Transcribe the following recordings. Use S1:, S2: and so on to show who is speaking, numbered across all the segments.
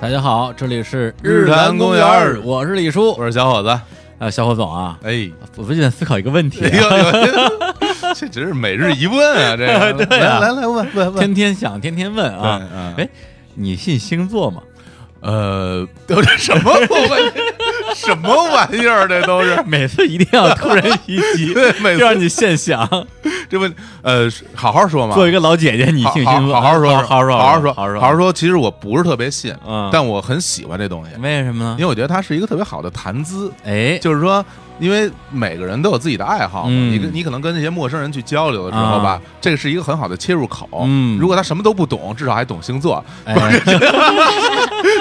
S1: 大家好，这里是
S2: 日坛公园儿
S1: 我是李叔，
S2: 我是小伙子，
S1: 啊，小伙总啊，
S2: 哎，
S1: 我最近在思考一个问题
S2: 哎
S1: 啊、
S2: 呦呦，这真是每日一问啊，这 个
S1: 对啊
S2: 来来来问问问，
S1: 天天想，天天问
S2: 对
S1: 啊
S2: 嗯，
S1: 哎，你信星座吗？
S2: 呃， 都是什么玩意儿？ 什么玩意儿？这都是
S1: 每次一定要突然袭击，
S2: 对每次
S1: 就让你现想，
S2: 这问呃，好好说嘛，
S1: 做一个老姐姐，你
S2: 好
S1: 信
S2: 好
S1: 星座，
S2: 好好说，
S1: 好好说，
S2: 好
S1: 好
S2: 说，
S1: 好
S2: 好好说。其实我不是特别信
S1: 嗯，
S2: 但我很喜欢这东西，
S1: 为什么
S2: 因
S1: 呢？
S2: 为我觉得它是一个特别好的谈资，
S1: 哎，
S2: 就是说，因为每个人都有自己的爱好嘛，
S1: 嗯
S2: 你跟你可能跟那些陌生人去交流的时候吧，
S1: 啊
S2: 这个是一个很好的切入口。
S1: 嗯
S2: 如果他什么都不懂，至少还懂 星座，
S1: 哎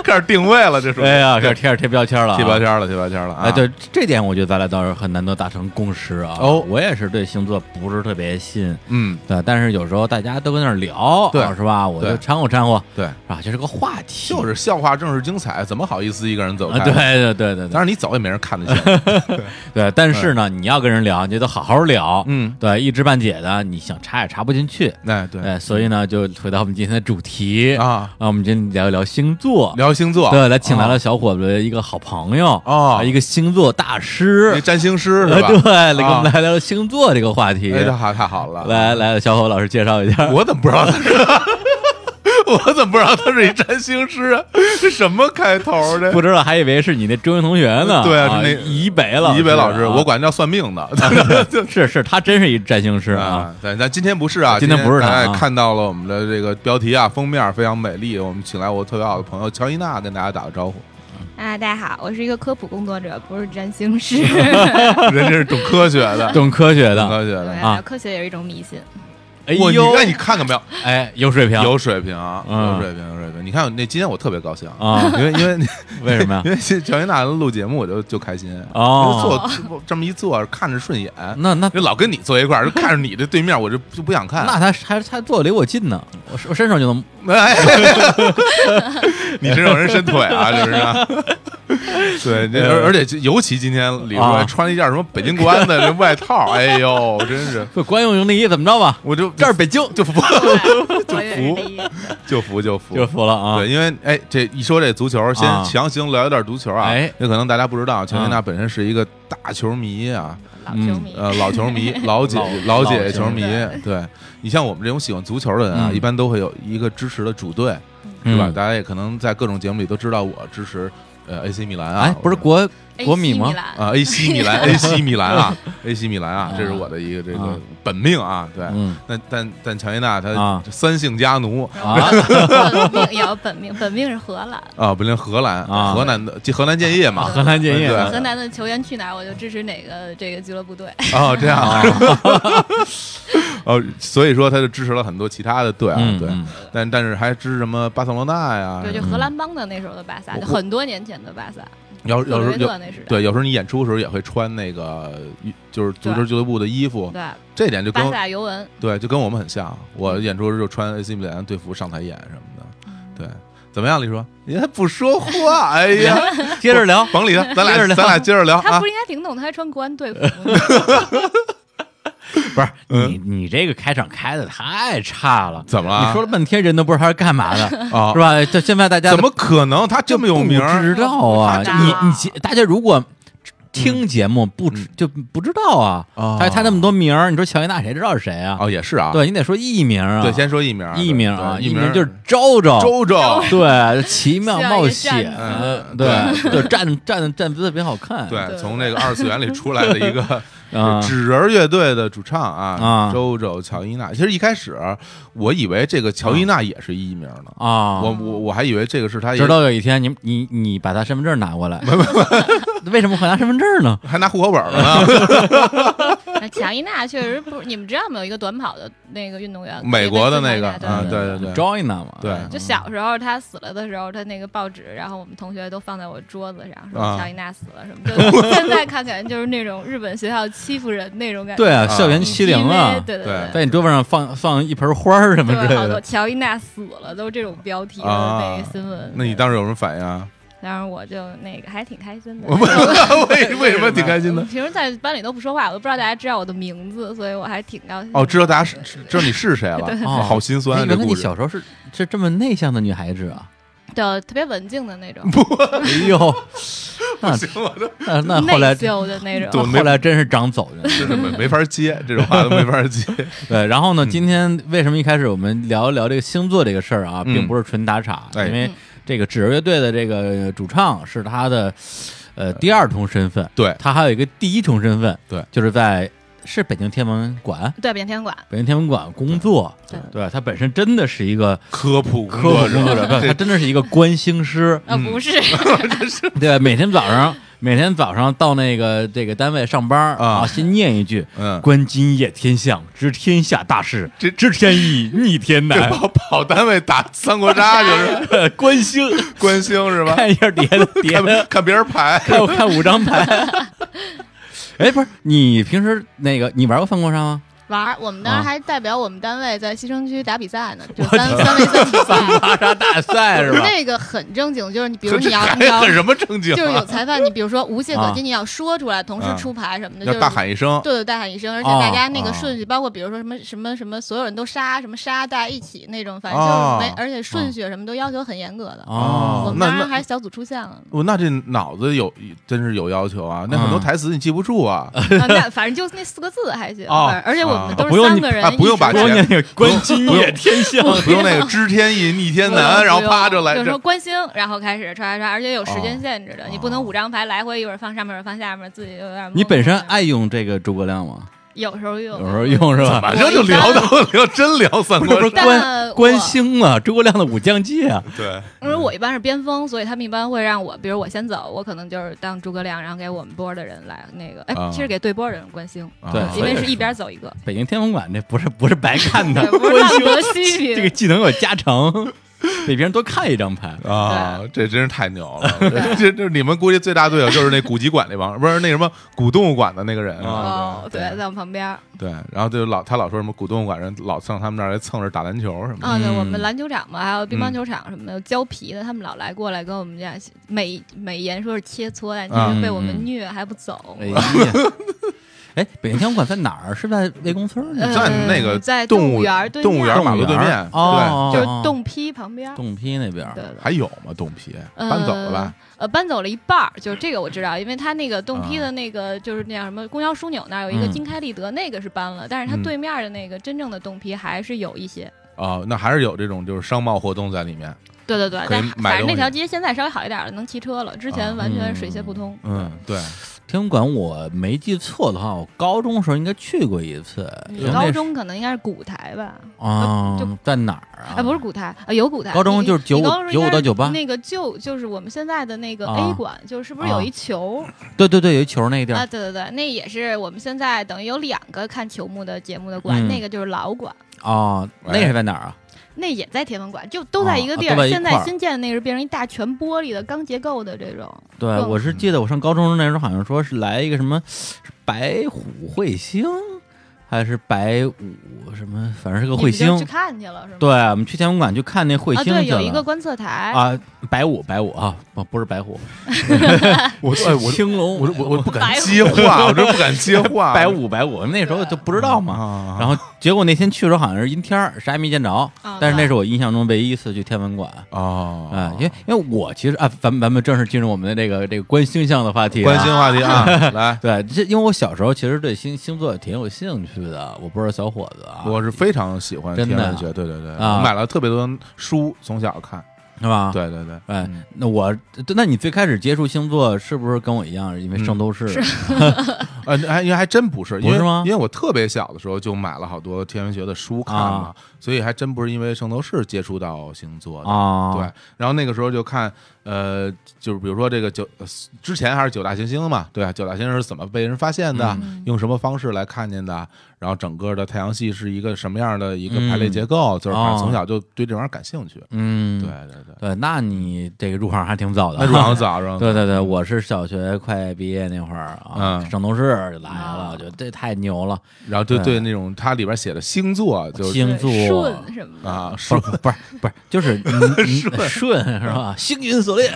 S2: 开始定位了，这是
S1: 哎呀，开始
S2: 开始
S1: 贴上贴标签了啊，
S2: 贴标签了，贴标签了啊！
S1: 哎，对这点，我觉得咱俩倒是很难得达成共识啊。
S2: 哦
S1: 我也是对星座不是特别信，
S2: 嗯，
S1: 对，但是有时候大家都跟那儿聊，
S2: 对
S1: 啊是吧？我就
S2: 对
S1: 掺和掺和，
S2: 对，
S1: 啊，这是个话题，
S2: 就是笑话正是精彩，怎么好意思一个人走
S1: 啊，
S2: 开？
S1: 对对对对
S2: 当
S1: 对
S2: 然你走也没人看得 见。
S1: 对。但是呢，你要跟人聊，你就得好好聊，
S2: 嗯，
S1: 对，一知半解的，你想插也插不进去，
S2: 哎，对
S1: 哎，所以呢，就回到我们今天的主题啊，
S2: 啊，
S1: 我们今天聊一聊星座，
S2: 聊星座，
S1: 对，来请来
S2: 啊
S1: 了小伙子的一个好朋友
S2: 哦
S1: 啊一个星座大
S2: 一
S1: 师，
S2: 占星师
S1: 哎
S2: 是吧？
S1: 对，来跟我们
S2: 啊
S1: 来聊聊星座这个话题，
S2: 哎，太太好了，
S1: 来来，小伙老师介绍一下。
S2: 我怎么不知道他是？我怎么不知道他是一占星师啊？这什么开头这
S1: 不知道，还以为是你那中学同学呢。
S2: 对啊
S1: 啊，
S2: 那
S1: 以北老师啊，
S2: 一北老师，
S1: 啊
S2: 我管他叫算命 的。
S1: 是是，他真是一占星师啊。
S2: 啊，对，但今天不是啊，
S1: 今天不是他啊
S2: 哎，看到了我们的这个标题啊，封面非常美丽。我们请来我特别好的朋友乔伊娜跟大家打 个招呼，
S3: 啊，大家好，我是一个科普工作者，不是占星 师。
S2: 人家是懂科学的，
S1: 啊懂科学的，
S2: 懂科学
S3: 对
S2: 的。
S1: 啊
S3: 科学也是一种迷信。
S1: 哎
S2: 哇，你
S1: 呦，
S2: 那你看看没有？
S1: 哎，有水平
S2: 有水平啊，
S1: 嗯
S2: 有水平，有水平。你看我那今天我特别高兴，
S1: 啊？
S2: 因为 因为
S1: 为 什么呀
S2: 因？为乔伊娜录节目我就就开心，啊
S1: 哦，
S2: 坐这么一坐看着顺眼，
S1: 那那
S2: 就老跟你坐一块儿，就看着你这对面，我就就不想看。
S1: 那他还他坐得离我近呢，我我伸手就能。
S2: 哎， 你这种人伸 腿啊，就是啊。对，这而而且尤其今天李叔还
S1: 啊
S2: 穿了一件什么北京国安的这外套，哎 呦，真是，
S1: 不，官用营地怎么着吧？
S2: 我就
S1: 这是北京
S2: 就服
S3: 我
S2: 就
S3: 也是
S2: 服
S3: 第一
S2: 就服就 服
S1: 就服了啊
S2: 对，因为哎，这一说这足球，先
S1: 啊
S2: 强行聊一段足球啊。
S1: 哎啊
S2: 那可能大家不知道，乔琳娜本身是一个大球迷啊，
S3: 老球迷。
S2: 呃，老球 迷、老姐、
S1: 老
S2: 老姐
S1: 老
S2: 球迷
S3: 球。
S2: 对你像我们这种喜欢足球的人啊，
S1: 嗯
S2: 一般都会有一个支持的主队，是吧？
S1: 嗯
S2: 大家也可能在各种节目里都知道我支持呃 AC 米兰啊，
S1: 哎，不是国国米吗？
S2: 啊 AC 米 兰 AC 米兰啊 AC 米兰啊，这是我的一个这
S1: 啊
S2: 个本命啊，对。
S1: 嗯
S2: 但但但乔伊娜她
S1: 啊
S2: 三姓家奴
S1: 啊，
S3: 本命也有本命，本命是荷兰。
S2: 啊，不是荷兰
S1: 啊
S2: 荷兰的即荷兰建业嘛
S1: 荷兰建业
S2: 对
S1: 啊
S3: 河南的球员去哪儿，我就支持哪个这个俱乐部队。
S2: 哦这样啊 哦，所以说他就支持了很多其他的队啊，
S1: 嗯
S2: 对，
S1: 嗯
S2: 但但是还支持什么巴塞罗那呀，
S3: 对，就荷兰帮的那时候的巴萨，
S2: 啊嗯我
S3: 就很多年前的巴萨，
S2: 有有
S3: 克鲁维
S2: 时候有
S3: 特那时代。
S2: 对，有时候你演出的时候也会穿那个就是足球
S3: 对
S2: 俱乐部的衣服，
S3: 对
S2: 这点就跟
S3: 巴萨尤文。
S2: 对就跟我们很像。我演出的时候穿 AC 米兰队服上台演什么的，
S3: 嗯
S2: 对，怎么样，李叔？你还不说话？ 哎呀，
S1: 接着聊，
S2: 甭理他，
S1: 接着
S2: 咱俩
S1: 聊
S2: 咱俩接着聊
S3: 他
S2: 啊
S3: 不。是应该挺懂，他还穿国安队服吗？
S1: 不是你你这个开场开的太差了，
S2: 嗯怎么了？
S1: 你说了半天人都不知道他是干嘛的，
S2: 啊
S1: 是？吧？就现在大家
S2: 怎么可能？他这么有名
S1: 不
S2: 儿
S1: 知道啊！
S3: 不知道
S1: 你你其大家如果
S2: 嗯
S1: 听节目不知就不知道啊，
S2: 哦
S1: 他他那么多名儿，你说乔伊娜谁知道是谁啊？
S2: 哦，也是啊。
S1: 对你得说艺名啊，
S2: 对，先说艺名儿，
S1: 艺
S2: 对
S1: 名啊，
S2: 对
S1: 艺
S2: 艺
S1: 名
S2: 名
S1: 就是周周，
S2: 周周。
S1: 对，奇妙冒险
S3: 像一个，
S2: 站子
S1: 对，就站站站姿特别好看，
S2: 对，
S3: 对
S2: 从这个二次元里出来的 一个
S1: 啊
S2: 纸人乐队的主唱啊
S1: 啊，
S2: 周周乔伊娜。其实一开始我以为这个乔伊娜也是艺名呢，
S1: 啊，
S2: 我我我还以为这个是他，
S1: 直到有一天你你你把他身份证拿过来，为什么会拿身份证呢？
S2: 还拿户口本了呢。
S3: 那乔伊娜确实不，你们知道吗？有一个短跑的那个运动员，
S2: 美国的那个
S3: 对
S2: 啊
S3: 对
S2: 对对对
S1: j o i n 嘛，
S2: 对
S3: 就小时候他死了的时候，他那个报纸，然后我们同学都放在我桌子上，
S2: 啊
S3: 说乔伊娜死了什么。就现在看起来就是那种日本学校欺负人那种感觉。
S1: 对啊，
S2: 啊
S1: 校园欺凌啊，
S3: 对对
S2: 对
S1: 在你桌子上放放一盆花儿什么之类
S3: 好多
S1: 的，
S3: 乔伊娜死了，都是这种标题的
S2: 啊
S3: 那个新闻。
S2: 那你当时有什么反应啊？
S3: 当然我就那个还挺开心的。
S2: 我问为为什么挺开心
S3: 我
S2: 的？
S3: 平时在班里都不说话，我都不知道大家知道我的名字，所以我还挺高兴的。
S2: 哦，知道大家是知道你是谁了，
S1: 哦
S2: 好心酸啊
S1: 哎
S2: 这
S1: 原来你
S2: 故事
S1: 小时候是是这么内向的女孩子啊！
S4: 的特别文静的那种，
S1: 哎呦，那那那后来
S4: 内秀的那
S2: 对
S4: 种。
S2: 我没
S1: 后来真是长走了。
S2: 真的没没法接这种话都没法接。
S1: 对，然
S2: 嗯
S1: 后呢，今天为什么一开始我们聊一聊这个星座这个事儿啊，
S2: 嗯
S1: 并不是纯打岔，
S2: 哎
S1: 因为
S4: 嗯
S1: 这个纸儿乐队的这个主唱是他的呃第二重身份，
S2: 对
S1: 他还有一个第一重身份，
S2: 对
S1: 就是在是北京天文馆。
S4: 对，变天馆，
S1: 北京天文馆工作，
S4: 对
S1: 对他本身真的是一个
S2: 科普
S1: 科普工作者，不他
S2: 这
S1: 真的是一个观星师，
S4: 啊，不是，
S1: 对，每天早上每天早上到那个这个单位上班
S2: 啊
S1: 啊，先念一句
S2: 嗯
S1: 观今夜天象，知天下大 事，
S2: 这
S1: 知天意，逆天
S2: 这
S1: 难。
S2: 跑跑单位打三国杀就是
S1: 观 星，
S2: 观星是吧？
S1: 看一下底下的底下的，
S2: 看看别人牌，
S1: 看我看五张牌。 哎，不是，你平时那个你玩过三国杀 吗？
S4: 玩儿，我们当
S1: 啊
S4: 时还代表我们单位在西城区打比 赛呢，就三三 v 三比赛，
S1: 八杀大赛是吧？
S4: 那个很正经，就是你比如
S2: 这
S4: 你
S2: 这
S4: 要
S2: 还
S4: 你要
S2: 很什么正经
S4: 就是有
S2: 啊？
S4: 裁判，你比如说无懈可
S1: 啊
S4: 击，你要说出来，同
S2: 啊
S4: 时出牌什么的，就
S2: 要
S4: 是
S2: 大喊一声，
S4: 对对，大喊一声，而且
S1: 哦
S4: 大家那
S2: 哦
S4: 个顺序，包括比如说什么什么什么，所有人都杀，什么杀大家一起那种，反正就是没
S2: 哦，
S4: 而且顺序什么都要求很严格的。
S1: 哦
S4: 我们
S2: 啊那
S4: 当时
S2: 那，
S4: 还小组出现了
S2: 我哦那这脑子有真是有要求啊！那很多
S1: 嗯
S2: 台词你记不住 啊，
S4: 啊那反正就那四个字还行，
S2: 哦
S4: 反正而且我们都
S1: 不
S4: 是
S1: 用
S4: 三
S1: 你
S4: 个人
S2: 啊
S4: 一起，
S2: 不用把
S1: 不用念那个观今
S2: 不
S1: 夜
S2: 用
S1: 天象，
S2: 不用那个知天 意逆天难，然后啪就来
S4: 有时候
S2: 这
S4: 关心，然后开始刷刷刷，而且有时间限制的，
S2: 哦
S4: 你不能五张牌来回，一会儿放上面，一会儿放下面，自己有点懵
S1: 你本身爱用这个诸葛亮吗？
S4: 有时候用，啊
S1: 有时候用是吧？
S2: 反正就聊到聊真聊三
S1: 不是
S2: 国
S1: 不是
S2: 杀，
S4: 但
S1: 关
S4: 我
S1: 关星啊，诸葛亮的武将计啊，
S2: 对，
S4: 因为我一般是边锋，所以他们一般会让我，比如我先走，我可能就是当诸葛亮，然后给我们波的人来那个，哎，
S2: 啊
S4: 其实给对波人关心，
S2: 啊
S1: 对
S4: 因
S1: 所以
S4: 为是一边走一个，
S1: 北京天文馆这不是不是白看的，
S4: 对 不是
S1: 关
S4: 浪
S1: 星
S4: 得虚
S1: 这个
S4: 名。
S1: 技能有加成， 比别人多看一张牌。
S2: 啊，这真是太牛了！这这这你们估计最大队友就是那古籍馆那帮，不是那什么古动物馆的那个人
S4: 哦，对
S2: 啊对，
S4: 在我们旁边啊，
S2: 对，然后就老他老说什么古动物馆人老上他们那儿来蹭着打篮球什么的，
S4: 啊对
S1: 嗯
S4: 我们篮球场嘛，还有乒乓球场什么的，胶皮的，他们老来过来跟我们家美美言说是切磋，但其
S2: 啊
S4: 实被我们虐还不走
S1: 哎。呀， 哎，北京天文馆在哪儿？是在魏公村儿那
S4: 呃
S1: 边
S2: 在那个
S4: 在
S2: 动
S4: 物
S2: 物
S4: 园对
S2: 动物
S4: 面
S2: 园马路对面，
S1: 哦，
S4: 就是
S1: 哦
S4: 洞批旁边，
S1: 洞批那边儿。
S4: 对对嗯
S2: 对，。还有吗？冻皮搬走了吧？啊
S4: 呃，搬走了一半儿，就是这个我知道，因为他那个洞批的那个、就是那叫什么公交枢纽那儿有一个
S1: 嗯
S4: 金开利德，那个是搬了，但
S2: 嗯
S4: 是它对面儿的那个真正的洞批还是有一些。
S2: 哦，那还是有这种就是商贸活动在里面。
S4: 对对对
S2: 可以，
S4: 但
S2: 买
S4: 反
S2: 东
S4: 正那
S2: 西
S4: 条街现在稍微好一点了，能骑车了。之
S1: 嗯
S4: 前完全水泄不通。
S2: 嗯，对，
S1: 天文馆我没记错的话，我高中时候应该去过一次。
S4: 你
S1: 就那
S4: 高
S1: 是
S4: 中可能应该是古台吧？
S1: 啊
S4: 就，
S1: 在哪儿啊？
S4: 哎，不是古台，啊，有古台。
S1: 高中
S4: 你
S1: 就是
S4: 你
S1: 95
S4: 高中应
S1: 95
S4: 该
S1: 到98
S4: 那个旧就是我们现在的那个
S1: 啊
S4: A 馆，就是是不是有一球
S1: 对对对，有一球那个地
S4: 啊？
S1: 儿。
S4: 对对对，那也是我们现在等于有两个看球幕的节目的馆，
S1: 嗯
S4: 那个就是老馆。
S1: 哦，那是在哪儿啊？
S4: 那也在天文馆，就都在一个地
S1: 啊
S4: 儿。
S1: 都在一块
S4: 现
S1: 儿
S4: 在新建的那个是变成一大全玻璃的钢结构的这种，
S1: 对，
S4: 嗯
S1: 我是记得我上高中那时候好像说是来一个什么是白虎彗星，还是白五什么，反正是个彗
S4: 你们就
S1: 星
S4: 去。看去了是吗？
S1: 对，我们去天文馆去看那彗
S4: 啊，
S1: 星去了。
S4: 对，有一个观测台，
S1: 啊，白五白五啊，不不是白虎，
S2: 我哎我
S1: 青龙，
S2: 我我我不
S4: 白
S2: 敢
S4: 虎
S2: 接话，我真不敢接 话。
S1: 白五白五，那时候就不知道嘛。
S2: 啊，
S1: 然后结果那天去的时候好像是阴天儿，啥也没见着
S4: 啊。
S1: 但是那是我印象中唯一一次去天文馆
S2: 哦
S1: 啊，因为因为我其实啊，咱们咱们正式进入我们的这个这个观星象的话题啊。
S2: 关心话题啊， 来，
S1: 对，这因为我小时候其实对星星座挺有兴趣的，我不知道小伙子啊，
S2: 我是非常喜欢
S1: 真
S2: 天
S1: 的
S2: 文学，对对对，
S1: 啊
S2: 我买了特别多书，从小看，
S1: 是吧？，
S2: 对对对，
S1: 哎
S2: 嗯，
S1: 那我那你最开始接触星座是不是跟我一样，因为圣斗士？
S2: 呃，还因为还真不是，因
S1: 不
S2: 为
S1: 是吗
S2: 因为我特别小的时候就买了好多天文学的书看嘛
S1: 啊，
S2: 所以还真不是因为圣斗士接触到星座的。
S1: 啊，
S2: 对，然后那个时候就看，呃，就是比如说这个九呃之前还是九大行星嘛，对吧？啊九大行星是怎么被人发现的？
S1: 嗯
S2: 用什么方式来看见的？然后整个的太阳系是一个什么样的一个排列结构？就是反正从小就对这玩意儿感兴趣。
S1: 哦嗯，
S2: 对对对，
S1: 对，那你这个入行还挺早的，啊嗯
S2: 那入 行早上，
S1: 对对对，我是小学快毕业那会儿啊，
S2: 嗯
S1: 圣斗士就来了，
S4: 啊
S1: 我觉得这太牛了，
S2: 然后就
S1: 对
S2: 对那种它里边写的星座就
S1: 星哦座
S4: 对顺什么的，
S2: 啊
S1: 不
S2: 是
S1: 是 不是不是，就是 你顺顺是吧？星云锁链，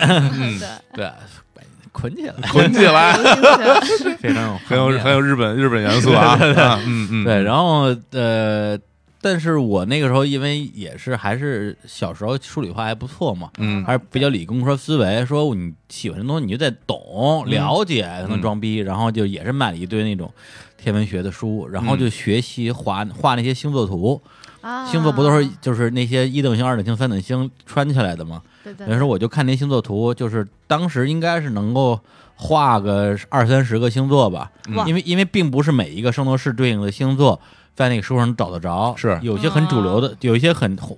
S4: 对，
S1: 对，捆嗯起来，
S2: 捆起来。
S4: 流行起来
S1: 非常有
S2: 很有
S1: 画面
S2: 很有日本日本元素啊，啊嗯嗯，
S1: 对，然后呃，但是我那个时候因为也是还是小时候数理化还不错嘛，
S2: 嗯
S1: 还是比较理工科思维，说你喜欢什么东西你就得懂
S2: 嗯
S1: 了解，才能装逼。然后就也是买了一堆那种天文学的书，然后
S2: 嗯
S1: 就学习画画那些星座图。
S4: 啊，
S1: 星座不都是就是那些一等星、二等星、三等星穿起来的吗？
S4: 对对
S1: 等于说我就看那星座图，就是当时应该是能够画个二三十个星座吧，
S2: 哇
S1: 因为因为并不是每一个圣斗士对应的星座在那个书上找得着，
S2: 是
S1: 有些很主流
S4: 哦
S1: 的，有一些很环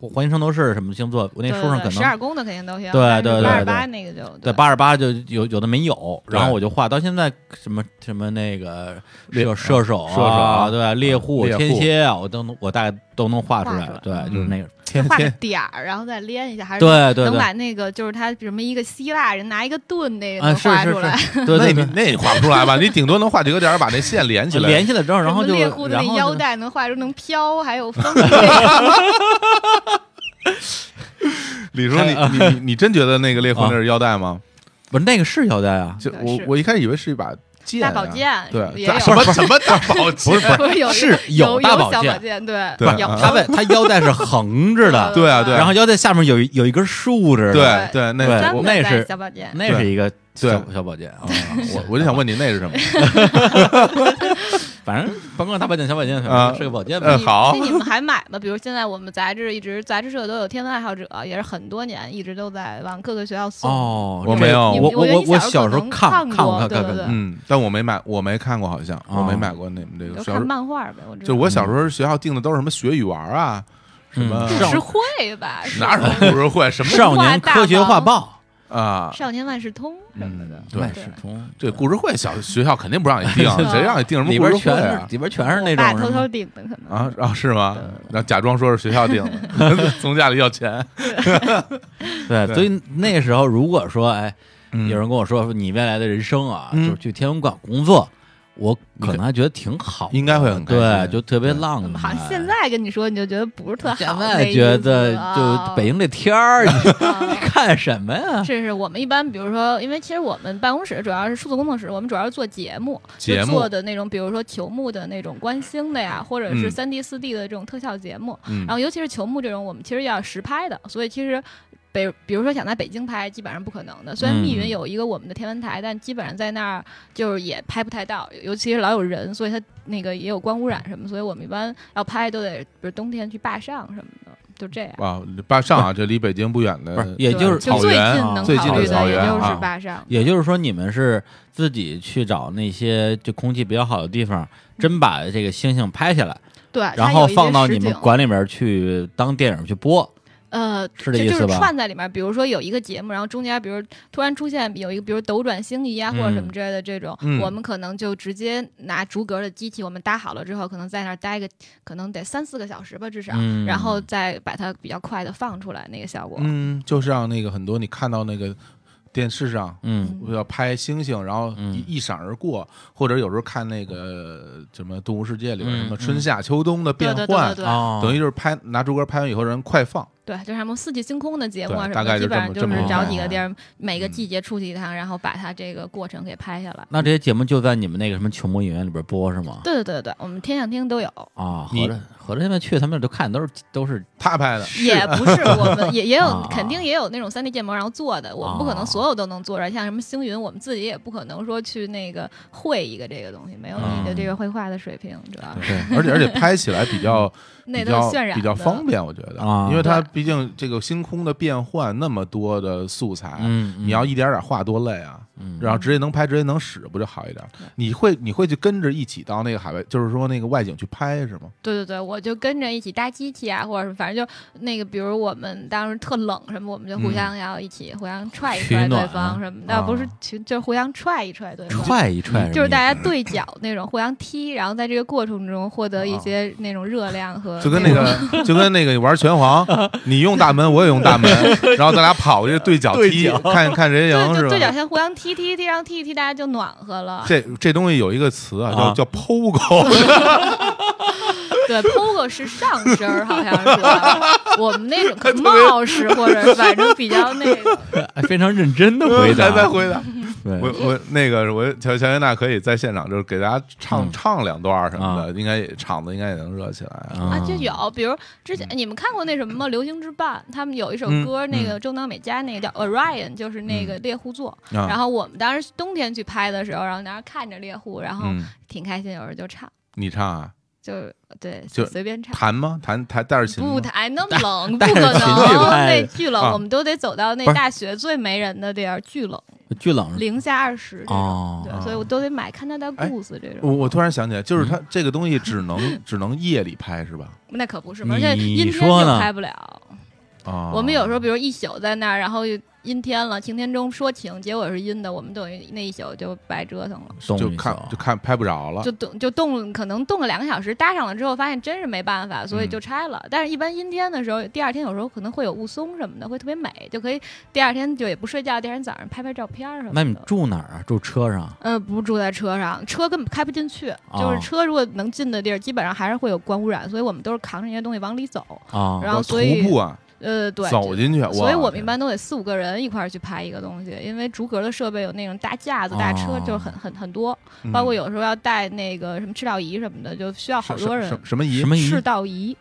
S1: 环形圣斗士什么星座，我那
S3: 对
S1: 书上可
S3: 十
S1: 能
S3: 二宫的肯定都行，
S1: 对对对
S3: 八
S1: 对
S3: 十八那个就
S1: 对八十八就有有的没有，
S2: 对
S1: 然后我就画到现在什么什么那个
S2: 猎
S1: 射射手啊
S2: 射手啊
S1: 对猎户
S2: 猎户嗯
S1: 天蝎啊，我都能我大概都能画出来了
S4: 画，出
S1: 对
S4: 来，
S1: 就是那个
S2: 天
S4: 画个
S2: 天
S4: 点儿，然后再连一下，还是
S1: 对对
S4: 能
S1: 对。
S4: 把那个就是他什么一个希腊人拿一个盾那个
S1: 啊，
S4: 能
S1: 是
S4: 画
S1: 是
S4: 出来，
S1: 是，对对对
S2: 那你，那你画不出来吧？你顶多能画几个点儿，把那线 连起来。
S1: 联系了之后，然后
S4: 什
S1: 就
S4: 么猎户的
S1: 然
S4: 那
S1: 后
S4: 腰
S1: 就
S4: 带能画出能飘，还有风筝
S2: 李叔，你你你你真觉得那个猎户那是腰带吗？
S1: 不是那个是腰带啊，
S2: 就
S4: 对
S2: 我
S4: 是
S2: 我一开始以为是一把剑啊，
S4: 大宝剑
S2: 对，
S4: 也
S2: 大
S4: 有
S2: 什么什么大宝剑？不是
S4: 不是有一个
S1: 是有
S4: 有
S1: 大
S4: 有
S1: 宝
S4: 小
S1: 剑
S4: 宝剑，对
S2: 对
S4: 有嗯
S2: 啊
S1: 它在它腰带是横着 的，
S2: 对啊对啊
S1: 然后腰带下面有一有一根竖着的，
S2: 对对，那
S1: 对
S4: 专
S2: 我
S4: 门
S1: 那
S4: 带
S1: 是
S4: 小宝剑，
S1: 那是一个
S2: 对
S1: 小小宝剑啊，
S2: 我我就想问你那是什么？
S1: 反正甭管大宝剑小宝剑，反
S2: 啊
S1: 正是个宝剑
S2: 呃
S1: 吧
S2: 嗯。好
S4: 那你们还买吗？比如现在我们杂志一直杂志社都有天文爱好者，也是很多年一直都在往各个学校送。
S1: 哦，
S2: 我
S1: 这
S2: 没有
S4: 你
S1: 我
S4: 我觉得
S1: 我
S4: 你
S1: 我
S4: 小
S1: 小时候
S4: 时候可能
S1: 看
S4: 看过
S1: 看
S4: 对
S1: 看
S4: 对对
S2: 嗯，但我没买，我没看过，好像我没
S1: 哦
S2: 买过那你们这
S4: 就
S2: 个小时
S4: 看
S2: 候，
S4: 漫画呗，我知
S2: 就
S4: 道。
S2: 我小时候学校订的都是什么学语文啊，什么
S1: 嗯
S4: 故
S1: 上
S4: 事会吧，是
S2: 哪有故事会什么
S1: 少年科学画报，
S2: 啊？
S4: 少年万事通什么的
S2: 嗯，对
S1: 万
S4: 对
S1: 事通，
S2: 这故事会小学校肯定不让你订，谁让你订什么
S1: 啊里
S2: 故
S1: 边
S2: 事会
S1: 全是
S2: 啊？
S1: 里边全是那
S4: 我爸
S1: 种
S4: 偷
S1: 什
S4: 偷
S1: 么
S4: 顶的可能
S2: 啊啊是吗？然后假装说是学校订 的， 从家里要钱。
S1: 对，所以那时候如果说哎，
S2: 嗯
S1: 有人跟我说说你未来的人生啊，
S2: 嗯
S1: 就是去天文馆工作，我可
S2: 你
S1: 能还觉得挺好的，
S2: 应该会很开心
S1: 对，就特别
S2: 对
S1: 浪漫。
S4: 好像现在跟你说，你就觉得不是特好。
S1: 嗯哎现在觉得
S4: 啊
S1: 就北
S4: 京。
S1: 京这天儿，你
S4: 啊
S1: 看什么
S2: 啊
S1: 呀？
S4: 是是，我们一般比如说，因为其实我们办公室主要是数字工作室，我们主要是做节目，就
S2: 节目
S4: 做的那种，比如说球幕的那种观星的呀，或者
S2: 嗯
S4: 是三 D、四 D 的这种特效节目。
S2: 嗯
S4: 然后尤其是球幕这种，我们其实要实拍的，所以其实。北，比如说想在北京拍，基本上不可能的。虽然密
S1: 嗯
S4: 云有一个我们的天文台，但基本上在那儿就是也拍不太到，尤其是老有人，所以它那个也有光污染什么，所以我们一般要拍都得，比如冬天去坝上什么的，就这样。
S2: 啊，巴上啊，这离北 京不远
S1: 不是
S2: 的，，
S1: 也就是
S4: 就
S2: 草
S4: 最近
S2: 原啊
S4: 能
S2: 最近
S4: 考
S2: 的
S4: 虑
S2: 草
S4: 也
S2: 原
S4: 就是
S2: 啊
S4: 坝上，
S1: 也就是说，你们是自己去找那些就空气比较好的地方，真把这个星星拍下来，
S4: 对，
S1: 然
S4: 它
S1: 后
S4: 有一些
S1: 放到
S4: 实
S1: 你们
S4: 景
S1: 馆里边去当电影去播，
S4: 呃，
S1: 是
S4: 就
S1: 这意思
S4: 就是
S1: 吧
S4: 串在里面，比如说有一个节目，然后中间比如突然出现有一个，比如斗转星移啊，或者什么之类的这种，
S2: 嗯
S4: 我们可能就直接拿逐格的机器，我们搭好了之后，可能在那儿待个，可能得三四个小时吧，至少，
S1: 嗯
S4: 然后再把它比较快的放出来那个效果。
S2: 嗯，就是让那个很多你看到那个电视上。
S1: 嗯，
S2: 要拍星星，然后
S1: 嗯
S2: 一一闪而过，或者有时候看那个什么《动物世界》里边
S1: 嗯
S2: 什么
S1: 嗯
S2: 春夏秋冬的
S4: 对
S2: 变
S4: 对对
S2: 换
S4: 对，对、
S1: 哦，
S2: 等于就是拍拿竹竿拍完以后，人快放，
S4: 对，就是什么四季星空的节目啊
S2: 对
S4: 什
S2: 大
S4: 么
S2: 概
S4: 的，
S2: 就
S4: 基
S2: 这
S4: 本上
S2: 么
S4: 就
S2: 这
S4: 是
S2: 么
S4: 找
S2: 弄
S4: 几个
S2: 啊
S4: 地儿，每个
S2: 嗯
S4: 季节出去一趟，然后把它这个过程给拍下来。
S1: 那这些节目就在你们那个什么球幕影院里边播是吗？
S4: 对对对对，我们天象厅都有。
S1: 啊，合
S2: 你
S1: 着合着现在去他们那儿都看都是都是
S2: 他拍的，
S4: 也不是，我们也也有
S1: 啊
S4: 肯定也有那种三 D 建模然后做的，我们不可
S1: 啊
S4: 能所有都能做出来。像什么星云，我们自己也不可能说去那个绘一个这个东西，没有你
S2: 嗯
S4: 的这个绘画的水平，主要是
S1: 对
S2: 而且而且拍起来比较
S4: 那
S2: 比
S4: 都是
S2: 较
S4: 渲染
S2: 比较
S4: 的
S2: 方便，我觉得
S1: 啊，
S2: 因为它
S4: 对
S2: 毕竟这个星空的变换那么多的素材，
S1: 嗯，嗯
S2: 你要一点点画多累啊，
S1: 嗯
S2: 然后直接能拍，直接能使，不就好一点？你会你会去跟着一起到那个海外，就是说那个外景去拍是吗？
S4: 对对对，我就跟着一起搭机器啊，或者是反正就那个，比如我们当时特冷什么，我们就
S2: 嗯
S4: 互
S2: 啊
S4: 相要一起互相踹一
S1: 取
S4: 踹对
S1: 暖
S4: 方什么的，不是
S1: 啊
S4: 群就是互相踹一踹对方。
S1: 踹一
S2: 嗯
S1: 踹什么意思，
S4: 就是大家对角那种互相踢，然后在这个过程中获得一些那种热量
S2: 啊
S4: 和
S2: 就跟那
S4: 种
S2: 个就跟那个玩拳皇，你用大门，我也用大门，然后咱俩跑过去对角
S1: 对
S2: 踢
S1: 角，
S2: 看看谁赢
S4: 对，
S2: 是
S4: 就对角
S2: 吧？
S4: 线互相踢踢踢，然后踢一踢，大家就暖和了。
S2: 这这东西有一个词啊，叫
S1: 啊
S2: 叫 POGO，
S4: 对，POGO 是上身儿，好像是 吧我们那种帽式或者反正比较那个。
S1: 哎非常认真的回
S2: 咱
S1: 答，
S2: 再回答，
S1: 对
S2: 我我那个我乔乔安娜可以在现场就是给大家唱
S1: 嗯
S2: 唱两段儿什么的，应该也场子应该也能热起来。
S1: 啊
S4: 啊，就有，比如之前你们看过那什么吗？《流星之伴》，他们有一首
S2: 嗯
S4: 歌，
S2: 嗯
S4: 那个中岛美嘉那个叫《Orion》，就是那个猎户座。
S2: 然
S4: 然后我们当时冬天去拍的时候，然后在那儿看着猎户，然后
S2: 嗯，
S4: 挺开心，有时候就唱，
S2: 你唱啊，
S4: 就对，
S2: 就
S4: 随便唱。
S2: 弹吗？弹弹带着琴吗
S4: 不，台那么冷，不
S1: 带
S4: 可
S1: 着琴 去
S4: 能，
S1: 拍
S4: 那巨冷
S2: 啊，
S4: 我们都得走到那
S2: 不是
S4: 大学最没人的地儿，巨冷，
S1: 巨冷
S4: 零下二十这种。
S1: 哦
S4: 对
S2: 啊，
S4: 所以我都得买加拿大
S2: 哎
S4: Goose 这种。
S2: 我我突然想起来，就是
S1: 嗯
S2: 它这个东西只能只能夜里拍是吧？
S4: 那可不是
S1: 你
S4: 嘛，而且阴天
S1: 说
S4: 就
S1: 呢
S4: 拍不了。
S2: 啊，
S4: 我们有时候比如一宿在那儿，然后阴天了，晴天中说晴，结果是阴的，我们等于那一宿就白折腾了，
S1: 冻
S2: 就
S1: 一
S2: 看
S1: 宿
S2: 就看拍不着了
S4: 就冻就冻，可能冻了两个小时，搭上了之后发现真是没办法，所以
S2: 嗯
S4: 就拆了。但是，一般阴天的时候，第二天有时候可能会有雾凇什么的，会特别美，就可以第二天就也不睡觉，第二天早上拍拍照片儿什么的。
S1: 那你住哪儿啊？住车上？
S4: 呃，不住在车上，车根本开不进去。
S2: 哦
S4: 就是车如果能进的地儿，基本上还是会有光污染，所以我们都是扛着那些东西往里走。
S1: 啊
S4: 然后
S2: 我
S4: 所以
S2: 徒步啊，
S4: 呃，对，
S2: 走进去，
S4: 所以
S2: 哇
S4: 我们一般都得四五个人一块儿去拍一个东西，因为逐格的设备有那种大架子、大车
S1: 哦，
S4: 就是很很很多，
S2: 嗯
S4: 包括有时候要带那个什么赤道仪什么的，就需要好
S2: 什
S4: 多人
S2: 什。什么仪
S1: 什么仪
S4: 赤道仪，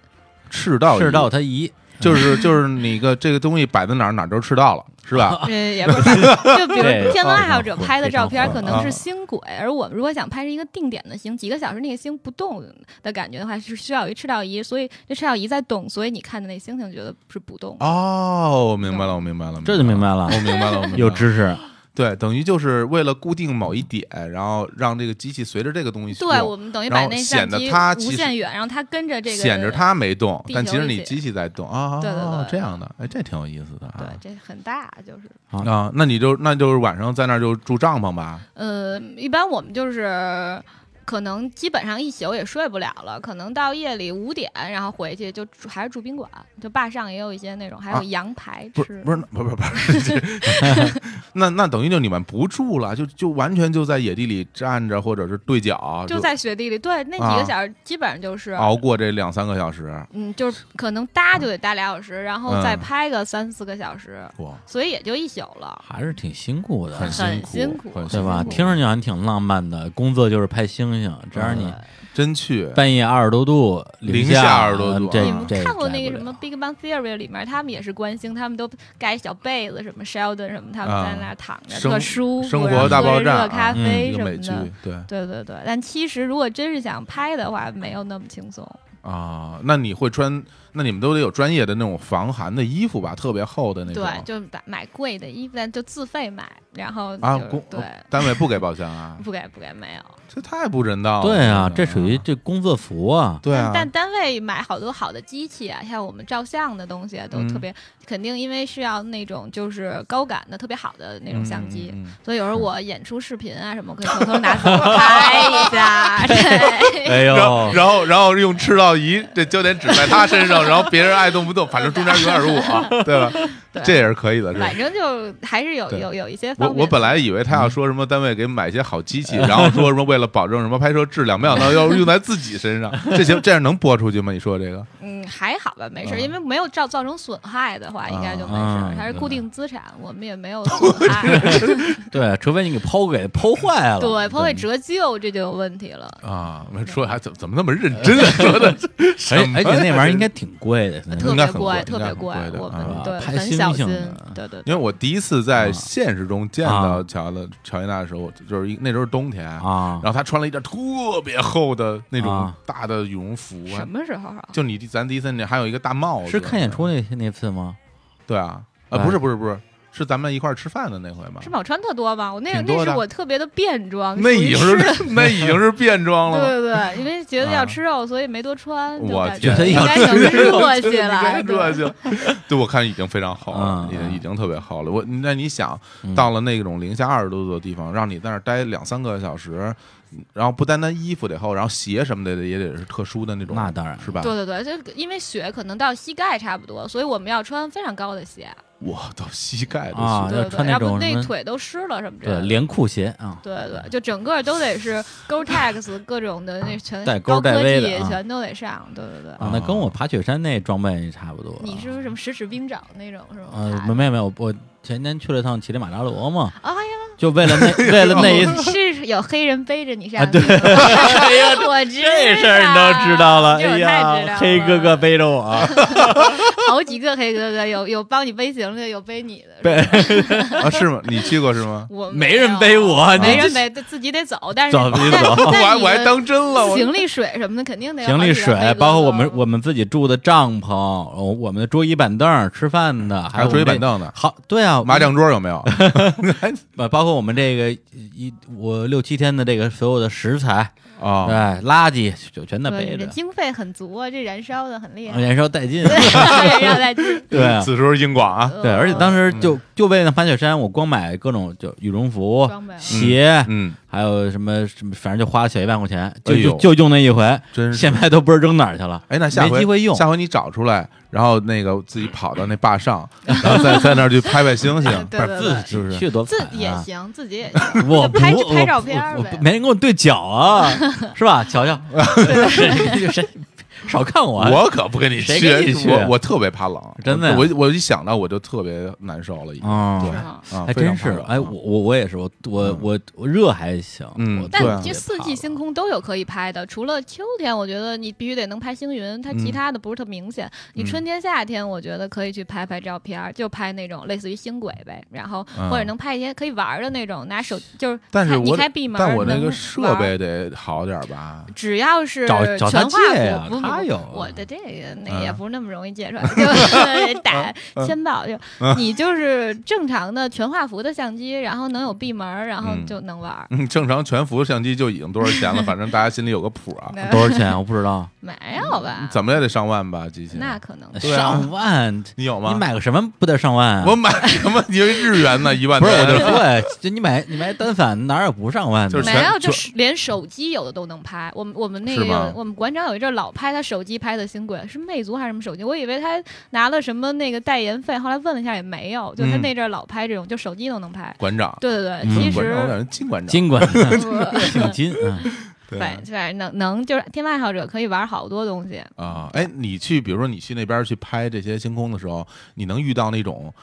S2: 赤道仪
S1: 赤道他姨
S2: 嗯就是就是你个这个东西摆在哪儿哪儿都赤道了 是吧？
S4: 呃，也不是，就比
S1: 对哦
S4: 如天文爱好者拍的照片
S1: 非常
S4: 可
S1: 混
S4: 能
S2: 啊
S4: 是星轨，而我们如果想拍成一个定点的星，几个小时那个星不动的感觉的话，是需要有一赤道仪，所以这赤道仪在动，所以你看的那星星觉得是不动的。
S2: 哦，我明白了，我明白了，
S1: 这就明
S2: 了。
S1: 白了
S2: 我，明白了，我明白了
S1: 有知识。
S2: 对，等于就是为了固定某一点，然后让这个机器随着这个东西
S4: 对，
S2: 动
S4: 我们等于
S2: 哦然
S4: 把
S2: 后
S4: 那
S2: 显
S4: 相
S2: 得
S4: 机
S2: 它
S4: 无
S2: 其实
S4: 限远，让它跟着这个
S2: 显着它没动，
S4: 地
S2: 但
S4: 球
S2: 其实你
S4: 一起
S2: 机器在动啊，
S4: 对对
S2: 哦
S4: 对
S2: 这样的，哎，这挺有意思的
S4: 对
S2: 啊，
S4: 这很大，就是
S2: 啊，那你就那就是晚上在那儿就住帐篷吧，
S4: 呃，一般我们就是可能基本上一宿也睡不了了，可能到夜里五点，然后回去就住还是住宾馆，就坝上也有一些那种，还
S2: 啊
S4: 有羊排
S2: 不
S4: 吃。
S2: 是不是不是不是， 那那等于就你们不住了，就就完全就在野地里站着或者是对角，
S4: 就在雪地里，对，那
S2: 啊哦
S4: 几个小时基本上就是，
S2: 熬过这两三个小时，
S4: 嗯，就是可能搭就得搭俩小时，然后再
S2: 嗯
S4: 拍个三四个小时，
S2: 哇，
S4: 所以也就一宿了。
S1: 还是挺辛苦的，
S2: 很辛
S4: 很辛苦
S2: 很
S1: 对吧？
S4: 辛苦
S1: 听着就好像挺浪漫的，工作就是拍星星，只要你
S2: 嗯真去
S1: 半夜二十多度，
S2: 零下20多度
S1: 这
S2: 啊
S4: 你们
S1: 这
S4: 看过
S1: 改
S4: 那个
S1: 不
S4: 什么
S1: 了
S4: 《Big Bang Theory》里面，他们也是观星，他们都盖小被子，什么 Sheldon 什么，他们
S2: 啊
S4: 在那儿躺着，
S2: 生
S4: 特舒服，
S2: 生活
S4: 然后
S2: 大爆
S4: 喝
S2: 炸啊
S4: 热咖
S1: 嗯
S4: 啡
S2: 一
S4: 什
S2: 个
S4: 么
S2: 美剧
S4: 的。，
S2: 对
S4: 对对对，但其实如果真是想拍的话，没有那么轻松。
S2: 啊，那你会穿？那你们都得有专业的那种防寒的衣服吧，特别厚的那种。啊
S4: 对，就买买贵的衣服，但就自费买，然后
S2: 啊，
S4: 就是
S2: 公
S4: 对，
S2: 单位不给包厢啊，
S4: 不给不给没有。
S2: 这太不人道了。
S1: 对啊，
S2: 真
S1: 这
S2: 的
S1: 属于这工作服啊，
S2: 对啊
S4: 但，但单位买好多好的机器啊，像我们照相的东西啊，都
S2: 嗯
S4: 特别、肯定，因为是要那种就是高感的、特别好的那种相机。
S2: 嗯。嗯嗯
S4: 所以有时候我演出视频啊什么，我 可以偷偷拿出来拍一下。 对，
S1: 哎
S2: 然后，
S1: 呦，
S2: 然后，然后用赤道仪这焦点指在他身上，然后别人爱动不动，反正中间永远是 我，对吧？
S4: 对
S2: 这也是可以的，是吧
S4: 反？正就还是有
S2: 对
S4: 有有一些方
S2: 我
S4: 面。
S2: 我本来以为他要说什么单位给买一些好机器，然后说什么为了保证什么拍摄质量，没想到要用在自己 身上。这节目这样能播出去吗？你说这个？
S4: 嗯还好吧，没事，
S2: 啊
S4: 因为没有造造成损害的话，应该就没
S1: 啊
S4: 事。它是
S1: 对
S4: 固定资产，我们也没 有损害。
S1: 对，除非你给抛给抛坏了，
S4: 对，它会折旧，这就有问题了。
S2: 啊，我说还怎么怎么那么认真啊？说的，
S1: 而
S2: 什么
S1: 哎嗯而且那玩意儿应该挺贵的，
S4: 特
S2: 应该
S4: 别
S2: 很贵
S4: 贵，
S2: 应该
S4: 特别
S2: 很贵的
S4: 我
S2: 啊
S4: 们对
S1: 拍
S4: 很
S1: 星
S4: 小
S1: 星
S4: 心
S1: 的。
S4: 对对对，
S2: 因为我第一次在
S1: 啊
S2: 现实中见到乔的乔伊娜的时候，就是一那时候是冬天，
S1: 啊
S2: 然，后她穿了一件特别厚的那种
S1: 啊
S2: 大的羽绒服，
S4: 什么时候啊？
S2: 就你第咱第一次见还有一个大帽子，
S1: 是看演出那那次吗？
S2: 对啊，啊
S1: 哎
S2: 不是不是不是，是咱们一块儿吃饭的那回吗
S4: 是？吗？我穿特多吗？我那
S2: 挺多
S4: 那是
S2: 的
S4: 我特别的便装，
S2: 那
S4: 属于
S2: 已经
S4: 吃
S2: 是那已经是变装了吗。
S4: 对对对，因为觉得
S2: 啊
S4: 要吃肉，所以没多穿，就
S2: 我
S4: 感
S2: 天
S4: 觉
S1: 对
S4: 应该
S1: 要
S4: 能
S1: 吃
S4: 热起
S2: 应该
S4: 来，
S2: 热
S4: 对
S2: 起来。对，我看已经非常厚了，
S1: 嗯
S2: 已经已经特别厚了。我那你想
S1: 嗯
S2: 到了那种零下二十多度的地方，让你在那儿待两三个小时，然后不单单衣服得厚，然后鞋什么的也得是特殊的那种，
S1: 那当然
S2: 是吧？
S4: 对对对，就因为雪可能到膝盖差不多，所以我们要穿非常高的鞋，
S2: 哇，到膝盖都
S1: 啊
S2: 是。
S4: 对
S1: 要
S4: 对
S1: 穿
S4: 对，
S1: 那
S4: 要
S1: 种
S4: 不
S1: 什么
S4: 那腿都湿了什么之类
S1: 对，
S4: 的。
S1: 连裤鞋啊，
S4: 对对，就整个都得是 Gore-Tex 各种的那全
S1: 带钩
S4: 高
S1: 带
S4: 科
S1: 威
S4: 技
S1: 的啊
S4: 全都得上，对对对。
S1: 啊那跟我爬雪山那装备差不多。
S4: 你是不是什么十指冰爪那种是吗？
S1: 呃，
S4: 爬
S1: 没有没有，我前天去了趟乞力马扎罗嘛，
S4: 啊哎呀，
S1: 就为了那 为了那一
S4: 是有黑人背着你
S1: 啊
S4: 上去
S1: 对
S4: 吗， 哎我知道
S1: 这事儿你都知道了，
S4: 这我
S1: 哎
S4: 太知道
S1: 呀，
S4: 了
S1: 黑哥哥背着我，
S4: 好几个黑哥哥，有有帮你背行李的，有背你的。
S1: 背
S2: 啊？是吗？你去过是 吗？
S4: 我
S1: 没人背
S4: 我，
S1: 我，
S4: 没啊
S1: 你
S4: 人背，自己得走。但是
S1: 走自己走
S2: 我
S4: 但
S2: 还
S4: 但你
S2: 我还
S4: 的
S2: 当真了，我
S4: 行李水什么的，肯定得有
S1: 行李
S4: 好几个
S1: 水
S4: 黑哥，哥
S1: 包括我们我们自己住的帐篷，哦我们的桌椅板凳，吃饭的，
S2: 还
S1: 有
S2: 有
S1: 我们
S2: 桌椅板
S1: 这。
S2: 凳呢，
S1: 好，对啊，
S2: 麻将桌有 没有？
S1: 呃包括我们这个一我六七天的这个所有的食材，对
S2: 啊，
S1: 垃圾就全在
S4: 对
S1: 背
S4: 嗯你
S1: 着，
S4: 的
S1: 哎
S4: 经费很足啊，这燃烧的很厉 害。
S1: 燃烧殆尽。
S4: 燃烧在
S1: 对啊
S2: 此时英广啊，
S1: 对，而且当
S4: 时
S1: 时就就为了爬雪山，我光买各种就羽绒服、
S4: 装备啊。
S1: 鞋，
S2: 嗯，
S1: 还有什么什么，反正就花了小一万块钱，就
S2: 哎呦
S1: 就就用那一回，
S2: 真是
S1: 现。在都不知道扔哪儿去了。
S2: 哎，那下回
S1: 没机会用
S2: 下回你找出来，然后那个自己跑到那坝上，然后 在在那儿去拍拍星星
S4: 对对对，
S2: 是不是
S1: 去多
S4: 自
S1: 惨
S4: 己也
S1: 啊！
S4: 行，自己也行。
S1: 我不
S4: 就拍
S1: 我
S4: 拍照片儿
S1: 我
S4: 呗
S1: 我没人跟我对脚 啊，是吧？瞧 瞧，谁谁少看我啊，
S2: 我可不跟你
S1: 谁跟你去啊
S2: 我我特别怕冷，
S1: 真的呀
S2: 我我一想到我就特别难受了，已经。
S1: 嗯，
S4: 是吗
S2: 啊，
S1: 还
S2: 非
S1: 真
S2: 常
S1: 是
S2: 怕冷，
S1: 哎，我我我也是，我我
S2: 嗯
S1: 我我热还行，
S2: 嗯
S1: 我
S2: 对啊
S4: 但
S1: 特
S4: 这
S1: 别
S4: 四
S1: 怕
S4: 季
S1: 冷
S4: 星空都有可以拍的，除了秋天，我觉得你必须得能拍星云，它
S2: 嗯
S4: 其他的不是特明显。你春天、夏天，我觉得可以去拍拍照片儿，就拍那种类似于星轨呗，然后
S2: 嗯
S4: 或者能拍一些可以玩儿的那种，拿手就是
S2: 但是
S4: 开你
S2: 我
S4: 开闭门，
S2: 但我那
S4: 能
S2: 个
S4: 玩
S2: 设备得好点儿吧？
S4: 只要是
S1: 找
S4: 全
S1: 找
S4: 画
S1: 他借呀
S4: 幅，不
S1: 他
S4: 不
S1: 有
S4: 我的这个那
S2: 嗯
S4: 个也不是那么容易借 出来，就是打签到
S2: 嗯
S4: 就你就是正常的全画幅的相机，然后能有闭门儿，然后
S2: 嗯
S4: 就能玩儿。
S2: 嗯，正常全幅相机就已经多少 钱了，反正大家心里有个谱啊，
S4: 那
S1: 多少钱我不知道，
S4: 没有吧？
S2: 怎么也得上万吧，机器。
S4: 那可能
S2: 对啊
S1: 上万，
S2: 你有吗？
S1: 你买个什么不得上万啊？
S2: 我买什么？因为日元呢，一万
S1: 不
S2: 多
S1: 是，我就说呀，就你买你买单反哪儿有不上万的？
S2: 就是
S4: 没
S2: 全
S4: 有，就
S2: 全
S4: 是连手机有的都能拍。我们我们那个
S2: 是吗
S4: 有我们馆长有一阵儿老拍他手机拍的新轨，是魅族还是什么手机？我以为他拿了什么那个代言费，后来问了一下也没有。就他
S2: 嗯
S4: 那阵儿老拍这种，就手机都能拍。
S2: 馆长，
S4: 对对对，
S1: 嗯
S4: 其
S2: 馆长，我
S4: 实
S2: 感觉金馆长，
S1: 金管
S4: 不
S1: 挺金啊，
S2: 对
S4: 反反正能能就是天文爱好者可以玩好多东西。
S2: 啊，哎，你去，比如说你去那边去拍这些星空的时候，你能遇到那种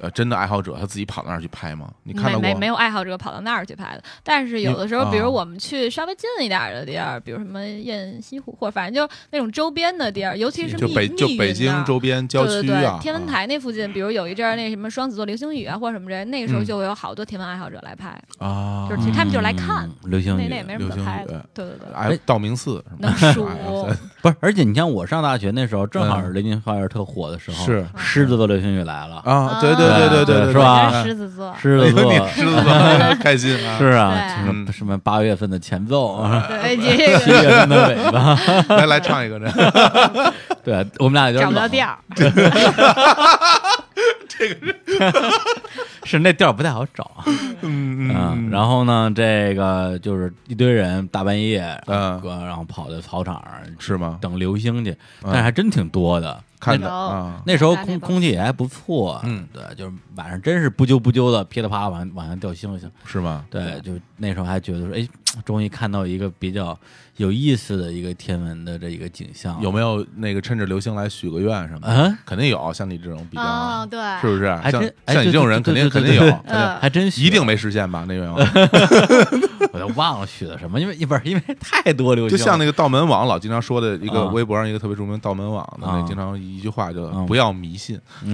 S2: 呃真的爱好者，他自己跑那儿去拍吗？你看
S4: 没
S2: 到过
S4: 没没有爱好者跑到那儿去拍的，但是有的时
S2: 你
S4: 候，比
S2: 啊
S4: 如我们去稍微近一点儿的地儿，比如什么雁西湖，或者反正就是那种周边的地儿，尤其是
S2: 嗯就
S4: 密
S2: 北
S4: 密
S2: 就
S4: 云
S2: 北
S4: 那
S2: 京
S4: 儿
S2: 周边郊
S4: 对
S2: 区
S4: 对
S2: 啊
S4: 对，，天文台那附近，比如有一阵儿那什么双子座流星雨啊，或者什 么之类，那个时候
S2: 嗯
S4: 就会有好多天文爱好者来拍，
S2: 啊，
S4: 就是其实他们就是来看
S1: 嗯流星
S4: 那
S1: 雨
S4: 那也没什
S2: 流
S4: 么可
S2: 星
S4: 拍
S2: 雨
S4: 的。，对对对，
S2: 哎，道明寺什么
S4: 能数
S1: 不是，而且你像我上大学那时候，正好是雷军花园特火的时候，
S2: 啊是
S1: 狮子座流星雨来了，
S2: 啊，对对对对对，
S1: 是吧
S4: 我
S2: 哎
S4: 哎是哎狮子 座，
S1: 狮子座
S2: 你狮子座 开心啊
S1: 是，啊，
S4: 对
S1: 什么什么八月份的前奏啊，
S4: 对这
S1: 七
S4: 个
S1: 月份的尾巴，
S2: 来来唱一个这。
S1: 对啊我们俩有点
S4: 找不到
S1: 冷
S4: 调儿，
S1: 是那调儿不太好找啊。
S2: 嗯
S1: 嗯，然后呢，这个就是一堆人大半夜，
S2: 嗯
S1: 呃然后跑到操场上
S2: 是吗？
S1: 等流星去，
S2: 嗯
S1: 但是还真挺多的。
S2: 看
S1: 那
S2: 着啊，
S1: 那时候
S4: 大
S1: 空
S4: 内包
S1: 空气也还不错，
S2: 嗯，
S1: 对，就是晚上真是不啾不啾的，噼里啪啦往往下掉星星。
S2: 是吗？
S1: 对，就那时候还觉得说，哎，终于看到一个比较有意思的一个天文的这一个景象。
S2: 有没有那个趁着流星来许个愿什么的？
S4: 嗯
S1: 啊，
S2: 肯定有，像你这种比较
S4: 哦，，对，
S2: 是不是？
S1: 还
S2: 像
S1: 真哎
S2: 像你这种人，肯
S1: 对
S2: 定
S1: 对
S2: 肯
S1: 对
S2: 定
S1: 对
S2: 有
S1: 对，
S2: 肯定
S4: 嗯
S1: 还真许
S2: 一定没实现吧？那愿 望
S1: 我都忘了许的什么，因为不是因为太多流
S2: 就
S1: 星，
S2: 像那个道门网老经常说的一个
S1: 啊
S2: 微博上一个特别著名道门网的，那
S1: 啊
S2: 经常一句话就
S1: 嗯
S2: 不要迷信。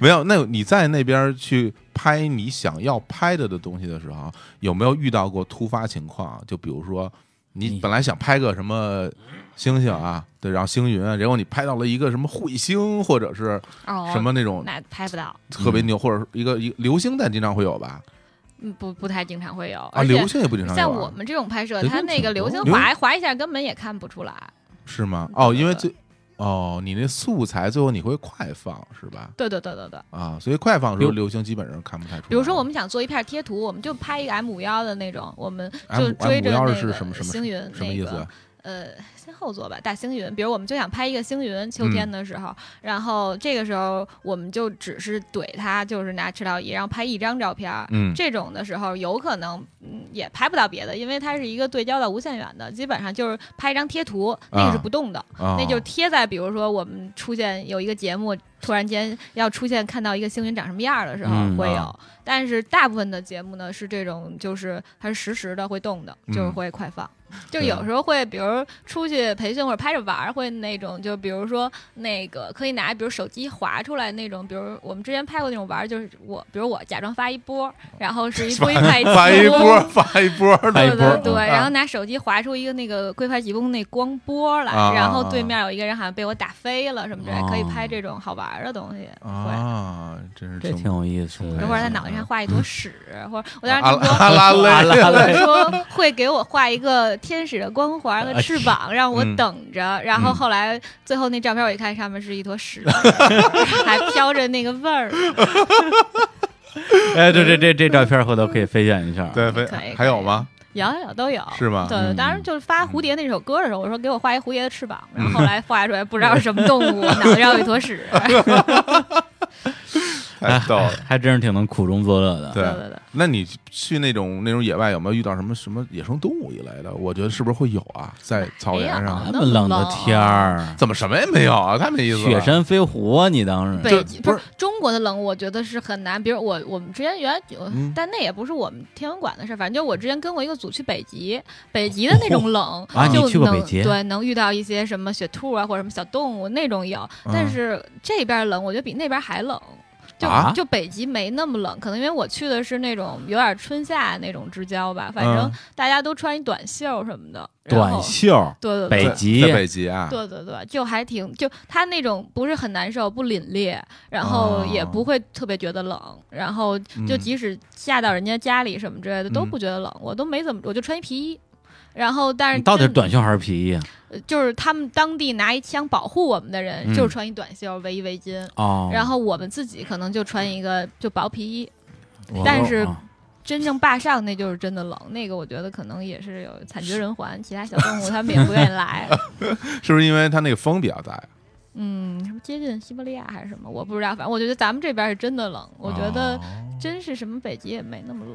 S2: 没有，那你在那边去拍你想要拍的的东西的时候，有没有遇到过突发情况？啊就比如说，你
S1: 你
S2: 本来想拍个什么星星啊，对，然后星云啊，结果你拍到了一个什么彗星，或者是
S4: 哦，
S2: 什么那种
S4: 那拍不到，
S2: 特别牛，或者是一个一个流星，但经常会有吧？
S4: 嗯，不不太经常会有，
S2: 啊，
S4: 而且
S2: 流星也不经常有、啊。
S4: 像我们这种拍摄，
S1: 流
S4: 它
S1: 星
S4: 那
S1: 挺
S4: 个
S1: 多
S4: 流星
S2: 流
S4: 划划一下根本也看不出来。
S2: 是吗？哦，因为
S4: 嗯对
S2: 最哦，你那素材最后你会快放是吧？
S4: 对对对对对，
S2: 啊，所以快放的时候
S1: 比
S2: 流星基本上看不太出来。
S4: 比如说我们想做一片贴图，我们就拍一个 M 五幺的那种，我们
S2: M
S4: 就追着
S2: M
S4: 那
S2: 五
S4: 个
S2: 幺是什么什么
S4: 星云
S2: 什么
S4: 那
S2: 意思
S4: 个
S2: 啊？
S4: 呃先后座吧，大星云，比如我们就想拍一个星云，秋
S2: 嗯
S4: 天的时候，然后这个时候我们就只是怼他，就是拿赤道仪，然后拍一张照片儿，
S2: 嗯
S4: 这种的时候，有可能嗯也拍不到别的，因为它是一个对焦到无限远的，基本上就是拍一张贴图，那个是不动的，
S2: 啊，
S4: 那就是贴在比如说我们出现有一个节目突然间要出现看到一个星云长什么样儿的时候
S1: 嗯
S4: 会有，
S2: 啊
S4: 但是大部分的节目呢是这种就是它是实时的会动的，就是
S2: 嗯
S4: 会快放。就
S2: 对啊
S4: 有时候会，比如出去培训或者拍着玩儿，会那种，就比如说那个可以拿，比如手机划出来那种，比如我们之前拍过那种玩儿，就是我，比如我假装发一波，然 后是一龟派
S2: 发一
S4: 气功
S2: 波，发一波 的，
S1: 发一
S4: 对
S1: 波
S4: 对
S1: 嗯
S4: 对，
S2: 啊
S4: 然后拿手机划出一个那个龟派气功那光波来，
S2: 啊
S4: 然后对面有一个人好像被我打飞了什么之类，可以拍这种好玩儿的东西。会，
S2: 啊，真是
S1: 这挺有意思
S2: 挺
S1: 的。
S2: 开
S4: 一
S2: 心
S4: 会儿在脑袋上画一坨屎，或者我当时
S2: 阿
S4: 听说。
S2: 拉阿拉蕾，
S1: 阿拉
S4: 我说会给我画一个天使的光环和翅膀，让
S2: 嗯
S4: 我等着。然后后来最后那照片我一看，上面是一坨 屎，还飘着那个味儿。
S1: 哎，对，这这这照片回头可以分享一下。
S2: 对，
S4: 可以可
S2: 非
S4: 以
S2: 还有吗？
S4: 有有都有，
S2: 是啊吗？
S4: 对，
S1: 嗯
S4: 当时就是发蝴蝶那首歌的时候，我说给我画一蝴蝶的翅膀，然
S2: 嗯
S4: 后后来画出来不知道是什么动 物，脑袋上有一坨屎。
S2: 太逗了。
S1: 哎还真是挺能苦中作乐的。
S2: 对
S4: 对对对
S2: 哎那你去那种那种野外有没有遇到什么什么野生动物一类的？我觉得是不是会有啊？在草原
S4: 没有
S2: 上
S1: 那么冷的天儿，
S2: 怎么什么也没有啊？太没意思了。
S1: 雪山飞狐啊，你当时
S2: 就
S4: 北极不是中国的冷，我觉得是很难。比如我我们之前原来有
S2: 嗯，
S4: 但那也不是我们天文馆的事儿，反正就是我之前跟过一个组去北极，北极的那种冷
S1: 啊，你
S4: 就
S1: 去过北
S4: 能
S1: 极
S4: 对能遇到一些什么雪兔啊或者什么小动物那种有，
S1: 嗯
S4: 但是这边冷，我觉得比那边还冷。就
S1: 啊
S4: 就北极没那么冷，可能因为我去的是那种有点春夏那种之交吧，反正
S2: 嗯
S4: 大家都穿一短袖什么的。然后
S1: 短袖，
S4: 对对对，
S1: 北
S2: 在
S1: 极
S2: 在北极啊，
S4: 对对对，就还挺就他那种不是很难受，不凛冽，然后
S1: 哦
S4: 也不会特别觉得冷，然后就
S2: 嗯
S4: 即使下到人家家里什么之类的、都
S2: 嗯
S4: 不觉得冷，我都没怎么，我就穿一皮衣。然后，但是
S1: 你到底是
S4: 真
S1: 短袖还是皮衣啊？
S4: 呃就是他们当地拿一枪保护我们的人，
S1: 嗯
S4: 就是穿一短袖围一围巾，
S1: 哦，
S4: 然后我们自己可能就穿一个就薄皮衣。
S1: 我
S4: 但是
S2: 哦
S1: 啊
S4: 真正坝上那就是真的冷，那个我觉得可能也是有惨绝人寰，其他小动物他们也不愿意来。
S2: 是不是因为它那个风比较大呀？
S4: 嗯，什么接近西伯利亚还是什么，我不知道。反正我觉得咱们这边是真的冷，我觉得
S2: 哦
S4: 真是什么北极也没那么冷，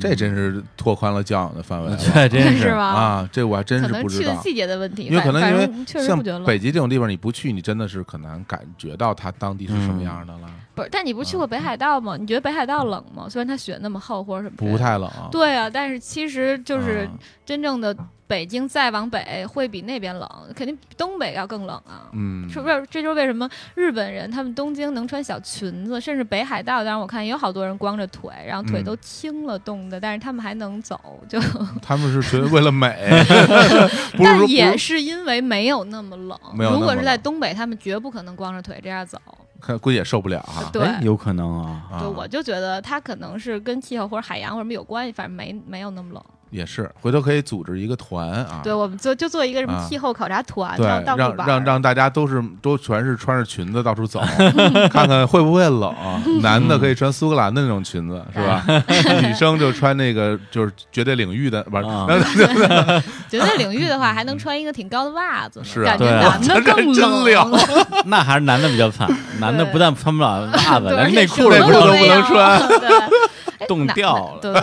S2: 这真是拓宽了教养的范围了
S1: 对，真
S4: 是吗？
S2: 啊！这我还真
S4: 可
S2: 是
S4: 能
S2: 不知
S4: 去的
S2: 道。
S4: 季节的问题，
S2: 因为
S4: 反
S2: 可能
S4: 反
S2: 因为
S4: 正确实
S2: 像
S4: 不觉得冷。
S2: 北极这种地方，你不去，你真的是很难感觉到它当地是什么样的了。
S4: 不是，但你不是去
S2: 啊
S4: 过北海道吗？你觉得北海道冷吗？虽然它雪那么厚或者什么之类
S2: 不
S4: 的，
S2: 太冷啊，
S4: 对啊，但是其实就是
S2: 嗯
S4: 真正的北京再往北会比那边冷，肯定比东北要更冷啊。
S2: 嗯，
S4: 是不是？这就是为什么日本人他们东京能穿小裙子，甚至北海道，当然我看也有好多人光着腿，然后腿
S2: 嗯
S4: 都青了冻的，但是他们还能走，就
S2: 他们是觉得为了美， 不是说
S4: 但
S2: 不是
S4: 也是因为没有那么冷。
S2: 没有那
S4: 如
S2: 么
S4: 果是在
S2: 冷
S4: 东北，他们绝不可能光着腿这样走。
S2: 看估计也受不了哈。
S4: 对，
S1: 哎有可能啊。
S2: 啊
S4: 就我就觉得它可能是跟气候或者海洋或者什么有关系，反正没没有那么冷。
S2: 也是，回头可以组织一个团啊，
S4: 对，我们就就做一个什
S2: 啊
S4: 么气候考察团，
S2: 对
S4: 到到
S2: 让
S4: 处玩
S2: 让
S4: 儿。
S2: 让大家都是都全是穿着裙子到处走，看看会不会冷。男的可以
S1: 嗯
S2: 穿苏格兰的那种裙子，是吧？女生就穿那个就是绝对领域的，不是
S1: 啊
S4: 绝对领域 的话，还能穿一个挺高的袜子呢，
S2: 是啊
S4: 感觉
S1: 对啊
S4: 男 的更
S2: 真
S4: 冷。
S2: 凉
S1: 那还是男的比较惨，男的不但穿不了袜子，
S4: 对
S1: 连内
S4: 什
S1: 裤
S4: 么
S2: 内
S1: 都
S2: 裤都不
S4: 没
S2: 能
S4: 有
S2: 穿，
S4: 对，
S1: 冻
S4: 哪
S1: 掉了。
S4: 对对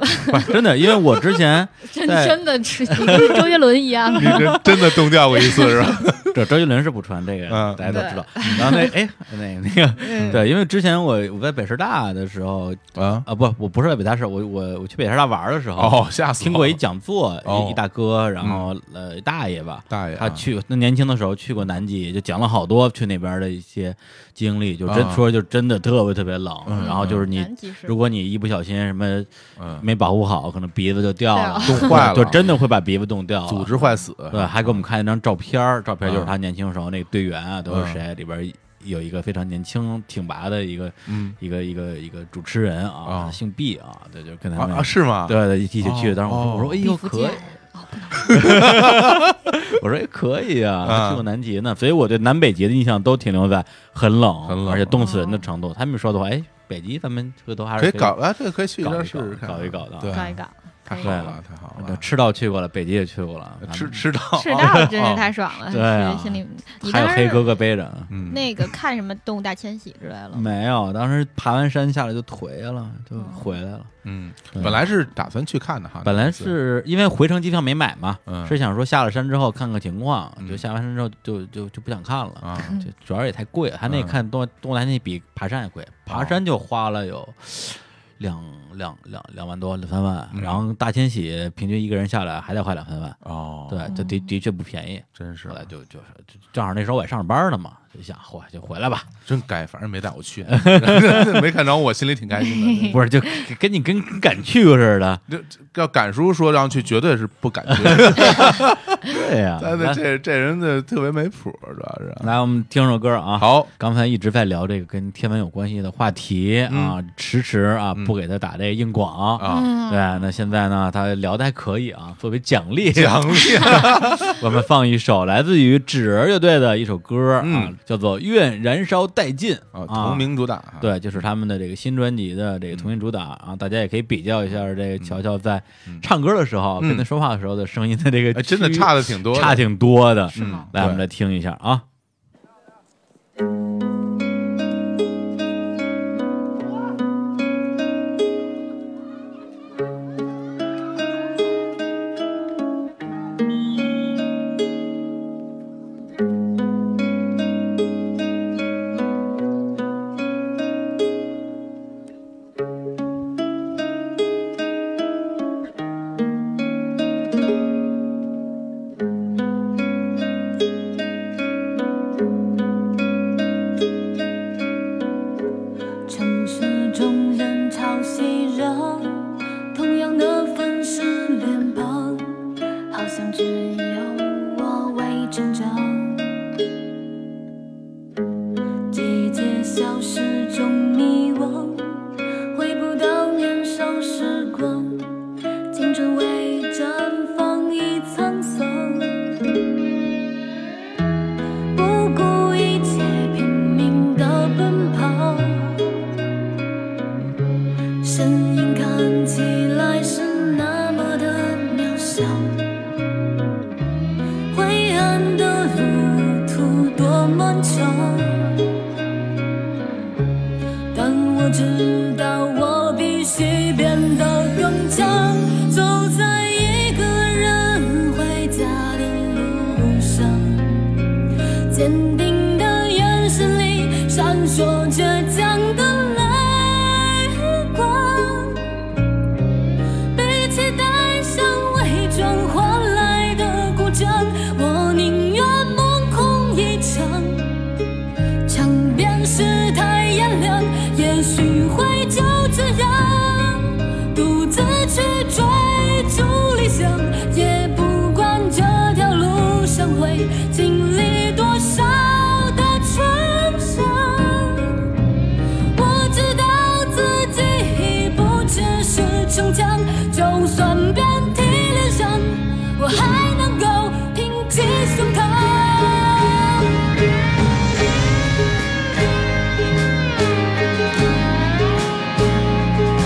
S4: 对，
S1: 不是真的，因为我之前
S4: 真
S1: 对嗯
S4: 真的是你跟周杰伦一样
S2: 你这真的冻掉过一次是吧？
S1: 这周杰伦是不穿这个，
S2: 嗯
S1: 大家都知道。然后那哎那那个对，因为之前我我在北师大的时候
S2: 啊，
S1: 啊，不，我不是在北大师，我我我去北师大玩的时候，
S2: 哦，吓死我了！
S1: 听过一讲座，
S2: 哦
S1: 一一大哥，然后呃一大爷吧，
S2: 大爷啊，
S1: 他去那年轻的时候去过南极，就讲了好多去那边的一些经历，就真、
S2: 啊
S1: 说就真的特别特别冷，
S2: 嗯
S1: 然后就是你。
S4: 南极是
S1: 如果你一不小心什么
S2: 嗯，
S1: 没保护好，可能鼻子就掉了，
S2: 冻坏了
S1: 就真的会把鼻子冻掉了。
S2: 组织坏死，
S1: 对，还给我们看一张照片儿，照片就是
S2: 嗯
S1: 他年轻时候那个队员啊都是谁，里边有一个非常年轻挺拔的一个
S2: 嗯
S1: 一个一个一个主持人啊，
S2: 啊
S1: 姓毕啊，对，就跟他
S2: 啊
S1: 们、
S2: 啊是吗？
S1: 对对一起去。
S2: 哦
S1: 当时我说、
S2: 哦
S1: 我说哎呦
S4: 福
S1: 可以
S4: 建，哦
S1: 我说哎可以啊，
S2: 啊
S1: 还去过南极呢，所以我对南北极的印象都停留在很冷，
S2: 很冷
S1: 而且冻死人的程
S4: 哦
S1: 度。他们说的话，哎，北极咱们回头还
S2: 可
S1: 是
S2: 以搞啊，对，可以去一
S1: 搞
S2: 边
S1: 一
S2: 试试
S1: 搞
S2: 看，
S1: 搞一搞的啊
S2: 对，
S4: 搞一搞。
S2: 太
S3: 可以
S2: 好了，太好了，
S1: 赤道去过了，北极也去过了，
S2: 呃吃吃到
S4: 赤道真是太爽 了，
S1: 对啊
S4: 是心里你
S1: 还有
S4: 当
S1: 黑哥嗯
S4: 时
S1: 哥背着。
S2: 嗯
S4: 那个看什么动物大迁徙之类的了吗？
S1: 没有，当时爬完山下来就颓了，
S4: 哦
S1: 就回来了。
S2: 嗯，
S1: 对
S2: 本来是打算去看的哈，
S1: 本来
S2: 啊那次
S1: 是因为回程机票没买嘛，
S2: 嗯
S1: 是想说下了山之后看看情况，
S2: 嗯
S1: 就下完山之后就就就不想看了。
S2: 啊，
S1: 就主要也太贵了，他那
S2: 嗯
S1: 看东东南那比爬山还贵，爬山就花了有两两两两万多两三万，
S2: 嗯
S1: 然后大迁徙平均一个人下来还得花两三万，
S2: 哦，，
S1: 对，这的的确不便宜。
S2: 真是
S1: 后来就就是就正好那时候我也上着班呢嘛，就想嚯就回来吧，
S2: 真该，反正没带我去， 没看着我心里挺 开心的。
S1: 不是就跟你跟跟赶去似的，
S2: 这这要敢叔说让去，绝对是不敢去。
S1: 对呀、
S2: 但 是
S1: 来
S2: 这这人的特别没谱，主要是。
S1: 来我们听首歌啊，。
S2: 好，
S1: 刚才一直在聊这个跟天文有关系的话题啊，迟迟啊
S2: 嗯
S1: 不给他打这硬广
S2: 啊，
S4: 嗯
S1: 对，那现在呢，他聊的还可以啊，作为奖 励，
S2: 奖励
S1: 我们放一首来自于纸儿乐队的一首歌、啊
S2: 嗯，
S1: 叫做《愿燃烧殆尽》
S2: 啊，同。名主打啊，
S1: 对，就是他们的这个新专辑的这个同名主打啊，大家也可以比较一下这个乔乔在
S2: 嗯
S1: 唱歌的时候、
S2: 嗯
S1: 跟他说话的时候的声音的这个
S2: 哎，真的
S1: 区
S2: 差的挺多的，
S1: 差挺多的。
S2: 是吗
S1: 来，我们
S2: 对
S1: 来听一下啊。
S5: 城市中人潮熙攘，同样的粉饰脸庞，好像只有我未成长。季节消失中迷惘，回不到年少时光，青春未绽放已沧桑。不顾一切拼命的奔跑，身影看起来是那么的渺小。灰暗的路途多漫长，但我知道我必须变得更强。走在一个人回家的路上。坚定的眼神里闪烁倔强的泪光，背起带上伪装换来的鼓掌，我宁愿梦空一场，场边世态炎凉，也许会就这样独自去追逐理想，也不管这条路上会经历多少的创伤。我知道自己不只是逞强，就算遍体鳞伤，我还能够挺起胸膛。
S6: Thank you.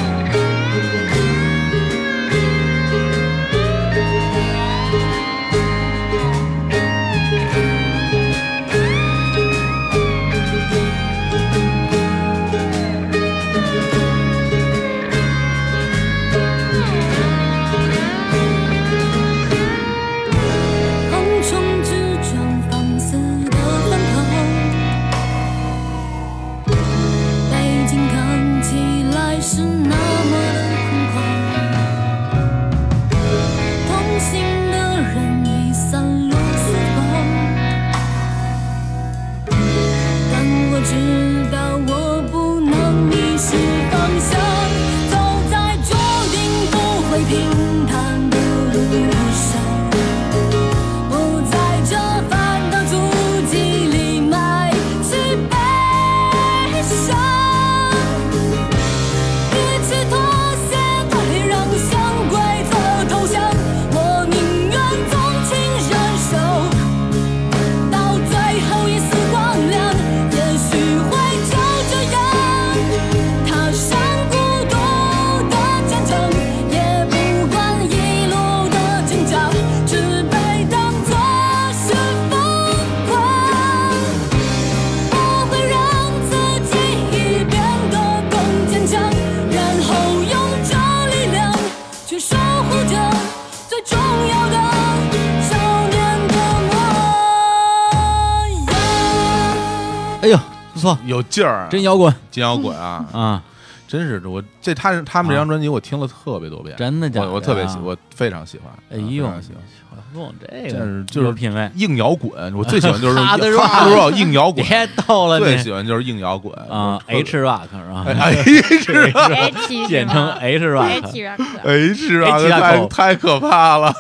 S2: 哎
S1: 不错，
S2: 有劲儿啊，
S1: 真摇滚
S2: 金摇滚啊，
S1: 啊！
S2: 真是我这他他们这张专辑我听了特别多遍，
S1: 真的假的啊？
S2: 我我特别喜，我非常喜欢。
S1: 哎
S2: 啊非
S1: 呦，
S2: 常喜欢
S1: 小宋这
S2: 但是
S1: 个
S2: 就是
S1: 有品味，
S2: 硬摇滚，我最喜欢就是
S1: 哈德 rock
S2: 哈德 rock 硬 摇滚，
S1: 别逗了
S2: 最喜
S1: 你
S2: 欢就是硬摇滚
S1: 啊
S2: 我特
S1: ！H rock 是 吧？
S2: 哎 H
S4: H
S1: 简称 H rock
S4: H
S2: H 啊，
S1: H 大
S2: 太
S1: 口
S2: 太可怕了。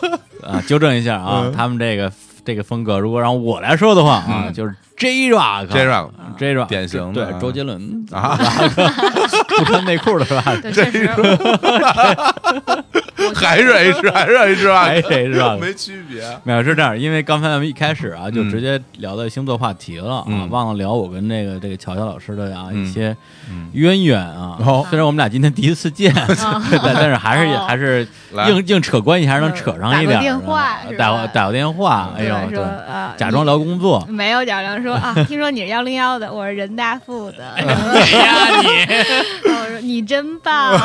S1: 啊，纠正一下啊，
S2: 嗯
S1: 他们这个这个风格，如果让我来说的话啊，就是 J rock
S2: J rock
S1: J rock
S2: 典型的
S1: 对
S2: 啊
S1: 周杰伦
S2: 啊，
S1: 不穿内裤的 是吧？
S4: 对，确实，
S2: 还是 H 还是 H
S1: 还
S2: rock，
S1: 谁是吧？
S2: 没区别。
S1: 没有是这样，因为刚才咱们一开始啊，就
S2: 嗯
S1: 直接聊到星座话题了啊，
S2: 嗯
S1: 忘了聊我跟这个这个乔乔老师的啊、
S2: 嗯
S1: 一些
S2: 嗯
S1: 渊源啊。
S2: 哦
S1: 虽然我们俩今天第一次见，对 但是还是也
S4: 哦呃
S1: 还是
S2: 来
S1: 硬硬扯关系，还是能扯上一点儿。
S4: 打个电话是吧嗯
S1: 打过打个电话，哎
S4: 对
S1: 呦，
S4: 吧说
S1: 对，
S4: 啊，
S1: 假装聊工作。
S4: 没有假装说啊，听说你是幺零幺的，我是人大附的，
S1: 哎呀你，
S4: 我说你真棒，啊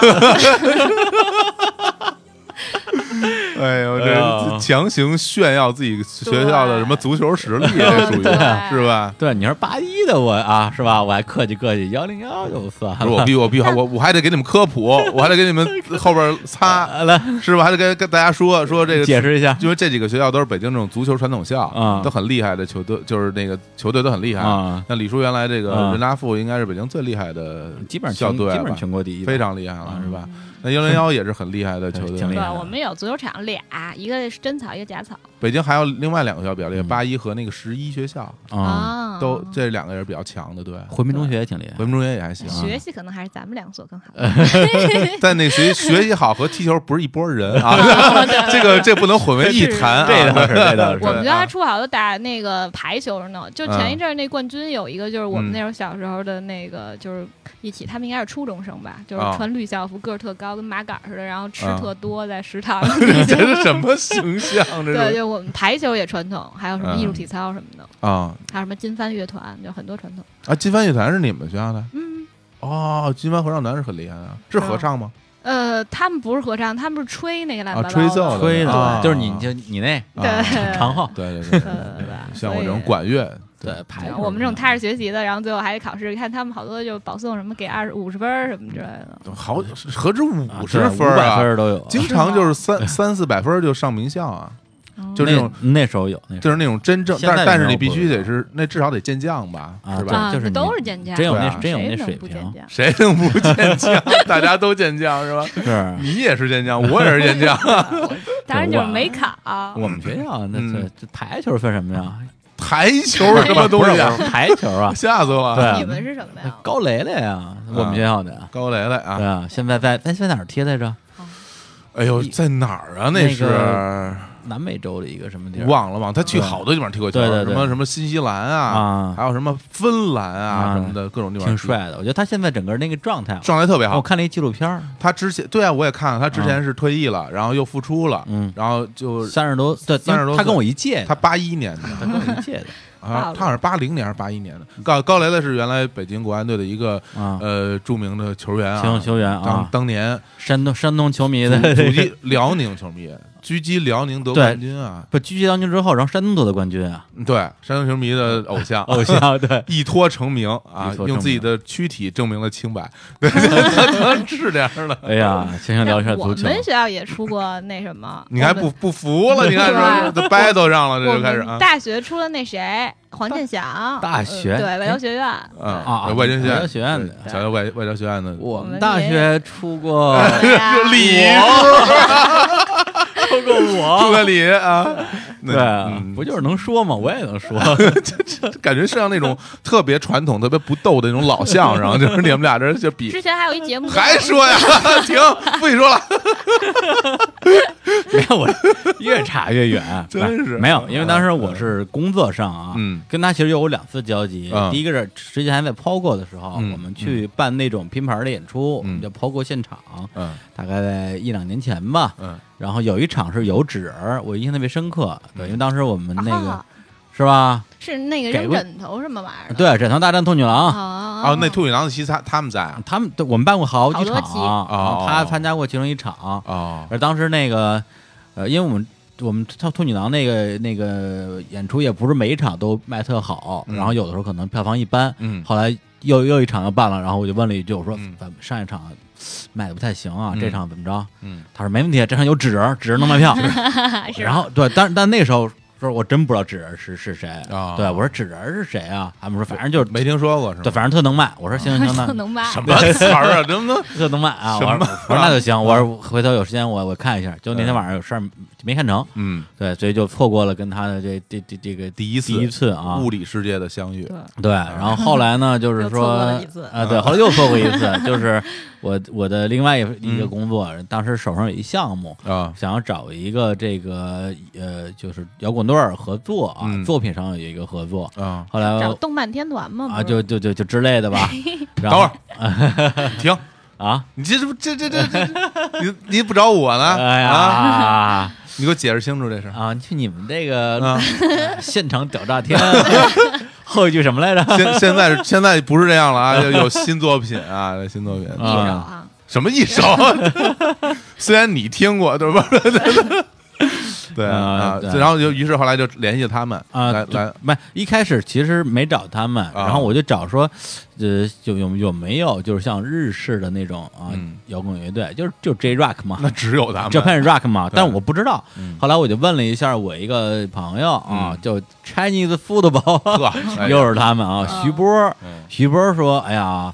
S2: 哎呦，
S1: 哎呀
S2: 这强行炫耀自己学校的什么足球实
S1: 哎
S2: 力，这属于
S4: 对
S2: 是吧？
S1: 对，你说八一的我啊，是吧？我还客气客气，幺零幺就算
S2: 不是我
S1: 了。
S2: 必我必须我我还得给你们科普，我还得给你们后边 擦，
S1: 啊来
S2: 是吧？还得跟跟大家说说这个
S1: 解释一下
S2: 因为这几个学校都是北京这种足球传统校
S1: 啊
S2: 都很厉害的球队，就是那个球队都很厉害
S1: 啊
S2: 那李叔原来这个
S1: 啊
S2: 人大附应该是北京最厉害的，
S1: 基本
S2: 校
S1: 上全
S2: 队
S1: 基
S2: 吧
S1: 本上全国第一吧，
S2: 非常厉害了，是吧？那幺零幺也是很厉 害的球
S1: 挺厉
S4: 对
S1: 害
S2: 队，
S1: 的，
S4: 我们有足球场俩，一个是真草，一个假草
S2: 北京还有另外两个学校比较厉害，
S1: 嗯
S2: 八一和那个十一学校
S1: 啊。
S4: 啊，
S2: 都这两个也是比较强的，对。
S1: 回民中学也挺厉害
S2: 回，民中学也还行，啊呃
S4: 学习可能还是咱们两所更好，
S2: 但那学习学习好和踢球不是一拨人 啊， 这个这不能混为一谈啊，
S1: 这倒是这倒是
S4: 我们
S2: 对
S4: 学校
S2: 啊
S4: 还出好多打那个排球呢，就前一阵儿那冠军有一个，就是我们
S2: 嗯
S4: 那时候小时候的那个，就是一起，他们应该是初中生吧，就是
S2: 啊
S4: 穿绿校服，个儿特高，跟马杆儿似的，然后吃
S2: 啊
S4: 特多，在食 堂。
S2: 这是什么形象？这
S4: 对，
S2: 是
S4: 就我们排球也传统，还有什么
S2: 嗯
S4: 艺术体操什么的，
S2: 啊
S4: 还有什么金帆乐团，就很多传统。
S2: 啊！金帆乐团是你们学校的
S4: 嗯，
S2: 哦，金帆合唱团是很厉害的，是合唱吗？
S4: 呃，他们不是合唱，他们是吹那个乱七
S2: 啊
S4: 八糟
S2: 吹奏的
S1: 吹
S2: 啊
S1: 的，就是你就你那
S2: 啊
S4: 对，
S1: 长号，
S2: 对对对
S4: 对对
S2: 对
S4: 对，
S2: 像我
S4: 所以
S2: 这种管乐，
S1: 对，排
S4: 我们这种踏实学习的，然后最后还得考试，看他们好多就保送什么给二五十分儿什么之类的。
S2: 好何止五
S1: 五
S2: 十分
S1: 分
S2: 儿
S1: 500分
S2: 啊，
S1: 儿都有，
S2: 经常就是三三四百分儿就上名校啊，
S1: 哦
S2: 就这种。
S1: 那那时候有，那时
S2: 就是那种真正，
S1: 现
S2: 但
S1: 在
S2: 是但是
S1: 没
S2: 你
S1: 有
S2: 必
S1: 不
S2: 须
S1: 知
S2: 得是那至少得健将吧，
S1: 啊
S2: 是
S1: 对
S2: 吧？
S4: 啊，
S1: 就是
S4: 这
S1: 你
S4: 都是健将，
S1: 真有
S2: 对
S1: 那
S2: 啊
S1: 嗯真有
S4: 谁
S1: 那
S4: 能
S1: 水
S4: 不健
S1: 平，
S4: 将？
S2: 谁能不健将？大家都健将是吧？
S1: 是
S2: 你也是健将，我也是健将，
S4: 当然就是没考，
S1: 我们学校那
S2: 嗯
S1: 这这排球分什么 呀？
S2: 台球是什么东西啊，
S1: 不？是排球啊
S2: 吓死我
S1: 对
S2: 了！
S1: 啊
S4: 你们是什么呀？
S1: 高雷雷啊，我们学校的，
S2: 高雷雷
S1: 对
S2: 啊，
S1: 啊，现在在在在哪儿贴来着？
S2: 哎呦，在哪儿啊？
S1: 那
S2: 是
S1: 个南美洲的一个什么地儿？
S2: 忘了忘了，他去好多地方踢过球，
S1: 对对对
S2: 什么什么新西兰啊
S1: 啊，
S2: 还有什么芬兰啊
S1: 啊
S2: 什么的各种地方，
S1: 挺，帅的，哦我觉得他现在整个那个状态，啊
S2: 状态特别
S1: 我
S2: 好。
S1: 看了一纪录片儿，
S2: 他之前对啊，我也看了，他之前是退役了，然后又复出了，
S1: 嗯
S2: 然后就
S1: 三十多，对，
S2: 30多岁
S1: 他跟我一届
S2: 他
S1: 的，
S2: 八一年的，
S1: 他跟我一届 的
S2: 啊，他好像是八零年还是八一年的。高高雷雷是原来北京国安队的一个
S1: 啊，
S2: 呃著名的球员
S1: 球
S2: 啊，
S1: 球员
S2: 当
S1: 啊，
S2: 当年
S1: 山东山东球迷的
S2: 祖籍辽宁球迷，狙击辽宁得
S1: 对
S2: 冠军啊，
S1: 不狙击当军之后，然后山东夺得冠军啊，
S2: 对，山东球迷的 偶像，
S1: 偶像对
S2: 一脱成名啊
S1: 一，脱成名
S2: 用自己的躯体证明了 清白， 对，他他是这样的。
S1: 哎呀，行行，聊一下
S4: 我
S1: 足球。
S4: 们学校也出过那什么？
S2: 你还不不服了？你看说这 battle 上了，这
S4: 我
S2: 就开始
S4: 们
S2: 啊
S4: 大学出了那谁，黄健翔，
S1: 大学哎
S4: 呃对外交学院，
S1: 啊
S2: 外交学
S1: 外
S2: 院
S1: 交学院的
S2: 对小学外外交学院的，
S1: 啊哎我哎
S4: 们
S1: 们大
S4: 也
S1: 学出过
S4: 对呀
S2: 就李
S1: 出过
S2: 诸
S1: 我，
S2: 葛李啊，那
S1: 对啊
S2: 嗯，
S1: 不就是能说吗？我也能 说，
S2: 感觉是像那种特别传统、特别不逗的那种老相声， 就是你们俩这就比
S4: 之前还有一节 目叫
S2: 还说呀，停，不许说了，
S1: 没有我越差越远，
S2: 真是
S1: 没有，因为当时我是工作上啊，
S2: 嗯
S1: 跟他其实有过两次交集
S2: 嗯，
S1: 第一个是之前还在 POGO 的时候，
S2: 嗯
S1: 我们去办那种拼盘的演出，我
S2: 嗯
S1: 们叫 POGO 现场，
S2: 嗯
S1: 大概在一两年前吧，
S2: 嗯
S1: 然后有一场是有纸人儿，我印象特别深刻，对，因为当时我们那个
S4: 啊
S1: 是吧，
S4: 是那个
S1: 给
S4: 扔
S1: 过
S4: 枕头什么玩意儿的，
S1: 对，《枕头大战兔女郎》
S4: 啊
S2: 哦，那兔女郎的其实他他们在啊
S1: 他们对我们办过好几
S4: 好多
S1: 场，
S4: 集
S1: 然后
S2: 哦
S1: 他参加过其中一场，
S2: 哦
S1: 而当时那个呃，因为我们我们兔兔女郎那个那个演出也不是每一场都卖特好，
S2: 嗯
S1: 然后有的时候可能票房一般。
S2: 嗯
S1: 后来又又一场要办了，然后我就问了一句，我说
S2: 嗯
S1: 咱们上一场卖的不太行啊，
S2: 嗯
S1: 这场怎么着？
S2: 嗯，
S1: 他说没问题，这场有纸人，纸人能卖 票。然后对，但但那时候说我真不知道纸人是是谁
S2: 啊
S1: 对，我说纸人是谁啊？他们说反正就是
S2: 没听说过是
S1: 对，
S2: 吗？
S1: 反正特能卖。我说行行行，那
S4: 不能卖，
S2: 什么词儿啊？能 不能
S1: 特能卖啊！
S2: 什
S1: 我
S2: 么
S1: 说我说那就行，我说回头有时间我我看一下。就那天晚上有事儿没看成，
S2: 嗯，
S1: 对，所以就错过了跟他的这这这这个第
S2: 第一次
S1: 第一次啊，
S2: 物理世界的相遇，
S1: 对。
S2: 嗯
S1: 然后后来 呢，就是
S6: 又错过
S1: 说
S6: 了一次
S1: 啊，对，后来又错过一 次，就是我我的另外一一
S2: 嗯
S1: 个工作，当时手上有一项目，
S2: 啊，
S1: 想要找一个这个呃，就是摇滚队儿合作啊，
S2: 嗯
S1: 作品上有一个合作。
S2: 啊，
S1: 后来
S4: 找动漫天团嘛，
S1: 啊，
S4: 不是
S1: 就就就就之类 的吧。然
S2: 等
S1: 后
S2: 会儿，停，
S1: 啊，
S2: 你这这这这这，这你你不找我呢？
S1: 哎
S2: 啊，
S1: 呀
S2: 你给我解释清楚这事儿
S1: 啊！去你们这个
S2: 啊！
S1: 现场屌炸 天，后一句什么来着？
S2: 现现在是现在不是这样 了啊，有有新作品啊，有新作品
S1: 啊
S4: 一手啊，
S2: 什么一首？ 虽然你听过，对吧？ 对啊
S1: 啊，对
S2: 然后就于是后来就联系他们
S1: 啊，
S2: 来
S1: 就
S2: 来，啊
S1: 没一开始其实没找他们，然后我就找说，呃，就有有没有就是像日式的那种啊
S2: 嗯
S1: 摇滚乐队，就是就 J Rock 嘛，
S2: 那只有咱们
S1: 这 Japan Rock 嘛，
S2: 对
S1: 但我不知道
S2: 嗯。
S1: 后来我就问了一下我一个朋友啊
S2: 嗯，
S1: 叫 Chinese Football，
S2: 呵，哎呀
S1: 又是他们啊，徐波
S2: 嗯，
S1: 徐波说：“哎呀，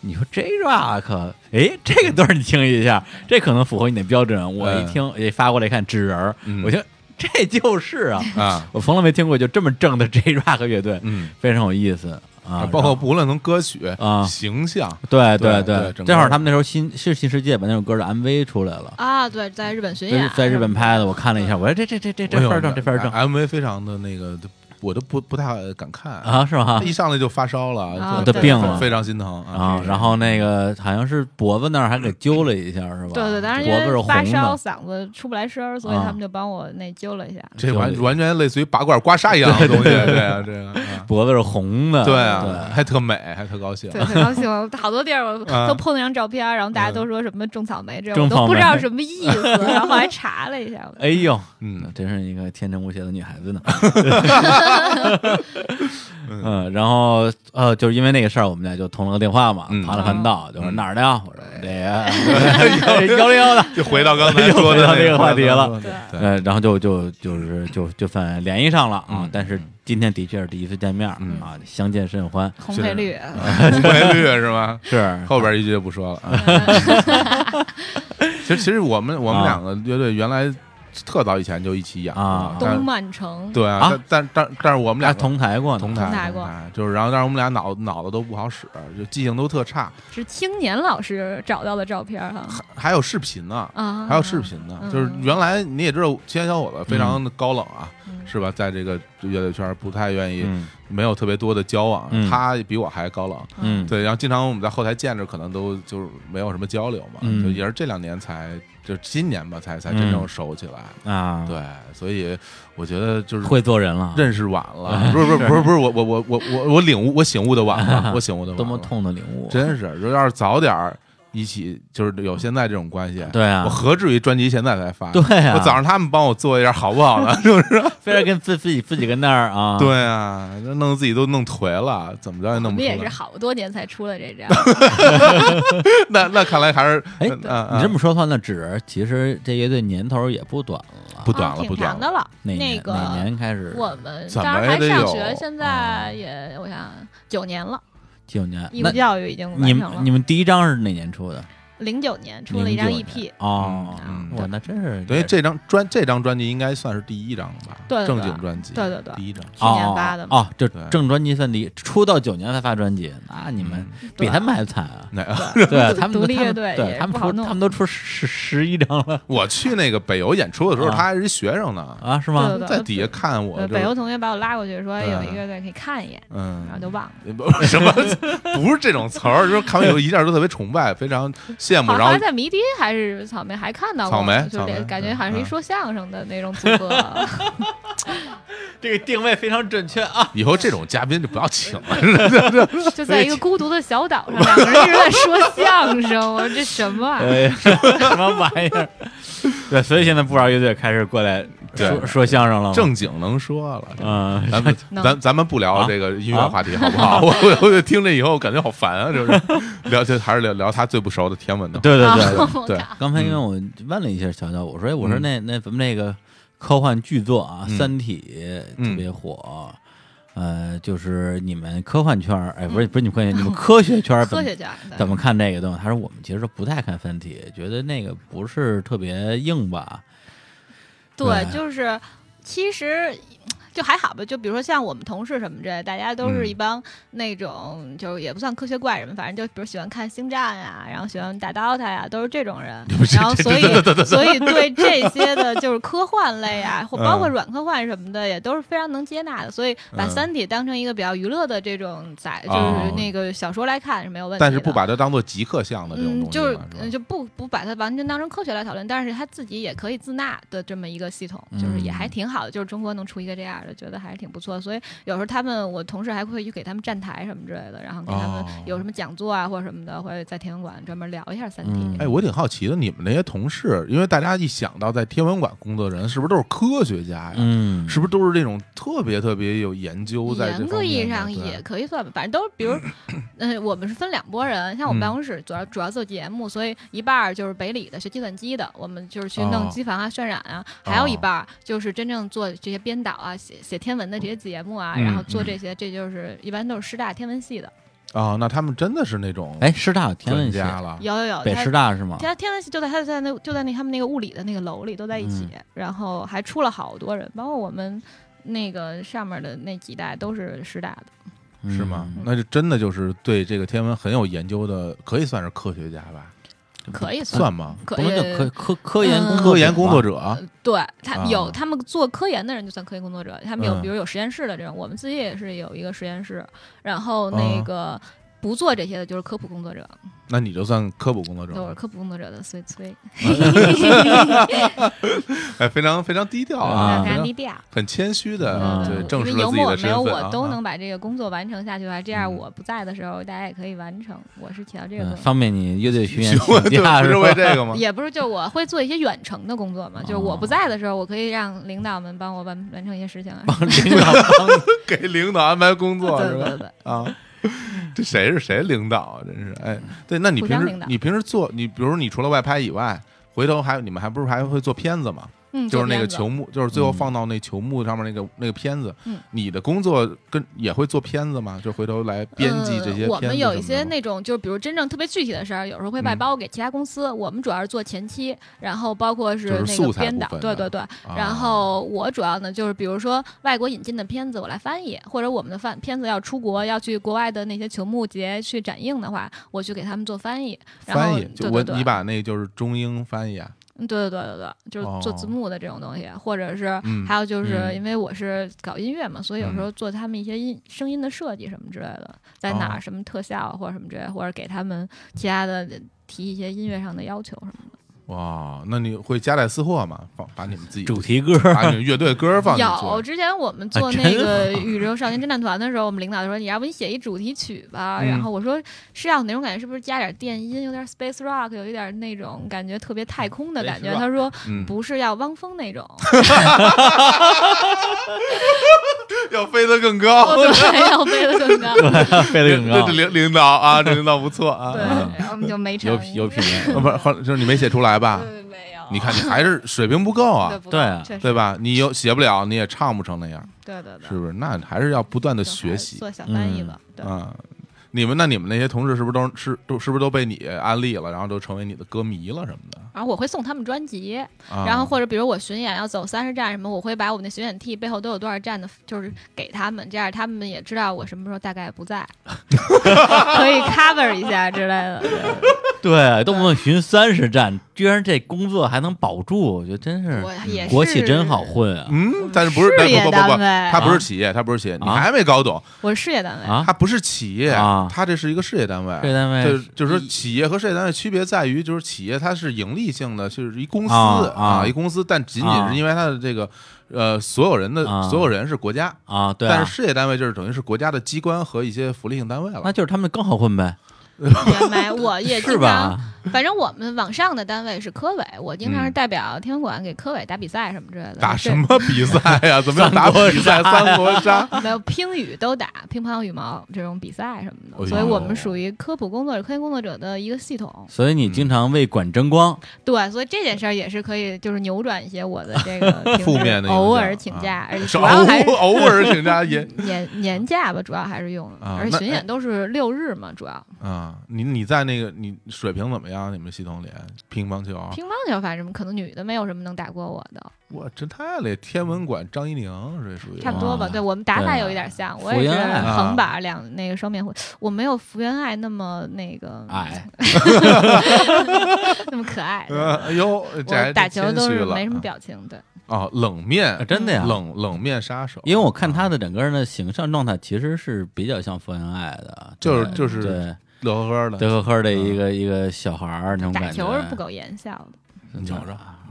S1: 你说 J Rock，哎，这个段儿你听一下，这可能符合你的标准。”我一
S2: 嗯
S1: 听，也发过来看纸人儿
S2: 嗯，
S1: 我觉得这就是啊，
S2: 啊，
S1: 我从来没听过就这么正的 J Rock 乐队，
S2: 嗯，
S1: 非常有意思啊，
S2: 包
S1: 然后
S2: 括无论从歌曲
S1: 啊
S2: 形象，
S1: 对
S2: 对
S1: 对
S2: 对整个
S1: 正好他们那时候新是新世界吧，那首歌的 MV 出来了。
S4: 啊，对，在日本巡
S1: 这
S4: 演
S1: 是，在日本拍的，我看了一下，我说这这这这这
S2: 哎呦
S1: 份儿正，这份儿正
S2: MV 非常的那个，我都不不太敢看，
S1: 啊，是吗？
S2: 一上来就发烧了，
S4: 啊
S2: 就
S1: 对病了
S2: 非常心疼啊。
S1: 啊，然后那个好像是脖子那儿还给揪了一下，是吧？
S4: 对对，当时因
S1: 脖子是
S4: 为发
S1: 红
S4: 烧，
S1: 的，
S4: 嗓子出不来声儿，所以
S1: 啊
S4: 他们就帮我那揪了一下。
S2: 这完完全类似于拔罐刮痧一样的东西，对啊，这个啊
S1: 脖子是红的，
S2: 对
S1: 对
S2: 啊，还特美，还特高兴。
S4: 对，很高兴，好多地儿我
S2: 啊
S4: 都 p 那张照片儿，然后大家都说什么种草莓这，
S1: 种
S4: 我
S1: 草莓
S4: 都不知道什么意思，然后还查了一下。
S1: 哎呦，
S2: 嗯，
S1: 真是一个天真无邪的女孩子呢。嗯，然后呃，就是因为那个事儿，我们俩就通了个电话嘛
S2: 嗯，
S1: 盘了盘道，就说哪儿的呀？我说这个幺零幺的。
S2: 就回到刚 才
S1: 又
S2: 说
S1: 回
S2: 的
S1: 到这
S2: 个
S1: 个话题了
S2: 说的对
S4: 对
S1: 呃，然后就就就是就就算联系上了啊
S2: 嗯，
S1: 但是今天的确是第一次见面
S2: 嗯
S1: 啊，相见甚欢，
S4: 红配绿，
S2: 红白绿是吗？
S1: 是
S2: 后边一句就不说了。啊。 其实，其实我们我们
S1: 啊
S2: 两个乐队原来特早以前就一起演
S1: 啊
S2: 但
S4: 东曼城，
S2: 对啊
S1: 啊，
S2: 但但但但是我们俩
S1: 俩同台过呢，
S2: 同
S4: 同
S2: 台
S4: 台过
S2: 就是然后但是我们俩脑脑子都不好使，就记性都特差，
S4: 是青年老师找到的照片儿哈
S2: 还有视频呢。
S4: 啊，
S2: 还有视频呢，
S4: 嗯
S2: 就是原来你也知道，青年小伙子非常的高冷啊，
S4: 嗯
S2: 是吧？在这个乐队圈不太愿意，
S1: 嗯
S2: 没有特别多的交往。
S1: 嗯
S2: 他比我还高冷，
S1: 嗯，
S2: 对，然后经常我们在后台见着，可能都就是没有什么交流嘛，
S1: 嗯
S2: 就也是这两年才，就今年吧，才才真正熟起来。
S1: 啊，
S2: 对，所以我觉得就是
S1: 会做人了，
S2: 认识晚 了，不是不是不是不是我我我我我我领悟我醒悟的晚了，我醒悟的晚了，
S1: 多么，痛啊的领悟，
S2: 真是，如果要是早点儿一起，就是有现在这种关系，
S1: 对啊
S2: 我何至于专辑现在才发？
S1: 对啊
S2: 我早上他们帮我做一下好不 好呢？就是
S1: 非得跟自自己自己跟那儿啊，
S2: 对啊，那弄自己都弄颓了，怎么着也
S4: 我
S2: 弄
S4: 们
S2: 不出
S4: 也是
S2: 来。
S4: 好多年才出了这张，
S2: 那那看来还是
S1: 哎，
S2: 嗯嗯嗯
S1: 你这么说的话，那纸人其实这乐队年头也不短了，
S2: 不短
S4: 啊
S2: 了，不
S4: 挺
S2: 短
S4: 长
S2: 了。
S4: 的了。
S1: 哪年
S4: 那个
S1: 哪年开始？
S4: 我们
S2: 怎
S4: 当
S2: 么
S4: 时
S2: 也
S4: 还
S2: 得
S4: 上
S2: 有
S4: 学，现在也我想想九年了，
S1: 九年。
S4: 义
S1: 那
S4: 务教育已经
S1: 你
S4: 完
S1: 们
S4: 成
S1: 你
S4: 了。
S1: 们第一张是哪年出的？
S4: 零九年出了一张 E EP，
S1: 哦，
S2: 嗯
S1: 哇，那真是
S2: 等于这张专这张专辑应该算是第一张了吧？
S4: 对对
S2: 正
S4: 对
S2: 经专辑，
S4: 对对对
S2: 第一张。
S1: 去
S4: 年发的嘛
S1: 哦，就
S2: 对
S1: 正专辑算第一，出道九年才发专辑，那你
S2: 嗯
S1: 们比他们还惨 啊！
S2: 那
S1: 对
S4: 独
S1: 他们
S4: 独
S1: 都，
S4: 立
S1: 他
S4: 乐
S1: 们
S4: 队也
S1: 对他们
S4: 不好
S1: 出
S4: 弄
S1: 他们都出十十一张了
S2: 我去那个北邮演出的时候，
S1: 啊
S2: 他还是一学生呢，
S1: 啊，是吗
S4: 对？对
S2: 在底下看我
S4: 对，
S2: 就
S4: 呃北欧同啊学把我拉过去说
S2: 对
S4: 有一个队可以看一眼，
S2: 嗯
S4: 然后就忘了。
S2: 不 什么不是这种词儿，就是看完以后一下都特别崇拜，非常羡慕，嗯
S4: 好
S2: 然
S4: 像
S2: 后
S4: 在迷笛还是草莓还看到过，
S2: 草莓
S4: 就
S2: 草莓
S4: 是感觉好像是
S2: 嗯
S4: 一说相声的那种组合。
S1: 这个定位非常准确啊！
S2: 以后这种嘉宾就不要请 了。
S1: 嗯
S4: 就在一个孤独的小岛上，两个人一直在说相声，我说这什么玩意儿？啊
S1: 哎，什么玩意儿？对，所以现在不少乐队开始过来
S2: 对
S1: 说说相声了吗？
S2: 正经能说了。
S1: 嗯，
S2: 咱们
S4: 能
S2: 咱咱们不
S1: 啊
S2: 聊这个音乐话题好不好？我我我听着以后感觉好烦啊，就是 聊就还是聊聊他最不熟的天文的。
S1: 对对对
S4: 啊
S1: 对，
S2: 对，
S1: 刚才因为我问了一下乔乔，我说哎我说
S2: 嗯
S1: 那那咱们那个科幻巨作啊，
S2: 嗯
S1: 三体》特
S2: 嗯
S1: 别火。呃，就是你们科幻 圈儿，哎，不是不是你们科学，你们科学圈儿怎
S4: 嗯科
S1: 么
S4: 学家对
S1: 怎么看这个东西？他说我们其实不太看《三体》，觉得那个不是特别硬吧？
S4: 对，
S1: 对
S4: 就是其实。就还好吧，就比如说像我们同事什么之类，大家都是
S2: 嗯
S4: 一帮那种，就是也不算科学怪人吧，反正就比如喜欢看星战呀、然后喜欢打 DOTA 呀、都是这 种人。然后所以所以对这些的就是科幻类啊，或包括
S2: 嗯
S4: 软科幻什么的，也都是非常能接纳的。所以把《
S2: 嗯
S4: 三体》当成一个比较娱乐的这种载，就
S2: 哦
S4: 是那个小说来看是没有问题的。
S2: 但是不把它当做极客项的这种
S4: 嗯，
S2: 东西
S4: 就
S2: 嘛，
S4: 是
S2: 吧
S4: 嗯就不不把它完全当成科学来讨论，但是它自己也可以自纳的这么一个系统，就是也还
S1: 嗯
S4: 挺好的。就是中国能出一个这样的，觉得还是挺不错的。所以有时候他们，我同事还会去给他们站台什么之类的，然后给他们
S2: 哦
S4: 有什么讲座啊或者什么的，会在天文馆专门聊一下《三体》
S1: 嗯
S2: 哎，我挺好奇的，你们那些同事，因为大家一想到在天文馆工作的人，是不是都是科学家呀？
S1: 嗯，
S2: 是不是都是这种特别特别有研究在这
S4: 严
S2: 方
S4: 格意
S2: 面
S4: 义
S2: 的
S4: 上
S2: 对
S4: 也可以算吧，反正都是 比如，嗯、我们是分两拨人，像我
S2: 嗯
S4: 们办公室主要、主要做节目，所以一半儿就是北理的学计算机的，我们就是去
S2: 哦
S4: 弄机房啊、渲染啊，还有一
S2: 哦
S4: 半儿就是真正做这些编导啊、写写天文的这些节目啊，
S2: 嗯
S4: 然后做这些，这就是一般都是师大天文系的，
S2: 哦，那他们真的是那种
S1: 哎，师大有天文
S2: 专
S1: 系，
S2: 家了，
S4: 有有有，
S1: 北
S4: 他
S1: 师大是吗？
S4: 他天文系就在他在那就在那他们那个物理的那个楼里都在一起，
S2: 嗯
S4: 然后还出了好多人，包括我们那个上面的那几代都是师大的。
S2: 是吗
S1: 嗯？
S2: 那就真的就是对这个天文很有研究的，可以算是科学家吧？
S4: 可以
S2: 算吗？
S4: 可
S1: 不能叫
S4: 呃
S1: 科科科研工
S4: 嗯
S2: 科研工作
S1: 者
S2: 者啊
S4: 对他有、
S2: 啊
S4: 他们做科研的人就算科研工作者，他们有、
S2: 嗯
S4: 比如有实验室的这种，我们自己也是有一个实验室，然后那
S2: 啊
S4: 个。不做这些的就是科普工作者，
S2: 那你就算科普工作者
S4: 都是
S2: 了。
S4: 科普工作者的碎催，
S2: 哎，非常非常低调
S1: 啊
S4: 大
S2: 啊，非
S4: 家
S2: 常
S4: 低调。
S2: 很谦虚的，
S1: 啊
S2: 对，
S4: 嗯
S2: 证实
S4: 因为
S2: 了
S4: 有
S2: 自己
S4: 我
S2: 的
S4: 没
S2: 身
S4: 有
S2: 份
S4: 我
S2: 啊。
S4: 都能
S2: 啊
S4: 把这个工作完成下去吧，这样
S2: 嗯
S4: 我不在的时候大家也可以完成。我是起到这个
S1: 嗯，
S4: 作用。
S1: 方便你乐队巡演请假
S2: 对，
S1: 是吧
S2: 不是为这个吗？
S4: 也不是，就我会做一些远程的工作嘛，就是我不
S1: 哦
S4: 在的时候，我可以让领导们帮我完完成一些事情啊。
S1: 帮领导帮
S2: 给领导安排工
S4: 对
S2: 作是
S4: 对
S2: 吧？
S4: 对，
S2: 啊，这谁是谁领导啊？真是哎，对，那你
S4: 互
S2: 平
S4: 相
S2: 时
S4: 领导
S2: 你平时做你，比如你除了外拍以外，回头还有你们还不是还会做片子吗？
S4: 嗯，
S2: 就是
S4: 这
S2: 那个
S4: 样子
S2: 球幕，就是最后
S1: 嗯
S2: 放到那球幕上面那个那个片子
S4: 嗯。
S2: 你的工作跟也会做片子吗？就回头来编辑这些片子什么的
S4: 呃。
S2: 吗。
S4: 我们有一些那种，就是比如真正特别具体的事儿，有时候会外
S2: 嗯
S4: 包给其他公司。我们主要是做前期，然后包括是
S2: 就是
S4: 那
S2: 素
S4: 个
S2: 材
S4: 编
S2: 部
S4: 导，
S2: 分
S4: 对
S2: 的
S4: 对对。
S2: 啊
S4: 然后我主要呢，就是比如说外国引进的片子，我来翻译，或者我们的翻片子要出国，要去国外的那些球幕节去展映的话，我去给他们做翻译。然后
S2: 翻译，就
S4: 对
S2: 我
S4: 对对
S2: 你把那就是中英翻译啊。
S4: 嗯对对对对对，就是做字
S2: 哦
S4: 幕的这种东西，或者是
S2: 嗯
S4: 还有就是
S1: 嗯
S4: 因为我是搞音乐嘛，所以有时候做他们一些音声音的设计什么之类的，在哪
S2: 哦
S4: 儿什么特效啊或者什么之类，或者给他们其他的提一些音乐上的要求什么
S2: 哇，那你会夹带私货吗？放把你们 自己
S1: 主题歌，
S2: 把你们啊乐队歌放
S4: 的。
S2: 进
S4: 有
S2: 去。
S4: 之前我们做
S1: 真
S4: 那个宇宙少年侦探团的时候，我们领导就说：“你要不你写一主题曲吧？”
S2: 嗯
S4: 然后我说：“是要那种感觉，是不是加点电音，有点 space rock，有一点那种感觉特别太空的
S1: Space
S4: 感觉？”
S1: rock
S4: 他说：“
S2: 嗯，
S4: 不是要汪 峰那种。”
S2: 要飞得更高
S4: 哦，。对，要飞得更高。
S1: 费
S2: 这
S1: 了广告
S2: 这，领领 导啊，这领导不错啊。
S4: 对，
S2: 啊
S4: 然后我们就没成。
S1: 有品有品
S2: 啊 不是，后来就是你没写出来吧？
S4: 对，没有。
S2: 啊你看你还是水平不够
S4: 对
S2: 啊，
S4: 不
S1: 对啊
S4: 确实
S2: 对吧？你有写不了，你也唱不成那样，
S4: 对对对，
S2: 是不是？那还是要不断的
S4: 就还
S2: 学习
S4: 做小翻译
S1: 嗯
S4: 吧。对，
S2: 啊。你们那你们那些同事是不是都是是都是不是都被你安利了，然后都成为你的歌迷了什么的？
S4: 然后我会送他们专辑，
S2: 啊
S4: 然后或者比如我巡演要啊走三十站什么，我会把我们的巡演 T 背后都有多少站的，就是给他们，这样他们也知道我什么时候大概 不在，可以 cover 一下之类的。
S1: 对，啊动不动巡三十站，居然这工作还能保住，我觉得真是
S4: 我也是
S1: 国企真好，混啊！
S2: 嗯，但是不是
S4: 事业
S2: 不不不不，
S4: 单位
S2: 他不
S1: 啊
S2: 是企业，他不是企业，你
S1: 啊
S2: 还没搞懂，
S4: 我是事业单位。
S1: 啊
S2: 他不是企业
S1: 啊，
S2: 他这是一个事业单位
S1: 这。个单
S2: 就
S1: 位
S2: 是就是说，企业和事业单位区别在于，就是企业它是盈利性的，就是一公司
S1: 啊啊
S2: 一公司，但仅仅
S1: 啊
S2: 是因为它的这个呃所有人的
S1: 啊
S2: 所有人是国家，
S4: 嗯
S1: 啊，对啊，
S2: 但是事业单位就是等于是国家的
S4: 啊
S2: 机关和一些福利性单位了
S1: 那。就是他们更好混呗，
S4: 也没，我也
S1: 是
S4: 经常
S1: 吧？
S4: 反正我们往上的单位是科委，我经常是
S2: 嗯
S4: 代表天文馆给科委打比赛什么之类的。
S2: 打
S4: 对
S2: 什么比赛呀？怎么要打比赛？三国杀，
S4: 没有乒羽都打，乒乓、羽毛这种比赛什么
S2: 哎呦
S4: 的，所以我们属于科普工作者、科研工作者的一个系统。
S1: 所以
S2: 嗯
S1: 你经常为管争光，
S4: 对，所以这件事儿也是可以，就是扭转一些我的 这个平时
S2: 负面的影响啊
S4: 偶尔请假，而且
S2: 是
S4: 主
S2: 偶
S4: 要还是
S2: 偶尔请假也
S4: 年年假吧，主要还是用的，
S2: 啊
S4: 而
S2: 那
S4: 且巡演都是六日嘛，主要
S2: 啊。你你在那个你水平怎么样？你们系统里乒乓球，啊
S4: 乒乓球反正可能女的没有什么能打过我的，
S2: 哇，真太累！天文馆张怡宁这属于
S4: 差不多吧。
S1: 哇
S4: 对我们打
S1: 对啊
S4: 法有一点像，我
S1: 福
S4: 也
S1: 原
S4: 是
S1: 爱
S2: 啊
S4: 横板两那个双面会，我没有福原爱那么那 个
S1: 哎，
S4: 那么可爱。对
S2: 呃，哎呦， 这还
S4: 我打球
S2: 谦
S4: 都
S2: 虚
S4: 是
S2: 了
S4: 没什么表情，对。
S2: 啊，冷面
S1: 啊真的呀
S2: 冷啊冷面杀手，
S1: 因为我看他的整个人的形象状态其实是比较像福原爱的，
S2: 就是
S1: 对
S2: 就是
S1: 对
S2: 乐呵呵的，
S1: 德呵呵的
S2: 嗯
S1: 一个一个小孩儿那种
S4: 打
S1: 感觉，
S4: 球是不苟言笑的，
S2: 你瞅瞅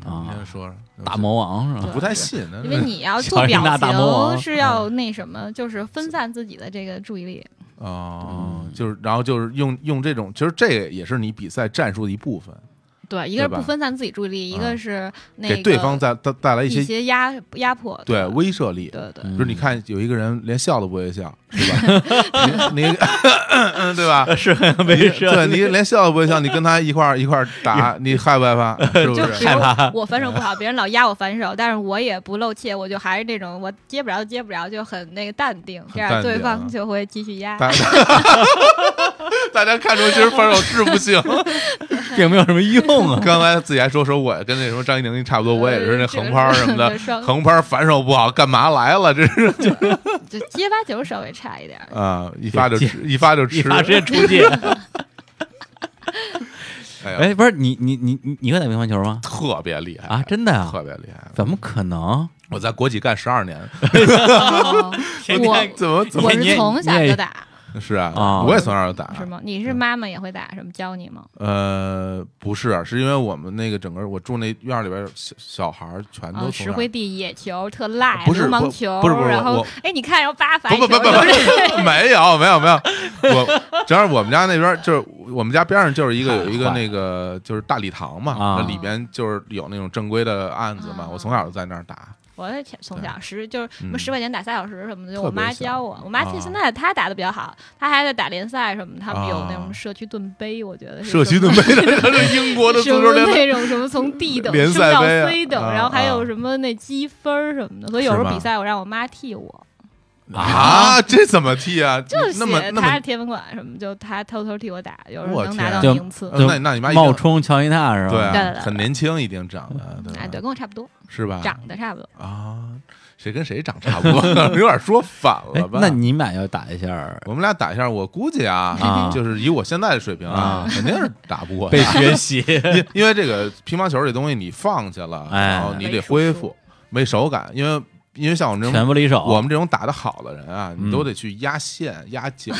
S2: 嗯你先
S1: 啊，
S2: 说说
S1: 大，魔王是吧？
S2: 不太信，那
S4: 因为你要
S1: 小
S4: 做
S1: 人
S4: 表
S1: 大大魔王
S4: 情是要那什么，就是分散自己的这个注意力。
S2: 哦，就是然后就是用用这种，其实这个也是你比赛战术的一部分，
S4: 对，一个是
S2: 对吧
S4: 不分散自己注意力，一
S2: 嗯
S4: 个是那个
S2: 给对方带带带来一
S4: 一
S2: 些
S4: 些压压迫。
S2: 对威慑力。
S4: 对对，
S1: 嗯
S2: 就是你看有一个人连笑都不会 笑，对吧？你你 对吧？
S4: 呃
S1: 是 很威慑
S2: 对你连笑都不会笑，你跟他一块儿一块儿打， 你害不害怕？是不
S4: 就是比？如我反手不好，别人老压我反手，但是我也不露怯，我就还是这种我接不着接不着，就很那个淡定，这样
S2: 淡
S4: 对
S2: 定啊
S4: 方就会继续压。
S2: 大 大家看出其实分手是不 行。
S1: 并没有什么用 啊。
S2: 刚才自己还说说我跟那什么张怡宁差不多，我也是那横拍儿什么的
S4: 对，双
S2: 横拍儿反手不好，干嘛来了？这是
S4: 就接发球稍微差一点儿。
S2: 啊，一发就吃， 一发就
S1: 一
S2: 吃。
S1: 发直接出界。
S2: 哎呀，
S1: 哎，不是你你你你你会打乒乓球吗？
S2: 特别厉害
S1: 啊，真的啊？
S2: 特别厉害！
S1: 怎么可能？
S2: 我在国企干十二年，
S4: 哦我
S2: 怎么怎
S4: 我
S2: 么
S1: 你也
S4: 是从小就打，
S2: 是啊？
S1: 啊
S2: 我也从小就打
S4: 是，吗？你是妈妈也会打什么教你吗？
S2: 呃，不是，是因为我们那个整个我住那院儿里边儿小小孩儿全
S4: 啊，
S2: 都从
S4: 石
S2: 小
S4: 灰地、野球、特赖、
S2: 不是
S4: 流
S2: 不
S4: 氓球，
S2: 不是不是
S4: 然
S2: 我
S4: 后哎，你看，然后八
S2: 不
S4: 罚
S2: 不不不不， 没有没有没有，我主要是我们家那边儿就是我们家边上就是一个
S1: 太
S2: 有一个
S1: 坏
S2: 那个就是大礼堂嘛，
S1: 啊
S2: 那里边就是有那种正规的案子嘛，
S4: 啊
S2: 我从小就在那儿打，
S4: 我也从小十就是什
S2: 嗯
S4: 么十块钱打仨小时什么的，就
S2: 特
S4: 我
S2: 别
S4: 妈
S2: 小
S4: 教我。我妈
S2: 啊
S4: 现在她打的比较好，她还在打联赛什么，他们有那
S2: 啊
S4: 种社区盾杯，我觉得是
S2: 社区
S4: 什
S2: 的
S4: 么
S2: 没的，这是英 国的足
S4: 什
S2: 球
S4: 么
S2: 联赛。
S4: 那种什么从 D 等
S2: 联
S4: 升
S2: 赛
S4: 到
S2: 杯啊
S4: C 等，
S2: 啊
S4: 然后还
S2: 啊
S4: 有什么那积分儿什么的，所以有时
S2: 是吗
S4: 候比赛我让我妈替我，
S2: 啊，这怎么踢啊？
S4: 就
S2: 那么
S4: 写
S2: 那
S4: 她
S2: 么
S4: 是，天文馆什么，就她偷偷替我打，有时
S2: 我
S4: 候能拿
S2: 天啊
S4: 到
S1: 就
S4: 名次
S2: 呃。那那你妈一定
S1: 冒充乔伊娜是吧？哎
S2: 对啊
S4: 对对对
S2: 很年轻，一定长得
S4: 哎，对，
S2: 对吧，
S4: 跟我差不多，
S2: 是吧？
S4: 长得差不多。
S2: 啊，谁跟谁长差不 多，有点说反
S1: 哎
S2: 了吧？
S1: 那你们俩要打一下 儿
S2: 我们俩打一下，我估计啊
S1: 啊，
S2: 就是以我现在的水平啊
S1: 啊，
S2: 肯定是打不过的
S1: 被学 习，
S2: 因因为这个乒乓球这东西你放下了，
S1: 哎
S2: 然后你得恢复，没手感，因为因为像我们这
S1: 拳
S2: 种。
S1: 不离手。
S2: 我们这种打得好的人啊，你
S1: 嗯
S2: 都得去压线、压 脚，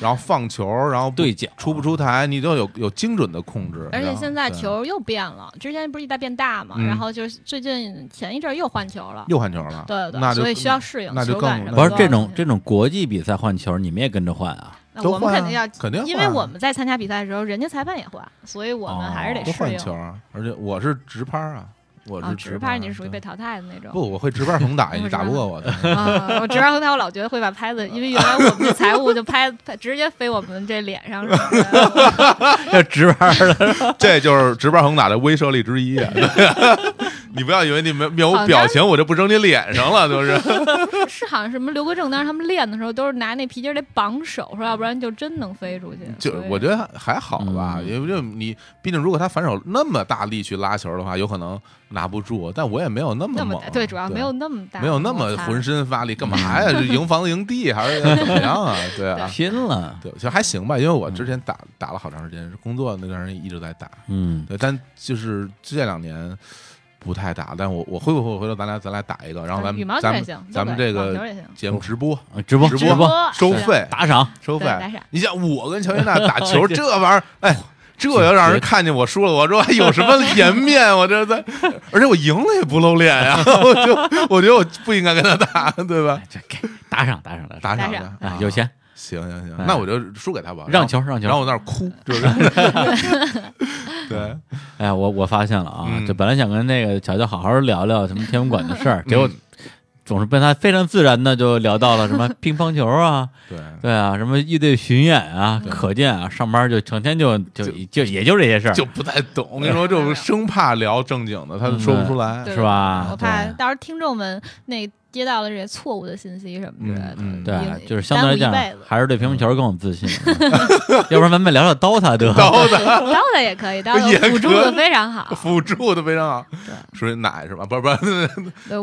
S2: 然后放球，然后不
S1: 对角
S2: 出不出台，你都有有精准的控制。
S4: 而且
S2: 然后
S4: 现在
S2: 对
S4: 球又变了，之前不是一代变大嘛，
S2: 嗯
S4: 然后就是最近前一阵儿又换球了，
S2: 又换球了，
S4: 对对
S2: 那
S4: 对，
S2: 就
S4: 所以需要适应
S2: 那就
S4: 球感
S2: 更
S4: 什么
S1: 不
S4: 的。
S1: 是这种这种国际比赛换球，你们也跟着换啊？
S4: 那
S2: 都
S4: 我们
S2: 换啊
S4: 肯定要，
S2: 肯定
S4: 因
S2: 换
S4: 为
S2: 啊
S4: 我们在参加比赛的时候，人家裁判也换，所以我们还是
S2: 都
S4: 得适
S2: 换
S4: 应。
S2: 球啊！而且我是直拍啊，我
S4: 啊，
S2: 是
S4: 直
S2: 拍，
S4: 拍你是属于
S2: 对
S4: 被淘汰的那种。
S2: 不，我会直拍横打，
S4: 我是
S2: 你打不过我的。
S4: 啊，我直拍后台，我老觉得会把拍子，因为原来我们的财务就拍，拍直接飞我们这脸上什么的。
S1: 要直拍的
S2: 这就是直拍横打的威慑力之一啊！ 你不要以为你没没有
S4: 好
S2: 表情，我就不扔你脸上了，都 是。
S4: 是好像什么刘国正当时他们练的时候，都是拿那皮筋儿得绑手，说要不然就真能飞出去。
S2: 就
S4: 所以
S2: 我觉得还好吧，
S1: 嗯
S2: 因为就你，毕竟如果他反手那么大力去拉球的话，有可能拿不住。但我也没有那么
S4: 那么
S2: 猛
S4: 大，对，主要没有那么大，
S2: 没有那么浑。身发力， 干嘛呀？就赢房子赢地还是怎么样啊？对啊，
S1: 拼了，
S2: 对，其实还行吧，因为我之前打打了好长时间，工作那段时间一直在打，
S1: 嗯，
S2: 对，但就是这两年不太打，但我我会不会回头咱俩咱俩打一个，然后咱
S4: 嗯羽
S2: 们
S4: 毛球
S2: 咱
S4: 也
S2: 们
S4: 行，
S2: 咱们
S4: 对
S2: 这
S4: 网球
S2: 个
S4: 也行，
S2: 节目直播
S1: 直播
S2: 直
S1: 播
S4: 播
S2: 收
S4: 对
S2: 费
S1: 打赏，
S2: 收费嗯
S4: 对打赏，
S2: 你像我跟乔伊娜 打球这玩意儿，哎。这要让人看见我输了，我说哎有什么颜面？我这在，而且我赢了也不露脸呀、 我就我觉得我不应该跟他打，对吧？
S1: 这给打赏打赏打赏，
S2: 哎打赏
S4: 打
S2: 的
S4: 赏
S1: 啊，有钱
S2: 行行行
S1: 哎，
S2: 那我就输给他吧，
S1: 让球让
S2: 然
S1: 球。
S2: 后我在那儿哭，就是 对，
S1: 哎，我我发现了啊，
S2: 嗯
S1: 这本来想跟那个乔乔好好聊聊什么天文馆的事儿，结果
S2: 嗯
S1: 总是被他非常自然的就聊到了什 么乒乓球啊，
S2: 对，
S1: 对啊，什么乐队巡演啊，可见啊，上班就成天就就
S2: 就
S1: 就也就这些事儿，
S2: 就不太懂。 我跟你说，就生怕聊正经的，他说不出来。
S4: 对
S1: 是吧
S4: 我怕
S1: 对
S4: 到时候听众们那接到了这些错误的信息什么之类的，
S2: 嗯嗯
S1: 对，啊
S4: 也
S1: 就是相对来讲
S4: 耽误一辈子
S1: 还是对乒乓球更有自 信，要不然咱们聊聊 DOTA 得了。
S2: 刀的
S4: 刀的也可以，刀
S2: 也
S4: 的辅助
S2: 可
S4: 的非常好。
S2: 辅助的非常好，属于奶是吧？不是不是，
S4: 对，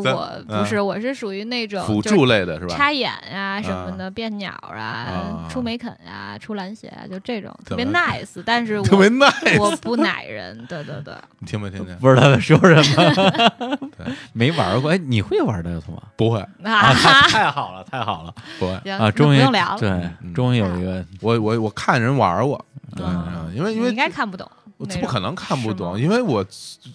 S2: 咱
S4: 我不
S2: 嗯
S4: 是，我是属于那种
S2: 辅
S4: 就是
S2: 助类的是吧？嗯
S4: 插眼啊什么的，变鸟啊
S2: 啊，
S4: 出梅肯啊，出蓝鞋啊，就这种
S2: 特
S4: 特别
S2: 别
S4: nice，但是 我
S2: 特别耐，
S4: 我不奶人，对对对，
S2: 你听没听见？
S1: 不知道在说什 么，没玩过。哎，你会玩的吗？
S2: 不会
S1: 啊，
S4: 啊，
S1: 太太好了，太好了
S2: 不会，
S4: 行，
S1: 啊！
S4: 那
S1: 终于
S4: 不用聊了，
S1: 对，
S2: 嗯
S1: 终于有一个
S2: 我我我看人玩过，对，
S4: 嗯
S2: 因为因
S4: 你应
S2: 为
S4: 该看不懂
S2: 我
S4: 那
S2: 不
S4: 种
S2: 可能看不
S4: 是
S2: 懂，
S4: 吗
S2: 因为我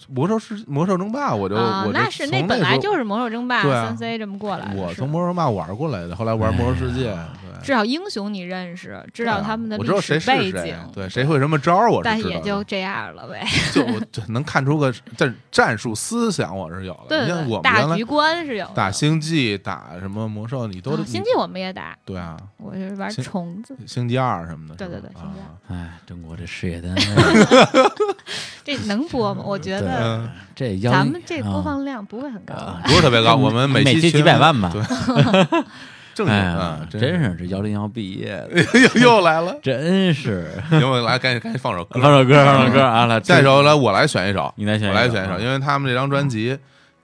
S2: 魔兽世魔兽争霸，我就
S4: 啊
S2: 我，就
S4: 那是
S2: 从那
S4: 本来
S2: 时候
S4: 就是魔兽争霸
S2: 对啊
S4: 三 C 这么过来的，
S2: 我
S4: 是啊
S2: 从魔兽争霸玩过来的，后来玩魔兽世界，对，
S4: 至少英雄你认识，知道他们的
S2: 啊我
S4: 历
S2: 知道
S4: 史
S2: 谁
S4: 背
S2: 是
S4: 景
S2: 谁，，啊对，谁会什么招儿，我
S4: 但
S2: 是知
S4: 也
S2: 道的
S4: 就这样了呗。
S2: 就我就能看出个战战术思想，我是有的。
S4: 对
S2: 你
S4: 对
S2: 像
S4: 对，
S2: 我们原
S4: 大
S2: 来
S4: 局观是有的。
S2: 打星际、打什么魔兽，你都
S4: 啊
S2: 得
S4: 星
S2: 你
S4: 际我们也打，
S2: 对啊，
S4: 我就是玩
S2: 星
S4: 虫子，
S2: 星际二什么的，
S4: 对
S2: 是吧
S4: 对对星际二
S2: 啊
S1: 哎，中国这事业单位，
S4: 这能播吗？我觉得
S2: 嗯，
S1: 这要
S4: 咱们这
S1: 啊
S4: 播放量不会很高的。
S1: 啊
S2: 不是特别高，我 们
S1: 每
S2: 期
S1: 期几
S2: 群
S1: 百万吧
S2: 对，正经
S1: 哎
S2: 啊
S1: 呀，，真是这幺零幺毕业的，
S2: 是 又又 来了，
S1: 真是
S2: 行，我来赶紧赶紧放首歌
S1: 放，首歌，放首歌啊！来，
S2: 下一首来我来选一首，
S1: 你来选
S2: 我
S1: 一首，啊
S2: 来选一首，因为他们这张专辑。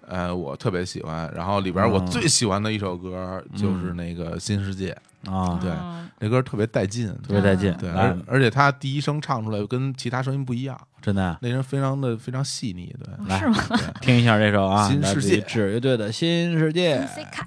S2: 呃，我特别喜欢，然后里边我
S1: 哦
S2: 最喜欢的一首歌
S1: 嗯
S2: 就是那个《新世界》，
S1: 啊，
S2: 对
S4: 嗯
S2: 那歌特别带劲，
S1: 特别带劲，
S2: 对，
S1: 来
S2: 而而且他第一声唱出来跟其他声音不一样，
S1: 真的 啊
S2: 那人非常的非常细腻，
S4: 嗯
S2: 对，
S1: 来听一下这首啊，
S2: 新
S1: 来自
S2: 世界
S1: 于纸乐队的《新世界》。
S7: C 卡，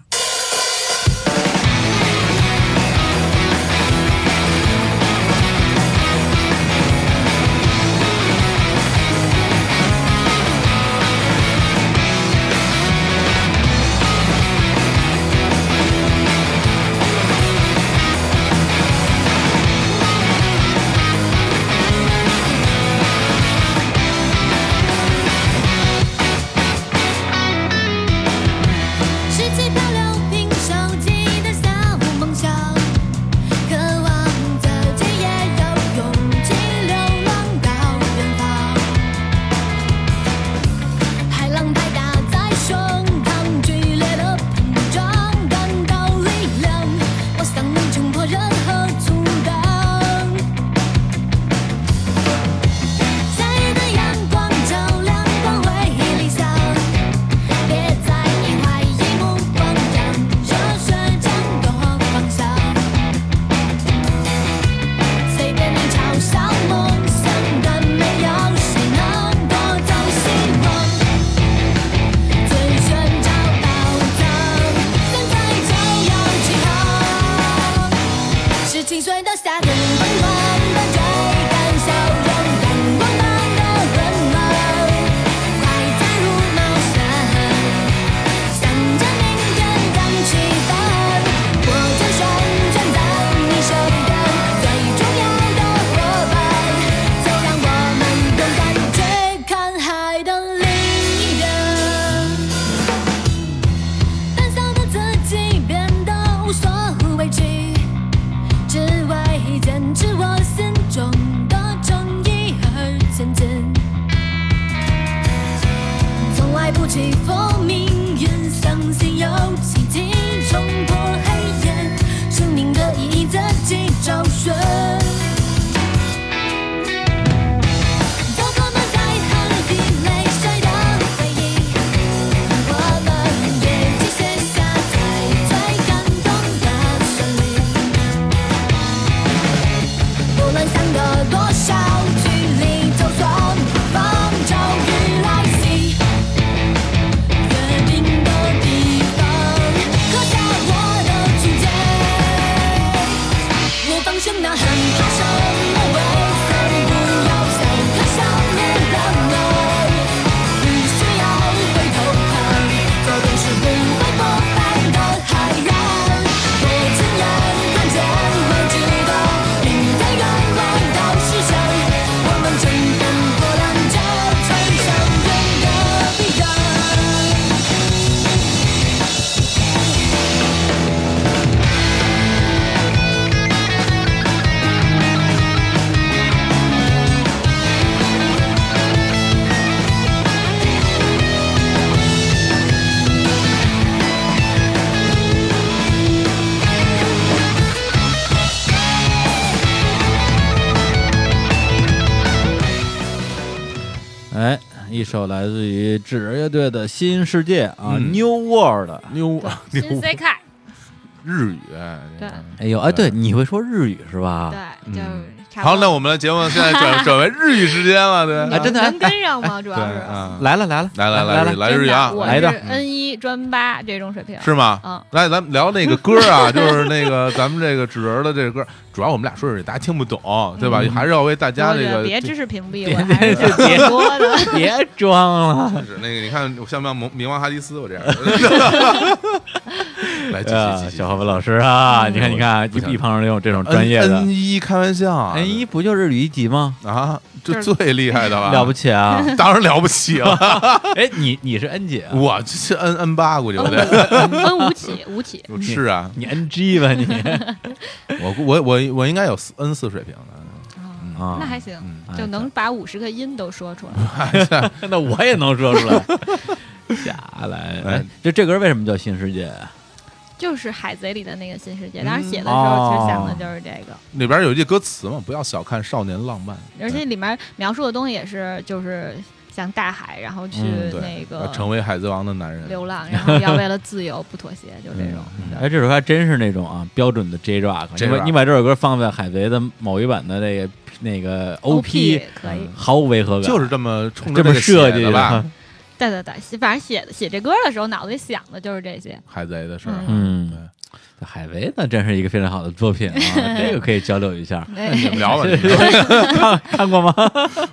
S5: 世界漂亮，
S1: 哎一首来自于纸人乐队的《新世界》啊，
S2: 嗯
S1: New World》。
S2: 妞啊
S8: 新
S2: 妞
S8: C 卡，
S2: 日语，啊
S4: 对
S1: 哎呦，哎，对，你会说日语是吧？
S4: 对，就
S2: 嗯
S4: 差
S2: 好，
S4: 不
S2: 那
S4: 多。嗯
S2: 我们的节目现在 转转为日语时间了，对
S1: 哎，真的，哎
S4: 能，跟上吗？主
S2: 对
S4: 要是
S2: 啊，
S1: 来了来了，
S2: 来
S1: 来
S2: 来
S1: 来
S2: 来来日语
S4: 嗯真的
S2: 啊，
S4: 我
S1: 来
S4: 是
S1: 一段
S4: N 一专八这种水平，
S2: 是吗？
S4: 嗯，
S2: 来，咱们聊那个歌啊，就是那个咱们这个纸人的这个歌，主要我们俩说日语，大家听不懂，对吧？还是要为大家
S4: 嗯我
S2: 这
S4: 觉得
S2: 个
S4: 别
S2: 这
S4: 知识屏蔽，
S1: 别
S4: 我还
S1: 别
S4: 是想
S1: 别
S4: 多的。
S1: 别装了。
S2: 是那个，你看我像不像冥冥王哈迪斯？我这 样， 来继续
S1: 啊，
S2: 继续，
S1: 小何文老师啊，你看，你看，
S2: 不想
S1: 一一碰上这种这种专业的
S2: N 一开玩笑啊
S1: N 一不就日语一级吗？
S2: 啊，这最厉害的 了，
S1: 了不起啊！
S2: 当然了不起了，
S1: 哎，你你是 N 姐啊，
S2: 我这是 N N 八估计我 得
S4: N 五起，五起，
S2: 是啊，
S1: 你 NG 吧你
S2: 我我我我应该有 N 四水平的，
S1: 啊
S4: 那还行，
S1: 哎
S4: 就能把五十个音都说出来。
S1: 那我也能说出来。下来，哎
S2: 哎，
S1: 这这歌为什么叫新世界啊？
S4: 就是《海贼》里的那个新世界，
S2: 嗯
S4: 当时写的时候其实想的就是这个，
S2: 里边有一句歌词嘛，不要小看少年浪漫，
S4: 而且里面描述的东西也是就是像大海，然后去
S1: 嗯
S2: 对
S4: 那
S2: 要
S4: 个
S2: 成为海贼王的男人，
S4: 流浪，然后要为了自由不妥协，就这种。
S1: 哎，这首歌还真是那种啊，标准的 J Rock。你把
S2: J-Rock
S1: 你把这首歌放在海贼的某一版的那个那个 OP，
S4: 可以，
S1: 毫无违和感，
S2: 就是这么冲着
S1: 这么
S2: 个
S1: 设
S2: 写
S1: 计
S2: 的吧？？
S4: 对对对，写反正写写这歌的时候，脑子里想的就是这些。
S2: 海贼的事儿，
S1: 嗯，海贼呢，真是一个非常好的作品 啊，这个可以交流一下。
S4: 哎，
S2: 你们聊吧，
S1: 看看过吗？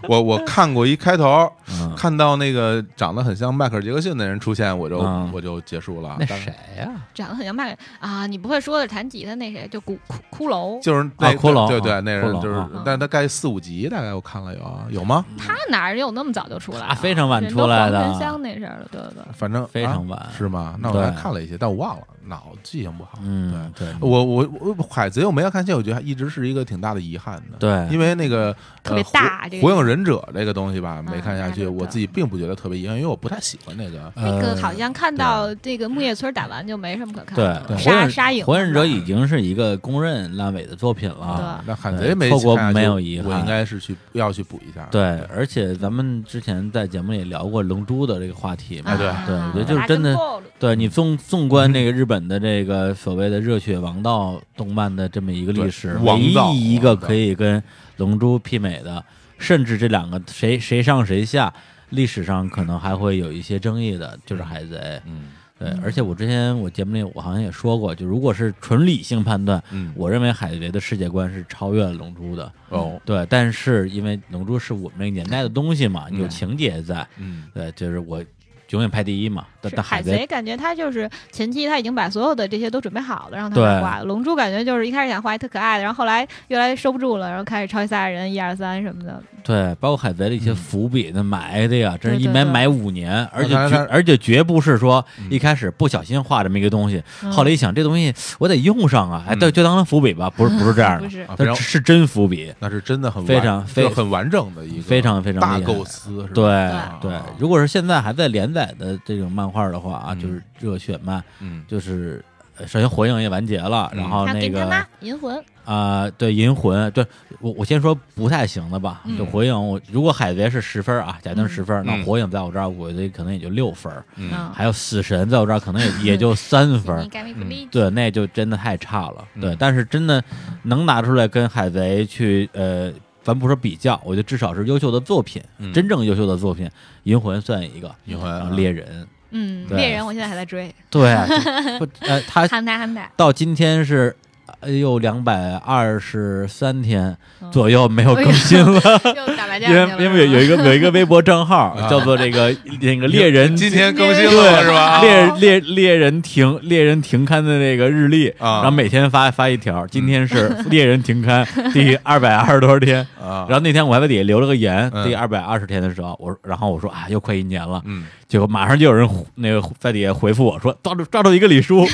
S2: 我我看过一开头，
S1: 嗯
S2: 看到那个长得很像迈克尔·杰克逊的人出现，我就、
S1: 嗯
S2: 我就结束了。
S1: 那
S2: 大概
S1: 谁呀？
S4: 长得很像麦啊，你不会说的弹吉他那谁，就古骷骷髅，
S2: 就是那、
S1: 啊骷髅
S2: 对对，
S1: 啊
S2: 那
S1: 骷
S2: 人
S1: 髅
S2: 就是，
S1: 啊
S2: 但大概四五集，大概我看了有有吗？
S4: 他哪有那么早就出来、啊？
S1: 他非常晚出来的
S4: 人都黄沉香那事儿了，对对
S2: 反正
S1: 非常晚
S2: 啊是吗？那我还
S1: 对
S2: 看了一些，但我忘了，脑子记性不好。
S1: 嗯，对
S2: 对，我我我海贼我没有看见，我觉得一直是一个挺大的遗憾的。
S1: 对
S2: 因为那个
S4: 特别大
S2: 呃
S4: 这
S2: 火
S4: 个嗯
S2: 火影忍者》这个东西吧，没看下
S4: 大家
S2: 去，
S4: 都知道
S2: 我自己并不觉得特别遗憾，因为我不太喜欢那个。
S4: 那个好像看到这个木叶村打完就没什么可看的
S1: 呃对
S4: 了，，
S1: 火
S4: 杀
S1: 影
S4: 杀影，
S1: 火影忍者已经是一个公认烂尾的作品
S4: 嗯
S1: 了。
S2: 那海
S1: 对
S2: 贼没
S1: 错过
S2: 看下去
S1: 没有遗
S2: 我
S1: 憾
S2: 应该是去要去补一下。
S1: 对，而且咱们之前在节目里聊过《龙珠》的这个话题嘛，
S4: 啊
S2: 哎对
S1: 对我觉得就是真的对你纵纵
S2: 嗯
S1: 观这个日本的这个所谓的热血王道动漫的这么一个历史，
S2: 对
S1: 唯
S2: 王道
S1: 一一个
S2: 王道
S1: 可以跟《龙珠》媲美的，甚至这两个谁谁上谁下，历史上可能还会有一些争议的，就是《海贼》。
S2: 嗯
S1: 对，而且我之前我节目里我好像也说过，就如果是纯理性判断，
S2: 嗯，
S1: 我认为海贼的世界观是超越了龙珠的。
S2: 哦，
S1: 对，但是因为龙珠是我们那个年代的东西嘛，有情节在，
S2: 嗯，
S1: 对，就是我永远排第一嘛。但
S4: 是
S1: 但
S4: 海
S1: 贼，
S4: 感觉他就是前期他已经把所有的这些都准备好了，让他
S1: 对
S4: 们画。龙珠感觉就是一开始想画一特可爱的，然后后来越来越收不住了，然后开始超级赛亚人一二三什么的。
S1: 对，包括海贼的一些伏笔那埋的呀，真是一埋
S4: 嗯对对
S1: 埋五年，而且
S2: 当然
S1: 绝
S2: 当然
S1: 而且绝不是说
S2: 嗯
S1: 一开始不小心画这么一个东西，
S4: 嗯
S1: 后来一想这东西我得用上啊，哎，
S2: 嗯
S1: 就就当成伏笔吧，不 是不是这样的
S4: 不，是
S2: 啊
S1: 它
S2: 非常
S1: 嗯是是真伏笔。
S2: 那是真的很完
S1: 非常非
S2: 就很完整的一个
S1: 非常非常
S2: 大
S1: 厉害
S2: 构思，是吧？
S1: 对
S2: 啊
S1: 对，如果是现在还在连载的这种漫画的话啊，
S2: 嗯
S1: 就是热血漫，
S2: 嗯，
S1: 就是呃首先火影也完结了，
S2: 嗯
S1: 然后
S4: 他
S1: 那
S4: 给他
S1: 个
S4: 妈银魂，
S1: 啊，对银魂，对我我先说不太行的吧，
S4: 嗯
S1: 就火影，我如果海贼是十分儿啊，假定十分儿，那
S2: 嗯
S1: 火影在我这儿我觉得可能也就六分儿，
S2: 嗯
S1: 还有死神在我这儿可能也也就三分儿
S8: 你。敢不
S2: 嗯
S8: 理解？
S1: 对，那就真的太差了。对，
S2: 嗯
S1: 但是真的能拿出来跟海贼去呃，咱不说比较，我觉得至少是优秀的作品，
S2: 嗯
S1: 真正优秀的作品，《银魂》算一个，
S2: 银魂
S1: 然
S2: 啊
S1: 后猎人，
S4: 嗯，
S1: 对
S4: 猎人我现在还在追，
S1: 对，啊就不呃，他
S8: 憨呆憨 呆，
S1: 到今天是呃又两百二十三天
S4: 嗯哎
S1: 左右没有更新了，
S8: 又打麻将
S1: 因为因为有有一个有一个微博账号
S2: 啊
S1: 叫做这个那个猎人
S2: 今天更新了
S1: 对
S2: 是吧？
S1: 猎猎猎人停猎人停刊的那个日历，
S2: 啊嗯
S1: 然后每天发发一条，今天 是猎人停刊第二百二十多少天，
S2: 啊，
S1: 然后那天我还在底下留了个言，
S2: 嗯
S1: 第二百二十天的时候，我说然后我说啊，又快一年了，
S2: 嗯，
S1: 结果马上就有人回那个在底下回复我说抓住抓住一个李叔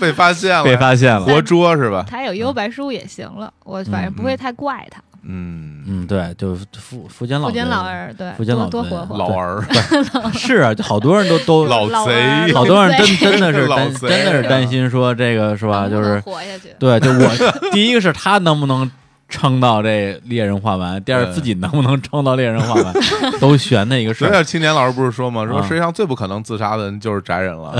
S2: 被发现了，
S1: 被发现了，
S2: 活捉是吧？
S4: 他有幽白书也行了，我反正不会太怪他。
S2: 嗯，
S1: 嗯，对，就是福福建老
S4: 福建老
S1: 人
S4: 儿，对，
S1: 福建老
S4: 多
S1: 人
S4: 多活活。
S2: 老儿，
S1: 是啊，好多人都都
S2: 老贼，
S1: 好多人真真的是
S2: 老啊
S1: 担
S2: 贼
S1: 真的是担心说这个是吧？
S4: 啊
S8: 能不
S1: 就
S8: 能
S1: 是
S8: 活下去。
S1: 对，就我第一个是他能不能撑到这猎人画完，第二
S2: 对
S1: 自己能不能撑到猎人画完，都悬的一个事
S2: 所以
S1: 儿。
S2: 青年老师不是说吗？说
S1: 啊
S2: 世界上最不可能自杀的人就是宅人了，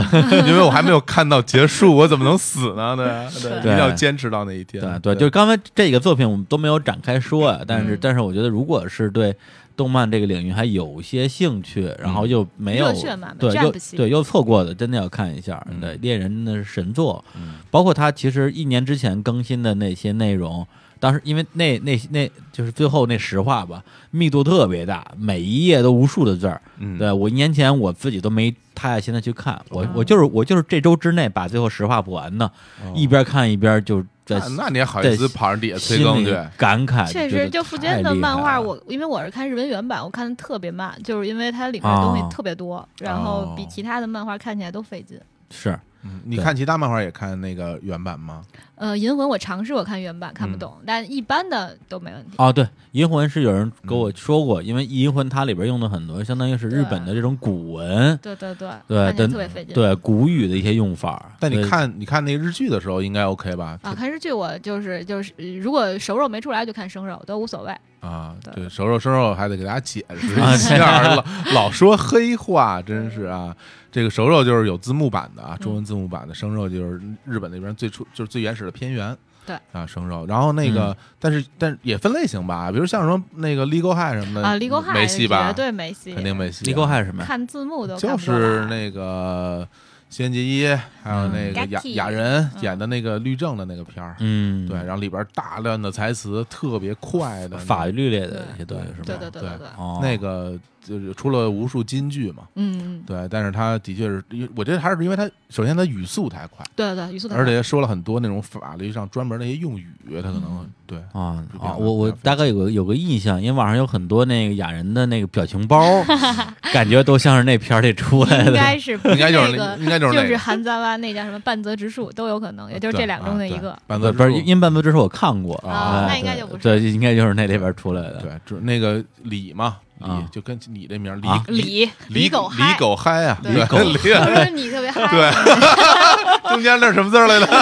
S2: 因为我还没有看到结束，我怎么能死呢？对对，一定要坚持到那一天。
S1: 对对，就是刚才这个作品我们都没有展开说呀，但是
S5: 嗯
S1: 但是我觉得，如果是对动漫这个领域还有些兴趣，然
S2: 嗯
S1: 后又没有
S4: 热血嘛
S1: 对又
S4: Jump 系
S1: 对又错过的，真的要看一下。
S2: 嗯
S1: 对，猎人真的是神作
S2: 嗯，
S1: 包括他其实一年之前更新的那些内容。当时因为那那那就是最后那实话吧，密度特别大，每一页都无数的字儿。
S2: 嗯，
S1: 对我一年前我自己都没踏下心来去看，
S4: 哦
S1: 我我就是我就是这周之内把最后实话补完的，一边看一边就在
S2: 哦那那你还好意思
S1: 在
S2: 跑上底下催
S1: 心里
S2: 更去？
S1: 感慨，
S4: 确
S1: 觉
S4: 实，
S1: 得
S4: 就福建
S1: 太
S4: 的
S1: 厉
S4: 漫
S1: 害
S4: 画，
S1: 了
S4: 我因为我是看日文原版，我看的特别慢，就是因为它里面的东西
S1: 哦
S4: 特别多，然后比其他的漫画看起来都费劲。
S1: 是
S2: 嗯你看其他漫画也看那个原版吗？
S4: 呃，银魂我尝试过看原版，看
S1: 嗯
S4: 不懂，但一般的都没问题。
S1: 哦，对，银魂是有人跟我说过，因为银魂它里边用的很多，相当于是日本的这种古文，
S4: 对对对，
S1: 对
S4: 看起来
S1: 但
S4: 特别费劲。
S1: 对古语的一些用法。
S2: 但你
S1: 对
S2: 看你看那日剧的时候应该 OK 吧？
S4: 啊，看日剧我就是就是，呃如果熟肉没出来就看生肉都无所谓。
S2: 啊，
S4: 对
S2: 对，熟肉生肉还得给大家解释一下， 老老说黑话，真是啊。这个熟肉就是有字幕版的啊，中
S4: 嗯
S2: 文字幕版的生肉就是日本那边最初就是最原始的片源。
S4: 对
S2: 啊，生肉，然后那个，但是但是也分类型吧，比如像什么那个《Legal High》什么的
S4: 啊，立沟汉
S2: 没戏吧？
S4: 绝对没戏，
S2: 肯定没戏啊。
S1: 立沟害是什么呀？
S4: 看字幕都看
S2: 就
S4: 不出来
S2: 是那个轩辕结衣，还有那个
S5: 嗯
S2: 雅
S5: Gatti
S2: 雅人演的那
S4: 嗯
S2: 个律政的那个片儿，
S1: 嗯，
S2: 对，然后里边大量的台词特别快的
S1: 法律类的一些东西是
S2: 对
S1: 吧？
S4: 对对对对
S2: 对
S4: 对，
S1: 哦，
S2: 那个就是出了无数金句嘛，
S4: 嗯，嗯
S2: 对，但是他的确是，因为我觉得还是因为他首先他语速太快，
S4: 对对，语速特
S2: 而
S4: 别
S2: 且说了很多那种法律上专门那些用语，他可能对
S1: 啊
S2: 就比较
S1: 啊！我我
S2: 比较
S1: 大概有个有个印象，因为网上有很多那个雅人的那个表情包， 感觉都像是那片儿里出来
S4: 快，
S1: 的。
S4: 应该是
S2: 应该就是
S4: 那个
S2: 那应该就
S4: 就是
S2: 那个
S4: 韩杂湾那叫什么半泽直树都有可能，也就是这两个
S2: 啊
S4: 中的一个。
S2: 半
S1: 对
S2: 泽
S1: 不是，
S2: 直树
S1: 因半泽之是我看过
S2: 啊
S1: 哎
S4: 哦那应该
S1: 对
S4: 就不是
S1: 对，应该就是那里边出来的。
S2: 对，就是那个李嘛，李
S1: 啊
S2: 就跟你这名儿
S1: 啊
S2: 李
S4: 李
S2: 李
S4: 狗
S2: 李
S4: 嗨，
S2: 狗嗨啊，
S4: 对
S2: 对
S1: 李狗
S2: 李
S4: 不是你特别嗨，
S2: 对， 中间那是什么字儿 来着？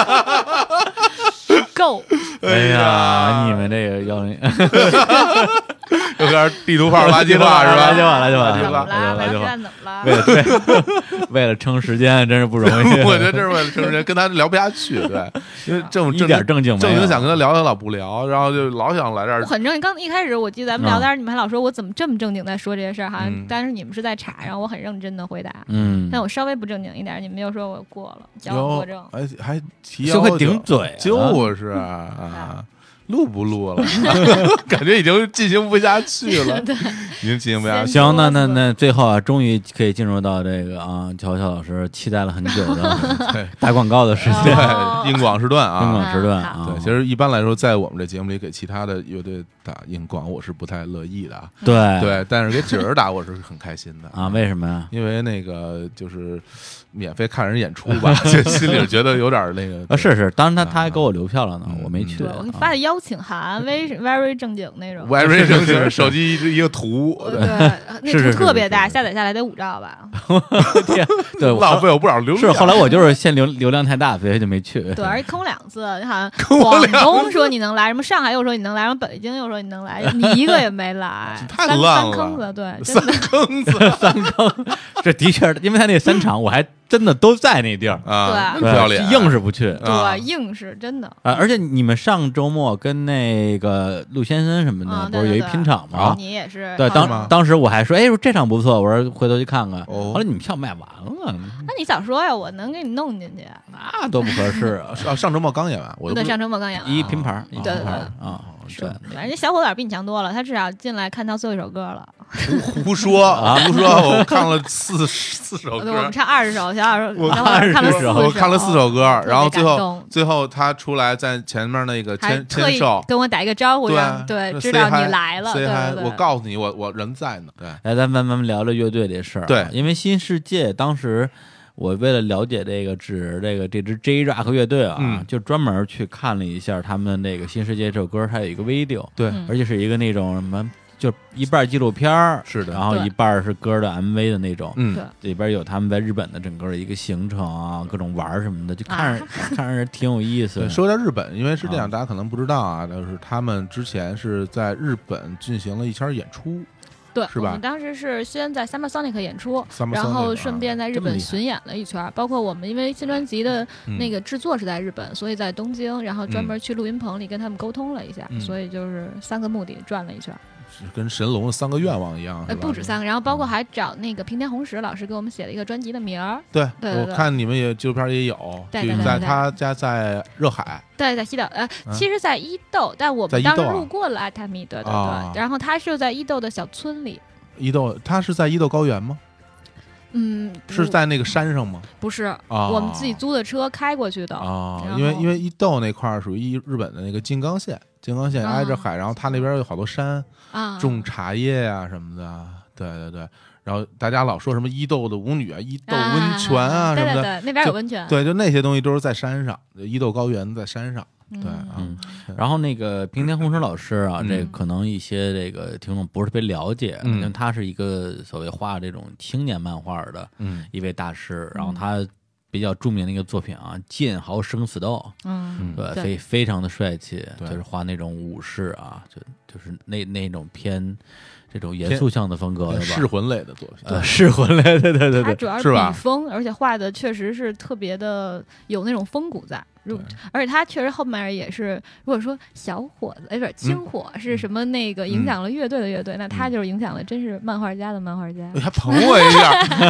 S4: 够
S1: 哎呀，你们这个要 你
S2: 有点地图炮、垃圾话是
S1: 垃圾
S2: 吧？
S1: 话，垃圾
S4: 怎
S1: 话，
S4: 么
S1: 垃圾话，垃圾
S4: 啦？晚上吃
S1: 话。
S4: 饭怎么啦？
S1: 为了对为了撑时间，真是不容易。
S2: 我觉得这是为了成人跟他聊不下去，对，因为正
S1: 一点正经没有
S2: 正经想跟他聊，他老不聊，然后就老想来这儿
S4: 我。很正经，刚一开始我记得咱们
S1: 啊
S4: 聊天，你们还老说我怎么这么正经在说这些事儿，好
S2: 嗯
S4: 像但是你们是在查，然后我很认真的回答，
S1: 嗯，
S4: 但我稍微不正经一点，你们又说我过了，矫枉
S2: 哟哎
S4: 过正，
S2: 还 还提
S1: 就
S2: 要
S1: 会
S2: 求，
S1: 顶嘴，啊
S2: 就是 啊，录不录了？感觉已经进行不下去了， 已经进行不下去。
S1: 行，那那那最后啊，终于可以进入到这个啊，乔乔老师期待了很久
S2: 对
S1: 的打广告的时间，
S2: 对
S1: 英
S4: 哦，
S2: 硬广时段啊，
S1: 广时段
S4: 好
S1: 啊，
S2: 对，其实一般来说，在我们这节目里给其他的乐队打硬广，我是不太乐意的啊。
S1: 对
S2: 对，但是给纸儿打，我是很开心的
S1: 哎啊，。为什么呀？
S2: 因为那个就是免费看人演出吧， 就心里觉得有点儿那个
S1: 啊，是是，当时他他还
S2: 啊
S1: 给我留票了呢
S2: 嗯，
S1: 我没去
S4: 对
S1: 啊
S4: 我给你发的邀请函，very very 正经那种。
S2: very 正经，手机一个图，
S4: 呃
S2: 对
S4: 对，
S1: 是
S4: 那
S1: 是
S4: 图特
S1: 是
S4: 别大，
S1: 是
S4: 下载下来得五兆 吧。
S1: 对，我
S2: 浪费我不少流量。，
S1: 是后来我就是限流流量太大，所以就没去。
S4: 对，而且坑我两次，好像广东说你能来，什么上海又说你能来，什么北京又说你能来，你一个也没 来
S2: 太
S4: 三
S2: 烂
S4: 三
S2: 了
S4: 坑子，对，真
S2: 三
S4: 的
S2: 坑子
S1: 这的确是，因为他那三场我还真的都在那地儿，
S2: 啊，
S4: 对
S2: 不要脸，
S1: 硬是不去。
S2: 啊
S4: 对，硬是真的。
S1: 啊！而且你们上周末跟那个陆先生什么的，
S4: 啊
S1: 不是有一拼场吗？
S2: 啊
S4: 你也是
S1: 对，
S2: 是
S4: 好
S2: 吗
S1: 当当时我还说，哎，这场不错，我说回头去看看。
S2: 哦
S1: 后来你们票卖完了，
S4: 那你早说呀，我能给你弄进去。啊
S1: 那多不合适 啊！
S2: 啊，上周末刚演完，我都
S4: 对，
S2: 不
S4: 上周末刚演完
S1: 一
S4: 啊，
S1: 拼盘儿，一
S2: 对
S1: 拼盘儿
S4: 对
S1: 啊，
S4: 是
S1: 对，
S4: 反正这小伙子比你强多了，他至少进来看到最后一首歌了。
S2: 胡说啊，胡说！我看了四四首
S4: 对，我
S2: 歌
S4: 们，唱二十首，小老师
S2: 我
S4: 小伙子看了四首，
S2: 我看了四首歌，
S4: 别
S2: 然后最
S4: 感
S2: 后
S4: 动
S2: 最后他出来在前面那个
S4: 还
S2: 签
S4: 特
S2: 签
S4: 意
S2: 售，
S4: 跟我打一个招呼，让
S2: 对啊
S4: 对
S2: 就
S4: 知
S2: say
S4: 道你
S2: hi，
S4: 来了，对
S2: say hi，
S4: 对对。
S2: 我告诉你，我我人在呢，对，
S1: 来，咱咱们聊聊乐队这事儿啊。
S2: 对
S1: 因为新世界当时我为了了解这个指这个这支 J Rock 乐队啊，
S2: 嗯
S1: 就专
S4: 嗯
S1: 门去看了一下他们那个新世界这首歌，它有一个 video，
S2: 对
S1: 而且是一个那种什么就是一半儿纪录片儿，
S2: 是的
S1: 然后
S9: 对
S1: 一半儿是歌儿的 MV 的那种，
S2: 嗯
S4: 对，
S1: 里边有他们在日本的整个的一个行程啊，各种玩儿什么的，就看着、 看着挺有意思的。
S2: 对，说到日本，因为是这
S1: 啊
S2: 样，大家可能不知道啊，就是他们之前是在日本进行了一圈演出，
S9: 对
S2: 是
S4: 我
S2: 吧
S4: 们？当时是先在 Summer Sonic 演出，
S2: Summer
S4: 然
S2: Sonic
S4: 后
S2: 啊
S4: 顺便在日
S1: 这么
S4: 本
S1: 厉害
S4: 巡演了一圈儿，包括我们因为新专辑的
S2: 嗯
S4: 那个制作是在日本，所以在东京，然后专门去录音棚里跟他们沟通了一下，
S2: 嗯
S4: 所以就是三个目的转了一圈儿，
S2: 是跟神龙的三个愿望一样，
S4: 呃，
S2: 是吧
S4: 不止三个，然后
S2: 嗯
S4: 包括还找那个平田宏实老师给我们写了一个专辑的名儿，
S2: 对，
S4: 对对
S2: 我
S4: 对
S2: 看你们也纪录片也有，
S4: 对
S2: 就
S4: 对
S2: 是
S4: 对
S2: 在
S4: 对
S2: 他家在热海，
S4: 对，在西岛，呃，
S2: 嗯
S4: 其实，在伊豆，但我
S2: 在
S4: 们
S2: 伊
S4: 当时
S2: 豆啊
S4: 路过了阿塔米，对对对，
S2: 啊
S4: 然后他是在伊豆的小村里，
S2: 伊豆，他是在伊豆高原吗？
S4: 嗯，
S2: 是
S4: 不
S2: 在那个山上吗？
S4: 不是
S2: 啊，
S4: 我们自己租的车开过去的，
S2: 啊，
S4: 然
S2: 因为
S4: 后
S2: 因为伊豆那块儿属于伊日本的那个静冈县，静冈县挨着
S4: 啊
S2: 海，然后它那边有好多山，
S4: 啊，
S2: 种茶叶呀、什么的，对对对。然后大家老说什么伊豆的舞女啊、伊豆温泉啊什
S4: 对
S2: 么
S4: 对
S2: 的，
S4: 对，那边有
S2: 就
S4: 温泉，
S2: 对，就那些东西都是在山上，伊豆高原在山上，对啊，
S1: 嗯，然后那个平田宏生老师啊，
S2: 嗯
S1: 这可能一些这个听众不是特别了解，
S2: 嗯
S1: 因为他是一个所谓画这种青年漫画的
S2: 嗯
S1: 一位大师，然后他比较著名的一个作品啊，《剑豪生死斗》，
S4: 嗯，
S2: 嗯，
S1: 对，
S4: 对
S1: 非非常的帅气，
S2: 对
S1: 就是画那种武士啊，就就是那那种偏这种严肃向的风格的吧，
S2: 呃噬魂类的作品，
S1: 呃噬魂类，对对对
S4: 他
S1: 对，
S4: 主要
S2: 是吧
S4: 笔锋，而且画的确实是特别的有那种风骨在。如
S2: 对
S4: 而且他确实后面也是，如果说小伙子，哎，不是
S2: 嗯
S4: 轻火是什么那个影响了乐队的乐队，那他就是影响了真是漫画家的漫画家
S2: 哎。还捧我一 下，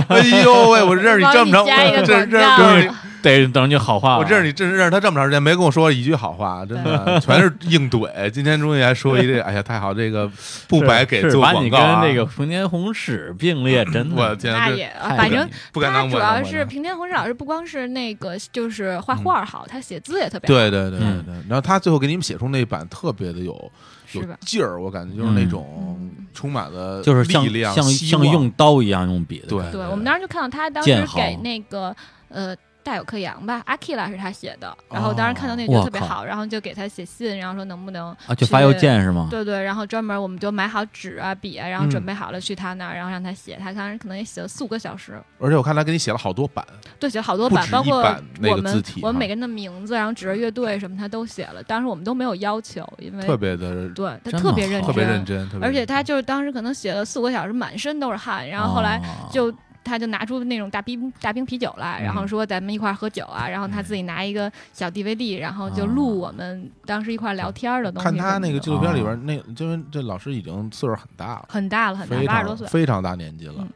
S2: 哎呦喂，我认识你这么
S9: 帮
S2: 长，
S9: 你加一个
S2: 我这
S9: 广
S2: 这
S9: 告
S2: 认识你，啊
S1: 得等你好话了，
S2: 我认识你，真是认识他这么长时间，没跟我说一句好话，真 的全是硬怼。今天终于还说一句，哎呀，太好，这个不
S1: 是
S2: 白给
S1: 是
S2: 做
S1: 把
S2: 广
S1: 你
S2: 告
S1: 跟
S2: 啊！
S1: 那个冯天红史并列，真
S2: 我
S1: 的
S2: 天，
S4: 那
S2: 这
S4: 也啊
S1: 太
S4: 反
S1: 不
S4: 正
S1: 敢
S2: 不敢当，不敢当
S4: 他主要
S2: 不敢
S4: 是
S2: 当
S4: 平田宏志老师，不光是那个就是画
S2: 嗯
S4: 画好，他写字也特别好，
S2: 对对对对
S1: 嗯
S2: 对，然后他最后给你们写出那一版特别的有有哦
S4: 是吧？
S2: 劲儿，我感觉就是那种
S4: 嗯
S2: 充满了
S1: 就是像
S2: 力量、
S1: 像
S2: 希望
S1: 像用刀一样用笔的，
S2: 对
S1: 感觉
S4: 对，我们当时就看到他当
S1: 剑
S4: 时
S1: 豪
S4: 给那个呃大有克洋吧，阿 K 拉是他写的，然后当时看到那个
S1: 哦
S4: 觉得特别
S1: 哇靠
S4: 好，然后就给他写信，然后说能不能
S1: 啊，就发邮件是吗？
S4: 对对，然后专门我们就买好纸啊、笔啊，然后
S2: 嗯
S4: 准备好了去他那儿，然后让他写。他当时可能也写了四五个小时，
S2: 而且我看他给你写了好多版，
S4: 对，写了好多
S2: 不
S4: 版，
S2: 止
S4: 包
S2: 一
S4: 括
S2: 版那
S4: 我
S2: 个字
S4: 们
S2: 体
S4: 我
S2: 哈嗯
S4: 们每个人的名字，然后指着乐队什么，他都写了。当时我们都没有要求，因为
S2: 特别的
S4: 对他
S1: 这
S4: 特
S1: 么
S4: 别认
S1: 好
S2: 特别
S4: 真，
S2: 认真，特别
S4: 而且
S2: 认真
S4: 他就是当时可能写了四五个小时，满身都是汗，然后后来
S1: 哦
S4: 就。他就拿出那种大冰大冰啤酒来，然后
S2: 嗯
S4: 说咱们一块儿喝酒啊，然后他自己拿一个小 DVD，然后就录我们当时一块儿聊天儿的东西什
S2: 看
S4: 么的。
S2: 他那个纪录片里边，那因为这老师已经岁数很大了，
S4: 很大了，很大，
S2: 非
S4: 八十多
S2: 常
S4: 岁了。
S2: 非常大年纪了
S4: 嗯，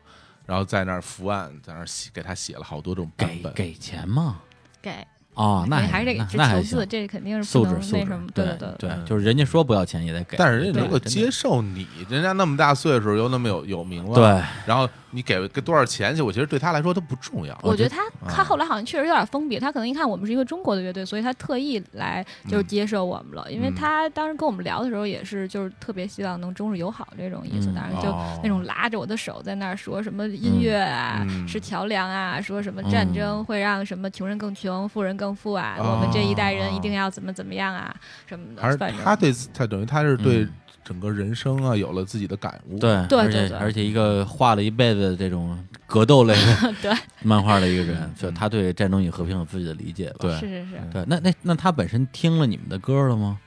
S2: 然后在那儿伏案，在那儿写给他写了好多种版
S1: 给
S2: 本，
S1: 给钱吗？
S4: 给
S1: 哦，那
S4: 还是得给
S1: 那
S4: 这
S1: 那还
S4: 求
S1: 行
S4: 字，，这肯定是
S1: 素
S4: 不
S1: 质
S4: 能
S1: 素
S4: 那
S1: 质
S4: 什么，，对
S1: 对
S4: 对。
S1: 对，就是人家说不要钱也得给，
S2: 但是人家
S4: 对
S2: 能够
S1: 真的
S2: 接啊受你，人家那么大岁数又那么有有名望，
S1: 对，
S2: 然后你给给多少钱去，我觉得对他来说都不重要。
S4: 我
S1: 觉
S4: 觉
S1: 得
S4: 得他
S2: 啊
S4: 他后来好像确实有点封闭，他可能一看我们是一个中国的乐队，所以他特意来就是接受我们了，因为
S2: 嗯
S4: 他当时跟我们聊的时候也是就是特别希望能中日友好这种意思，
S1: 嗯
S4: 当然就
S2: 哦
S4: 那种拉着我的手在那儿说什么音乐啊、
S2: 嗯
S4: 是桥梁啊，说什么战争会让什么穷人更穷，富人更富啊，
S2: 哦
S4: 我们这一代人一定要怎么怎么样啊什么的，
S2: 还是
S4: 反正
S2: 他对自他等于他是对
S1: 嗯
S2: 整个人生啊有了自己的感悟。
S1: 对
S4: 对
S1: 而
S4: 对
S1: 且
S4: 对
S1: 而且一个画了一辈子这种格斗类的
S4: 对
S1: 漫画的一个人，就他对战争与和平有自己的理解吧。
S2: 嗯对
S4: 是是是。
S1: 对，那那那他本身听了你们的歌了 吗？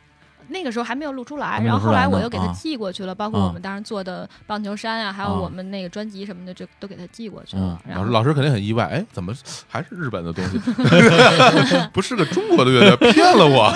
S4: 那个时候还没有录出来，
S1: 还没
S4: 然后
S1: 录出
S4: 后
S1: 来
S4: 来我
S1: 呢
S4: 又给他
S1: 啊
S4: 寄过去了，包括
S1: 啊
S4: 我们当时做的棒球衫啊，还有
S1: 啊
S4: 我们那个专辑什么的，就都给他寄过去了。然
S2: 老
S4: 后
S2: 师老师肯定很意外，哎，怎么还是日本的东 西？不是个中国的乐队，骗了我。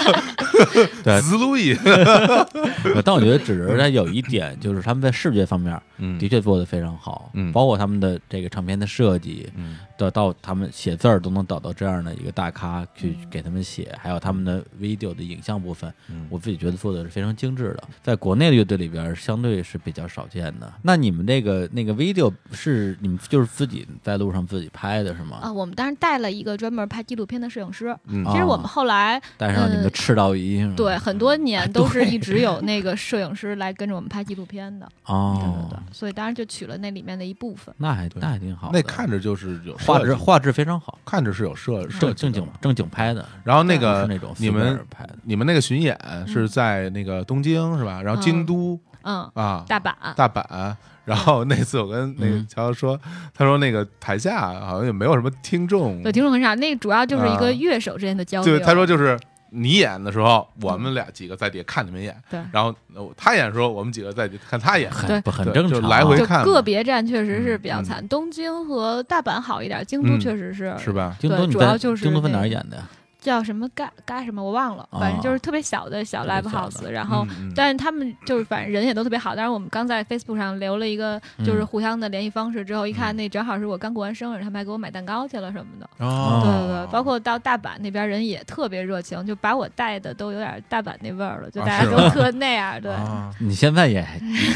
S1: 对
S2: 子路易，
S1: 呃但我觉得只是他有一点，就是他们在视觉方面
S2: 嗯
S1: 的确做得非常好，
S2: 嗯
S1: 包括他们的这个唱片的设计，
S2: 嗯
S1: 到到他们写字儿都能找到这样的一个大咖去
S4: 嗯
S1: 给他们写，还有他们的 video 的影像部分，
S2: 嗯
S1: 我自己觉得做的是非常精致的，在国内的乐队里边儿相对是比较少见的。那你们那个那个 video 是你们就是自己在路上自己拍的是
S4: 啊，
S1: 吗？
S4: 我们当时带了一个专门拍纪录片的摄影师。
S2: 嗯
S4: 其实
S1: 啊
S4: 我们后来
S1: 带上你们的
S4: 嗯
S1: 赤道仪是吗？
S4: 对很多年都是一直有那个摄影师来跟着我们拍纪录片的，对对
S1: 哦，
S4: 对，所以当然就取了那里面的一部分。
S1: 那还
S2: 对
S1: 那还挺好的，
S2: 那看着就是有
S1: 画
S2: 设
S1: 质
S2: 计
S1: 画质非常好，
S2: 看着是有设设
S1: 正正
S2: 计的
S1: 经
S2: 嘛
S1: 正经拍的，
S2: 然后那
S1: 不
S2: 个
S1: 是那种
S2: 呃你
S1: 四个嗯
S2: 们
S1: 人拍的。
S2: 你们那个巡演是在那个东京是吧？然后京都，
S4: 嗯，
S2: 啊，
S4: 大阪，
S2: 大阪。然后那次我跟那个
S1: 嗯
S2: 乔乔说，他说那个台下好像也没有什么听众，
S4: 对，听众很少，那主要就是一
S2: 啊
S4: 个乐手之间的交流。
S2: 对，他说就是你演的时候，我们俩几个在底下看你们演，
S4: 嗯对
S2: 然后呃他演的时候，我们几个在底下看他演，
S1: 很
S4: 对
S1: 不很
S2: 对
S1: 正
S2: 就
S1: 常啊，
S2: 来回
S4: 就
S2: 看嘛
S4: 个别站确实是
S2: 嗯
S4: 比较
S2: 嗯
S4: 惨，东京和大阪好一点，京都
S2: 嗯
S4: 确实是
S2: 是吧？
S1: 京东
S4: 对
S1: 你
S4: 主
S1: 在
S4: 要就是
S1: 京东分哪儿
S4: 那
S1: 演的 呀？
S4: 叫什么嘎嘎什么我忘
S2: 啊
S4: 了，反正就是特别小的
S1: 特
S4: 小
S1: 别
S4: live
S1: 小的
S4: house，然后。
S2: 嗯嗯
S4: 但是他们就是反正人也都特别好，但是我们刚在 Facebook 上留了一个就是
S1: 嗯
S4: 互相的联系方式，之后
S2: 嗯
S4: 一看那正好是我刚过完生日，他们还给我买蛋糕去了什么的。
S2: 哦，
S4: 对对对，包括到大阪那边人也特别热情，就把我带的都有点大阪那味儿了，就
S2: 啊
S4: 大家
S2: 是
S4: 都
S2: 吗
S4: 特那样。对，
S2: 啊。
S1: 你现在也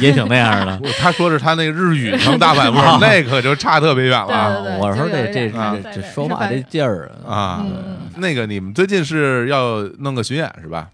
S1: 也挺那样的
S2: 我他说是他那个日语成大阪味儿，那可就差特别远
S4: 对
S2: 了。
S4: 对对，
S1: 啊我
S4: 就
S1: 说
S4: 有
S1: 这这
S4: 点
S2: 啊
S1: 这
S4: 对
S1: 这
S4: 对
S1: 说
S4: 是
S1: 话
S4: 吧
S1: 这劲儿
S2: 啊
S4: 嗯
S2: 那个你们最近是要弄个巡演是吧？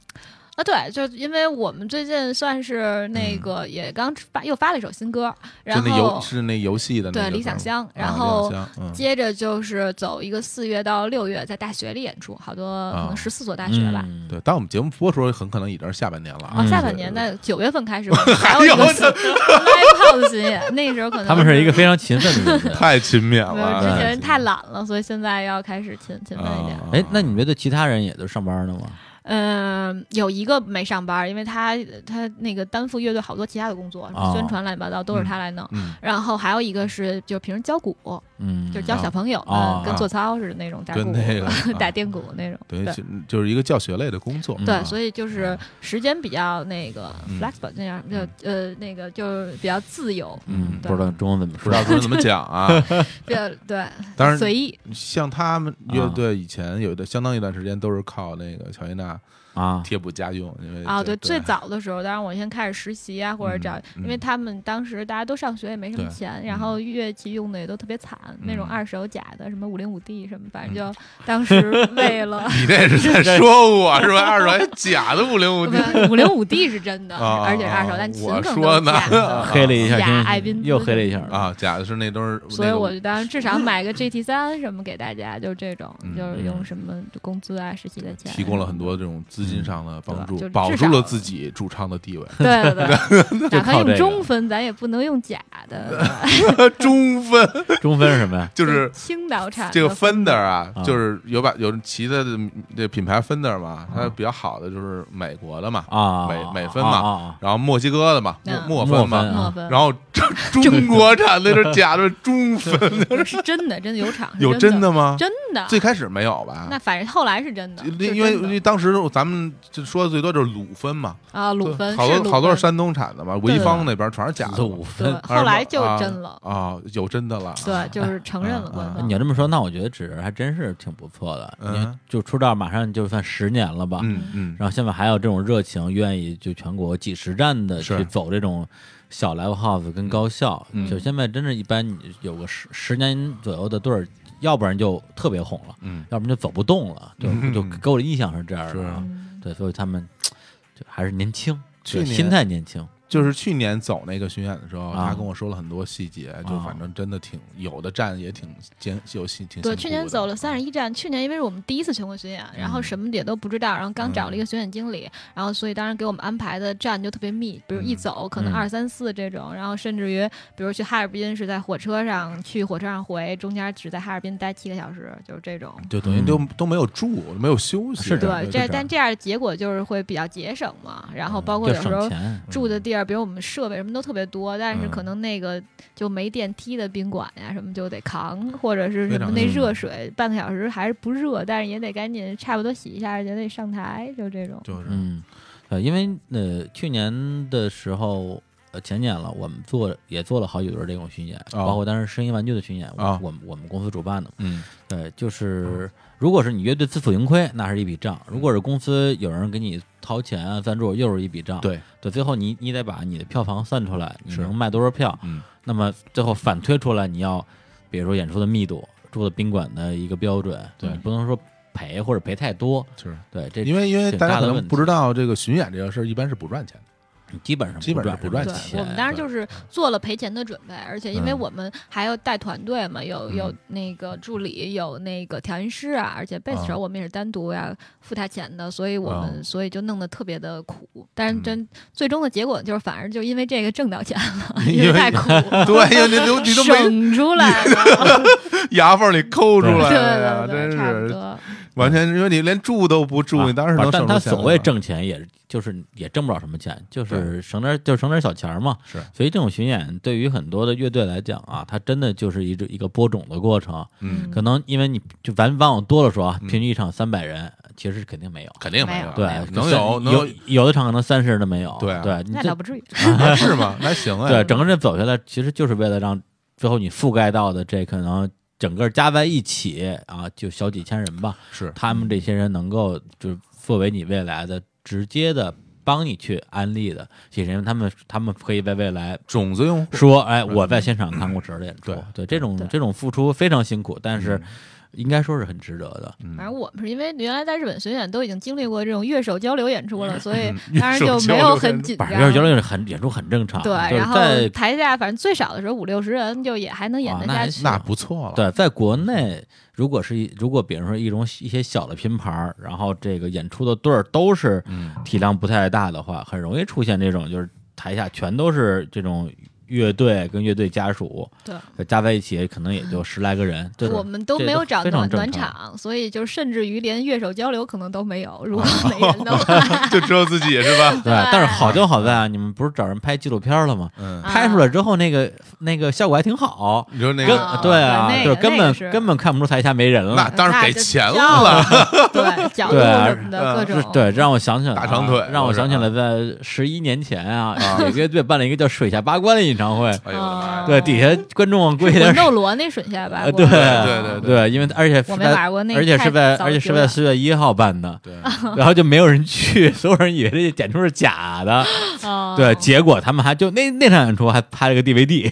S4: 啊，对，就因为我们最近算是那个也刚发又发了一首新歌，然
S2: 就那游
S4: 后
S2: 是那游戏的那
S4: 对
S2: 个
S4: 理
S2: 歌
S4: 想
S2: 吗，
S4: 乡，
S2: 啊
S4: 然
S2: 理
S4: 后
S2: 想乡嗯
S4: 接着就是走一个四月到六月在大学里演出，好多可
S2: 啊
S4: 能十四所大学吧。
S1: 嗯，
S2: 对，当我们节目播的时候，很可能已经是下半年了
S4: 啊，
S1: 嗯
S4: 下半年的九月份开始，我们还
S2: 有
S4: 有一个
S2: 呢
S4: live house 巡演，那时候可能
S1: 他们是一个非常勤奋的乐队。
S2: 太勤勉
S4: 没有
S2: 了。
S4: 之
S1: 对
S4: 前太懒了，所以现在要开始勤勤奋一点。
S2: 啊
S1: 哎，那你们乐队其他人也都上班呢吗？
S4: 嗯，有一个没上班，因为他他那个担负乐队好多其他的工作，什么
S1: 哦
S4: 宣传乱七八糟都是他来弄。
S2: 嗯，
S4: 然后还有一个是就平时教鼓，
S1: 嗯，
S4: 就是教小朋友们、
S1: 啊
S4: 跟做操似的那种打
S2: 对
S4: 鼓、
S2: 哦 那个啊
S4: 打电鼓那种。
S2: 等于
S4: 对嗯
S2: 就就是一个教学类的工作。
S4: 对，
S2: 啊
S4: 所以就是时间比较那个
S2: 嗯
S4: flexible，那样就呃那个就是比较自由，
S1: 嗯，
S4: 对
S1: 不知道中文怎么
S2: 不
S1: 说
S2: 知，道说怎么讲啊。
S4: 比较对
S2: 当然，
S4: 随意。
S2: 像他们乐
S1: 啊
S2: 队以前有的相当一段时间都是靠那个乔伊娜
S1: 啊，，
S2: 贴补家用，因为
S4: 啊，对，最
S2: 对
S4: 早的时候，当然我先开始实习啊，或者找，
S2: 嗯
S4: 因为他们当时大家都上学也没什么
S2: 对
S4: 钱，然后乐器用的也都特别惨，那种
S2: 嗯
S4: 二手假的，什么五零五 D 什么，反正就当时为 了
S2: 你这是在说我是吧？二手还假的五零五 D，
S4: 五零五 D 是真的，
S2: 啊
S4: 而且是二手
S2: 啊，
S4: 但琴
S2: 我
S4: 可能
S2: 说
S4: 都
S2: 呢
S4: 是假的
S1: 黑了一下
S4: 假
S1: 星星
S4: 爱宾
S1: 又
S4: 斯
S1: 黑了一下
S2: 啊，假的是那都是那个，
S4: 所以我就当至 少买个 GT 三什么给大家，就是这种，
S2: 嗯
S4: 就是用什么工资啊、实习的钱，
S2: 提供了很多这种资金上的帮助
S4: 对吧
S2: 保
S4: 就，是至
S2: 住
S4: 少
S2: 了自己主唱的 地位。
S4: 对对 对，
S1: 就
S4: 哪怕
S1: 靠这个
S4: 用中分，咱也不能用假的，
S2: 中分
S1: 中分是什么呀？
S2: 就是
S4: 青岛产的
S2: 这个 Fender 啊
S1: 啊，
S2: 就是有把有其他的这品牌 Fender
S4: 啊
S2: 嘛，它比较好的就是美国的嘛，
S1: 啊，
S2: 美美分
S1: 啊
S2: 嘛，
S1: 啊
S2: 然后墨西哥的嘛，
S4: 嗯
S2: 墨
S1: 墨
S2: 分嘛
S1: 分，
S4: 墨分，
S2: 然后 中中国产的是假的中分，
S4: 不是是 真的，真的有厂是
S2: 有
S4: 真
S2: 真的吗？
S4: 真的，
S2: 最开始没有吧？
S4: 那反正后来是真的，
S2: 因
S4: 是
S2: 因为
S4: 真的
S2: 因为当时咱们就说的最多就是鲁分嘛，
S4: 啊，鲁芬
S2: 好
S4: 是
S2: 多
S4: 鲁
S2: 好多是
S4: 芬
S2: 山东产的嘛，潍坊那边全是假的嘛
S1: 五。
S4: 对
S1: 分，。
S2: 还是
S4: 后来
S2: 什么
S4: 就
S2: 啊
S4: 真了，
S2: 啊，有真的了，
S4: 对，就是承认了
S2: 啊
S4: 官
S2: 啊
S1: 你
S4: 方。
S1: 要这么说，那我觉得纸人还真是挺不错的。
S2: 嗯
S1: 你看就出道马上就算十年了吧，
S2: 嗯嗯，
S1: 然后现在还有这种热情，愿意就全国几十站的
S2: 是
S1: 去走这种小 live house 跟高校。
S2: 嗯
S1: 就现在真是一般，你有个十十年左右的队儿，要不然就特别红了，
S2: 嗯
S1: 要不然就走不动了。就
S2: 嗯
S1: 就给我的印象是这样
S2: 是
S1: 的啊。对，所以他们就还是年轻，
S2: 去
S1: 对
S2: 年
S1: 心态年轻。
S2: 就是去年走那个巡演的时候，
S1: 啊
S2: 他跟我说了很多细节，就反正真的挺有的站也挺艰有辛挺辛苦的
S4: 对，去年走了三十一站。去年因为是我们第一次全国巡演，然后什么也都不知道，然后刚找了一个巡演经理，然后所以当时给我们安排的站就特别密，比如一走可能
S1: 嗯
S4: 二三四这种，然后甚至于比如去哈尔滨是在火车上去，火车上回，中间只在哈尔滨待七个小时，就是这种。
S2: 就等于
S1: 嗯
S2: 都都没有住，没有休息，
S1: 是的
S4: 对，这但
S2: 这
S4: 这样的结果就是会比较节省嘛，然后包括
S1: 要
S4: 有时候
S1: 省钱，
S4: 住的地儿，比如我们设备什么都特别多，但是
S2: 嗯
S4: 可能那个就没电梯的宾馆呀，什么就得扛，或者是
S2: 非
S4: 什
S2: 常
S4: 么那
S1: 嗯
S4: 热水半个小时还是不热，但是也得赶紧差不多洗一下，也得上台，就这种。
S2: 就是
S1: 嗯，呃，因为呃去年的时候。呃，前年了，我们做也做了好几轮这种巡演，
S2: 哦
S1: 包括当时声音玩具的巡演，
S2: 啊
S1: 我们我们公司主办的嘛。
S2: 嗯
S1: 对，就是如果是你乐队自负盈亏，那是一笔账；如果是公司有人给你掏钱啊赞助，又是一笔账。
S2: 对
S1: 对，最后你你得把你的票房算出来，你
S2: 是
S1: 能卖多少票？
S2: 嗯
S1: 那么最后反推出来，你要比如说演出的密度、住的宾馆的一个标准，
S2: 对
S1: 你不能说赔或者赔太多。
S2: 是。
S1: 对，这
S2: 因为因为
S1: 挺
S2: 大家
S1: 大
S2: 可
S1: 的
S2: 能
S1: 问
S2: 不知
S1: 题
S2: 道这个巡演这个事儿一般是不赚钱的，
S1: 基本上
S2: 基本上
S1: 不
S2: 不赚
S1: 钱。啊
S4: 对，我们当
S1: 对
S4: 时就是做了赔钱的准备，而且因为
S2: 嗯
S4: 我们还要带团队嘛，有有
S2: 嗯
S4: 那个助理，有那个调音师啊，而且贝斯
S2: 啊
S4: 手我们也是单独要付他钱的，所以我
S2: 哦
S4: 们所以就弄得特别的苦。但是
S2: 嗯
S4: 真最终的结果就是，反而就因为这个挣到钱了，
S2: 因
S4: 因
S2: 为，
S4: 为太苦 了
S2: 对呀，你都你都没
S4: 省出 来了，
S2: 牙缝里抠出
S4: 对
S2: 来
S4: 对
S2: 了，
S4: 对
S2: 真
S4: 对，差不
S2: 是
S4: 多。
S2: 完全，因为你连住都不住，
S1: 啊
S2: 你当时能
S1: 但
S2: 省
S1: 他
S2: 出钱
S1: 所谓
S2: 来
S1: 挣钱，也就是也挣不了什么钱，就是省点就省点小钱儿嘛。
S2: 是
S1: 所以这种巡演对于很多的乐队来讲啊，它真的就是一种一个播种的过程。
S2: 嗯，
S1: 可能因为你就咱往往多了说啊，
S2: 嗯
S1: 平均一场三百人，其实肯定没有。
S2: 肯定
S4: 没
S2: 有，
S4: 有
S1: 对，
S2: 能有
S1: 有
S2: 能
S1: 有有的场可能三十人都没有。
S2: 对
S1: 对
S2: 啊，
S1: 你
S4: 那
S1: 这
S4: 倒不至于，
S2: 有是吗？还行哎，
S1: 对，整个这走下来，其实就是为了让最后你覆盖到的这可能整个加在一起啊，就小几千人吧，
S2: 是
S1: 他们这些人能够就是作为你未来的直接的帮你去安利的这些人，他们他们可以在未来。
S2: 种子用户
S1: 说，哎，我在现场看过池的演出，
S2: 对嗯
S1: 对这种
S4: 对
S1: 这种付出非常辛苦，但是应该说是很值得的。
S4: 反正我们是因为原来在日本巡演都已经经历过这种乐手交流演出 了，所以
S2: 嗯
S4: 当然
S2: 乐手
S4: 就
S2: 交
S4: 没
S2: 流
S4: 有
S2: 演
S4: 很
S2: 出
S4: 紧
S1: 反
S4: 张。
S1: 正交流很演出很正常，
S4: 对，
S1: 就是
S4: 然后
S1: 在
S4: 台下反正最少的时候五六十人，就也还能演
S1: 啊
S4: 得
S1: 那
S4: 下
S1: 还
S4: 去。
S2: 那不错了，
S1: 对，在国内，如果是一如果比如说一种一些小的拼盘儿，然后这个演出的队儿都是
S2: 嗯，
S1: 体量不太大的话，很容易出现这种就是台下全都是这种乐队跟乐队家属，
S4: 对，
S1: 加在一起可能也就十来个人。这
S4: 我
S1: 种
S4: 们都
S1: 这
S4: 没
S1: 都
S4: 有找
S1: 非常
S4: 暖
S1: 正
S4: 暖
S1: 常
S4: 场，所以就甚至于连乐手交流可能都没有。
S1: 啊
S4: 如果没人的话，
S2: 就只有自己是吧？
S1: 对，但是好就好在啊，你们不是找人拍纪录片儿了吗？
S2: 嗯，
S1: 拍出来之后，那个那个效果还挺好，
S2: 你说那
S1: 跟
S2: 个
S4: 啊
S1: 对啊，
S4: 那个
S1: 就是根
S4: 那个
S1: 本
S4: 是
S1: 根本看不出台下没人了。
S2: 那当然给钱
S4: 那
S2: 了，
S4: 就叫了，对，角度
S1: 对啊
S4: 什么的各
S1: 是
S4: 种，
S1: 对，让我想起来了
S2: 大长腿
S1: 啊让我想起来在十一年前 啊，有一个乐队办了一个叫“水下八关”的演唱会，
S2: 哎呦我的妈呀！
S1: 对，底下观众跪
S4: 魂
S1: 下，
S4: 斗罗那水下吧
S1: 呃，
S4: 我
S1: 对
S2: 对对
S1: 对，因为而且是
S4: 我没
S1: 在
S4: 玩过那个
S1: 而
S4: 太
S1: 且
S4: 早丢了，
S1: 是在而且是在四月一号办 的，
S2: 对，
S1: 然后就没有人去，所有人以为这演出是假的，
S4: 哦
S1: 对，结果他们还就那那场演出还拍了个 DVD，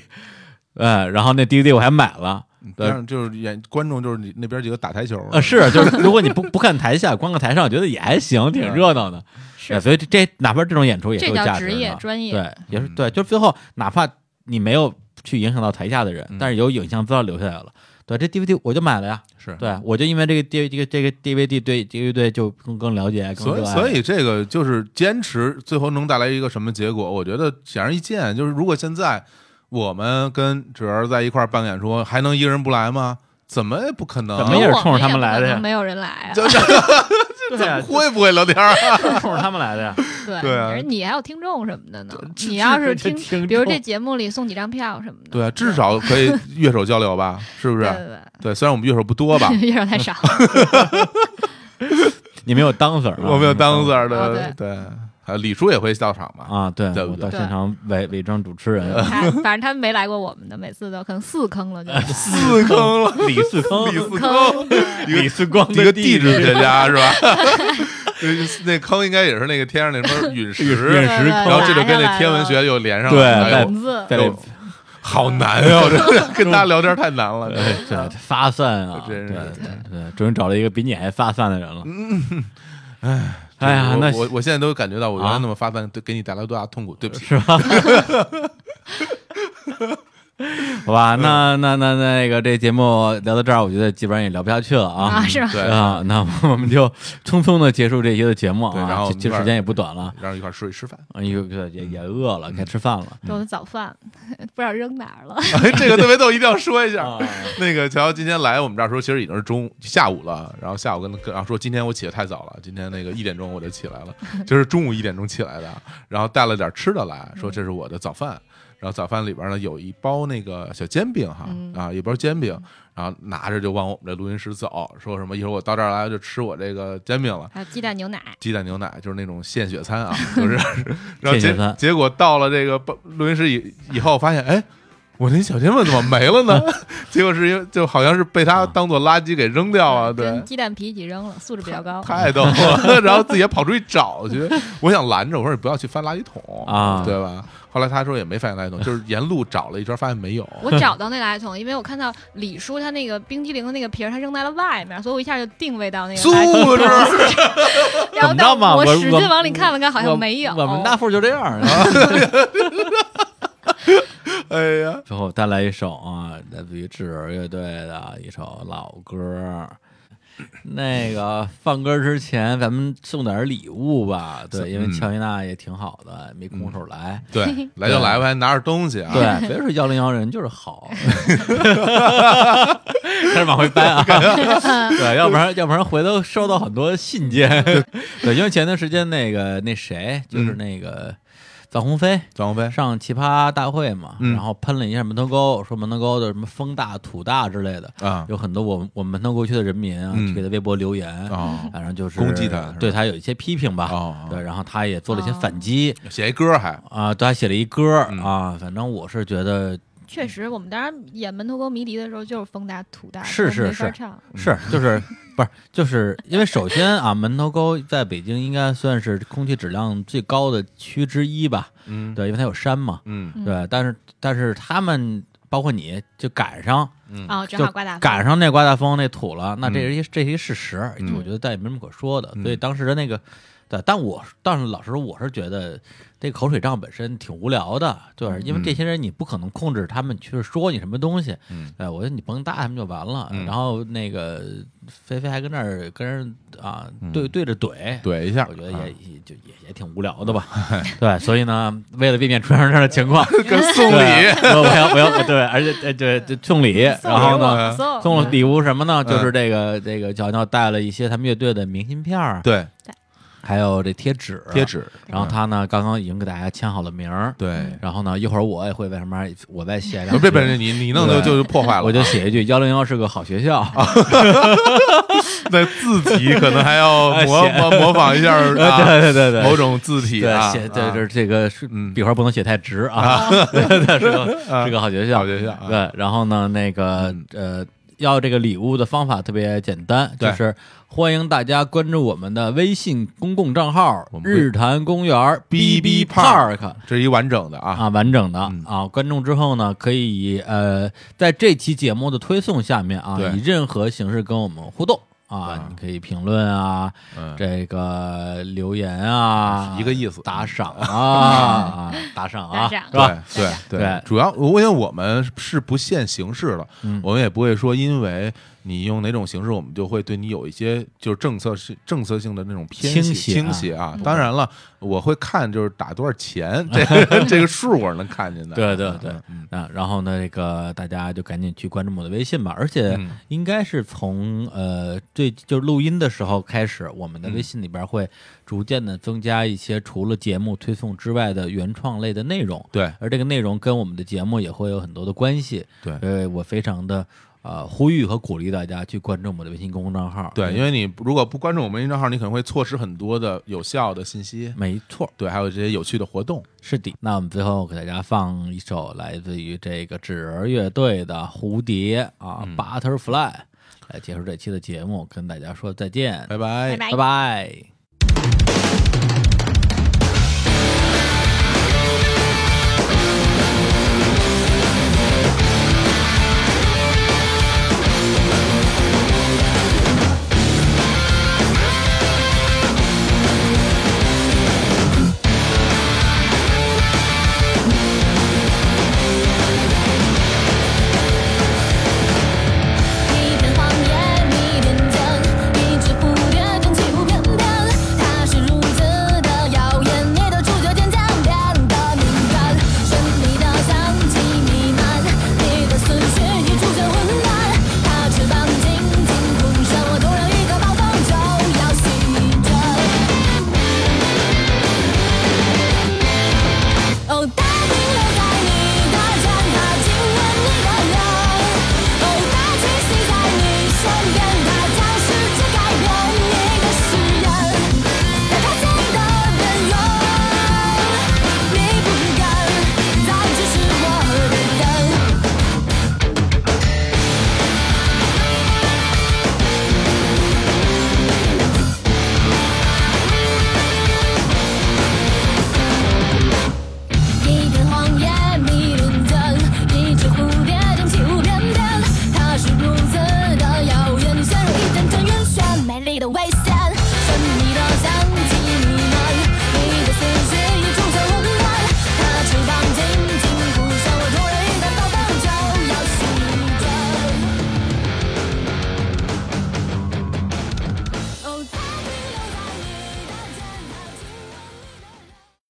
S1: 呃，然后那 DVD 我还买了。对
S2: 但是就是演观众就是你那边几个打台球
S1: 呃，是，就是如果你不不看台下，光看台上，我觉得也还行，挺热闹的。
S4: 是
S1: 对所以这这哪怕这种演出也是
S4: 这
S1: 有
S4: 叫
S1: 价值啊
S4: 职
S1: 的
S4: 业专业。
S1: 对，也是
S2: 嗯
S1: 对，就是最后哪怕你没有去影响到台下的人
S2: 嗯，
S1: 但是有影像资料留下来了。对，这 DVD 我就买了呀。
S2: 是，
S1: 对，我就因为这个 D 这个这个 DVD 对这个乐队就更更了解，更
S2: 所以
S1: 热爱
S2: 所以这个就是坚持，最后能带来一个什么结果？我觉得显而易见，就是如果现在我们跟侄儿在一块儿办演出，还能一个人不来吗？怎么也不可能，
S1: 怎
S4: 可
S1: 么也是
S4: 我
S1: 冲着他们
S4: 也不
S1: 来的
S4: 可
S1: 呀
S4: 能没有人来啊，
S2: 就是
S1: 对啊，
S2: 会不会聊天 儿啊？
S1: 就是冲着他们来的呀。
S4: 对，
S2: 对啊
S4: 而你还有听众什么的呢。
S2: 这
S4: 你要是
S1: 这
S4: 听，
S1: 听
S4: 比如
S1: 众
S4: 这节目里送几张票什么的，
S2: 对，啊至少可以乐手交流吧，是不
S4: 对
S1: 啊
S2: 是？
S4: 对
S2: 对，虽然我们乐手不多 吧，
S4: 对，乐手太少了。
S1: 你没有当 sir，
S2: 我们有当 sir 的
S4: 哦，
S2: 对，还有李叔也会到场嘛？
S1: 啊，对，
S2: 对不
S1: 我
S2: 对呃
S1: 到现场伪伪装主持人，
S4: 他反正他们没来过我们的，每次都可能四坑了就
S1: 呃
S2: 四坑了，
S1: 李四坑，
S2: 李四坑。
S4: 坑，
S1: 李四光
S2: 一个地质
S1: 质
S2: 学家是吧？ 那坑应该也是那个天上那什么陨
S1: 陨
S2: 石，
S1: 石坑
S2: 然后这就跟那天文学又连上
S1: 对
S2: 了。哎呦
S4: 名字
S1: 在这
S2: 有好难啊！ 这跟他聊天太难了。
S1: 对对发散啊，
S2: 真
S1: 对
S2: 是
S1: 对对，终于找了一个比你还发散的人了。嗯，哎，哎呀，
S2: 我
S1: 那
S2: 我我现在都感觉到我原来
S1: 啊
S2: 那么发散，对给你带来多大痛苦，对不起。
S1: 是吧？
S4: 嗯
S1: 好吧，那那那那个这节目聊到这儿，我觉得基本上也聊不下去了啊。
S4: 啊，是吧？
S2: 对，然
S1: 啊， 那我们就匆匆的结束这一期的节目
S2: 对
S1: 啊，
S2: 然后我们
S1: 其
S2: 这
S1: 实
S2: 儿
S1: 时间也不短了，
S2: 后一块儿出去吃饭。
S1: 啊也也
S4: 嗯
S1: 也饿了，该吃饭了。
S4: 这我的早饭不知道扔哪儿了，
S2: 这个特别逗，一定要说一下
S1: 啊。
S2: 那个乔今天来我们这儿说，其实已经是中下午了，然后下午跟跟然后说今天我起得太早了，今天那个一点钟我就起来了，就是中午一点钟起来的，然后带了点吃的来，说这是我的早饭。然后早饭里边呢有一包那个小煎饼哈、
S4: 嗯
S2: 啊，一包煎饼，然后拿着就往我们这录音室走，说什么一会儿我到这儿来就吃我这个煎饼了。
S4: 还有鸡蛋牛奶，
S2: 鸡蛋牛奶就是那种献血餐 啊，就是，然后
S1: 献血
S2: 结
S1: 餐
S2: 结果到了这个办录音室以以后，发现哎，我那小天问怎么没了呢？ 结果是因为就好像是
S1: 嗯
S2: 被他当做垃圾给扔掉啊，对，
S4: 跟鸡蛋皮一起扔了，素质比较高。
S2: 太逗了， 然后自己也跑出去找去。我想拦着，我说你不要去翻垃圾桶
S1: 啊
S2: 对吧？后来他说也没发现垃圾桶，就是沿路找了一圈，发现没有。
S4: 我找到那个垃圾桶，因为我看到李叔他那个冰激凌的那个瓶儿，他扔在了外面，所以我一下就定位到那个
S2: 素
S4: 垃圾桶。
S2: 质，
S4: 然后
S1: 怎么着嘛
S4: 但我
S1: 我
S4: 使
S1: 我
S4: 劲往里看了看，好像没有。
S1: 我们大富就这样 儿。
S2: 哎呀，
S1: 最后带来一首啊，来自于智儿乐队的一首老歌儿。那个放歌之前，咱们送点儿礼物吧。对，因为
S2: 嗯
S1: 乔伊娜也挺好的，没空手来。
S2: 对，来就来吧，还拿着东西啊，
S1: 对，别说幺零幺人就是好，开始往回掰 啊。对，要不然要不然回头收到很多信件。对，因为前段时间那个那谁，就是
S2: 嗯
S1: 那个臧鸿飞，
S2: 张鸿飞，
S1: 上奇葩大会嘛，
S2: 嗯
S1: 然后喷了一下门头沟，说门头沟的什么风大土大之类的，
S2: 啊
S1: 有很多我们我们门头沟区的人民啊，
S2: 嗯
S1: 去给他微博留言，
S2: 哦
S1: 反正就是
S2: 攻击他是吧
S1: 对他有一些批评吧，
S2: 哦
S1: 对，然后他也做了一些反击
S2: 写一歌还
S1: 啊、对他写了一歌、
S2: 嗯
S1: 啊，反正我是觉得
S3: 确实，我们当时演门头沟迷笛的时候，就是风大土大，
S1: 是是
S3: 没法
S1: 是
S3: 唱。
S1: 是就是。不是，就是因为首先啊，门头沟在北京应该算是空气质量最高的区之一吧？
S2: 嗯
S1: 对，因为它有山嘛。
S2: 嗯
S3: 嗯
S1: 对，但是但是他们包括你就赶上
S2: 嗯
S3: 啊，正
S1: 就
S3: 好刮大风，
S1: 赶上那刮大风那土了，那这
S2: 嗯
S1: 是一、这是一事实，
S2: 嗯
S1: 我觉得再也没什么可说的。
S2: 嗯
S1: 所以当时的那个，对，但我但是老实说，我是觉得这口水仗本身挺无聊的，就是因为
S2: 嗯
S1: 这些人你不可能控制他们去说你什么东西，哎
S2: 嗯
S1: 对，我觉得你甭搭他们就完了。
S2: 嗯
S1: 然后那个菲菲还跟那儿跟人啊
S2: 嗯
S1: 对对着怼。
S2: 怼嗯一下，
S1: 我觉得也、
S2: 啊
S1: 也就也也挺无聊的吧， 对，所以呢，为了避免出现这样的情况，
S2: 跟 送
S1: 对
S2: 礼，
S1: 我我要我要对，而且呃对对送礼，然后呢
S2: 呢
S4: 送
S1: 送了礼物什么呢？
S2: 嗯
S1: 就是这个这个小鸟带了一些他们乐队的明信片儿，
S2: 对
S1: 还有这贴纸
S2: 贴。纸，
S1: 然后他呢，刚刚已经给大家签好了名儿。
S2: 对，
S1: 然后呢，一会儿我也会为什么我再写两
S2: 别
S1: 句，
S2: 别你你弄就
S1: 对
S2: 就是破坏了，啊
S1: 我就写一句幺零幺是个好学校，
S2: 那字体可能还 要
S1: 哎
S2: 模
S1: 写
S2: 模模仿一下儿啊，
S1: 对对对
S2: 某种字体
S1: 对
S2: 啊，
S1: 写
S2: 啊
S1: 对就是这个是
S2: 嗯
S1: 笔画不能写太直啊， 对对是个
S2: 啊
S1: 是个好学校
S2: 好，学校啊，
S1: 对，然后呢，那个呃，要这个礼物的方法特别简单，就
S2: 对
S1: 是欢迎大家关注我们的微信公共账号
S2: 我
S1: “
S2: 们会
S1: 日坛公园
S2: BB
S1: BB
S2: Park
S1: Park”。
S2: 这是一完整的啊，
S1: 啊，完整的、
S2: 嗯
S1: 啊，观众之后呢，可以呃，在这期节目的推送下面啊
S2: 对，
S1: 以任何形式跟我们互动
S2: 对
S1: 啊，你可以评论啊，
S2: 嗯，
S1: 这个留言啊，
S2: 一个意思
S1: 打 赏啊啊，打赏啊，
S4: 打赏
S1: 是吧？
S2: 对对
S1: 对
S2: 主要我因为我们是不限形式了，
S1: 嗯
S2: 我们也不会说因为你用哪种形式，我们就会对你有一些就是政策是政策性的那种偏
S1: 倾
S2: 斜
S1: 斜
S2: 倾
S1: 啊
S2: 斜啊。当然了，我会看就是打多少 钱，这个这个数我是能看见的。
S1: 对对对
S2: 嗯，
S1: 啊，然后呢，这个大家就赶紧去关注我的微信吧，而且
S2: 嗯
S1: 应该是从呃最就是录音的时候开始，我们的微信里边会逐渐的增加一些除了节目推送之外的原创类的内容，
S2: 对
S1: 而这个内容跟我们的节目也会有很多的关系，
S2: 对
S1: 呃，我非常的呃呼吁和鼓励大家去关注我们的微信公众账号，
S2: 对，因为你如果不关注我们微信账号，你可能会错失很多的有效的信息。
S1: 没错，
S2: 对，还有这些有趣的活动。
S1: 是的，那我们最后给大家放一首来自于这个纸儿乐队的《蝴蝶》啊，Butterfly》，来结束这期的节目，跟大家说再见，
S2: 拜
S3: 拜。
S2: 拜
S3: 拜
S1: 拜拜
S5: Oh, 哦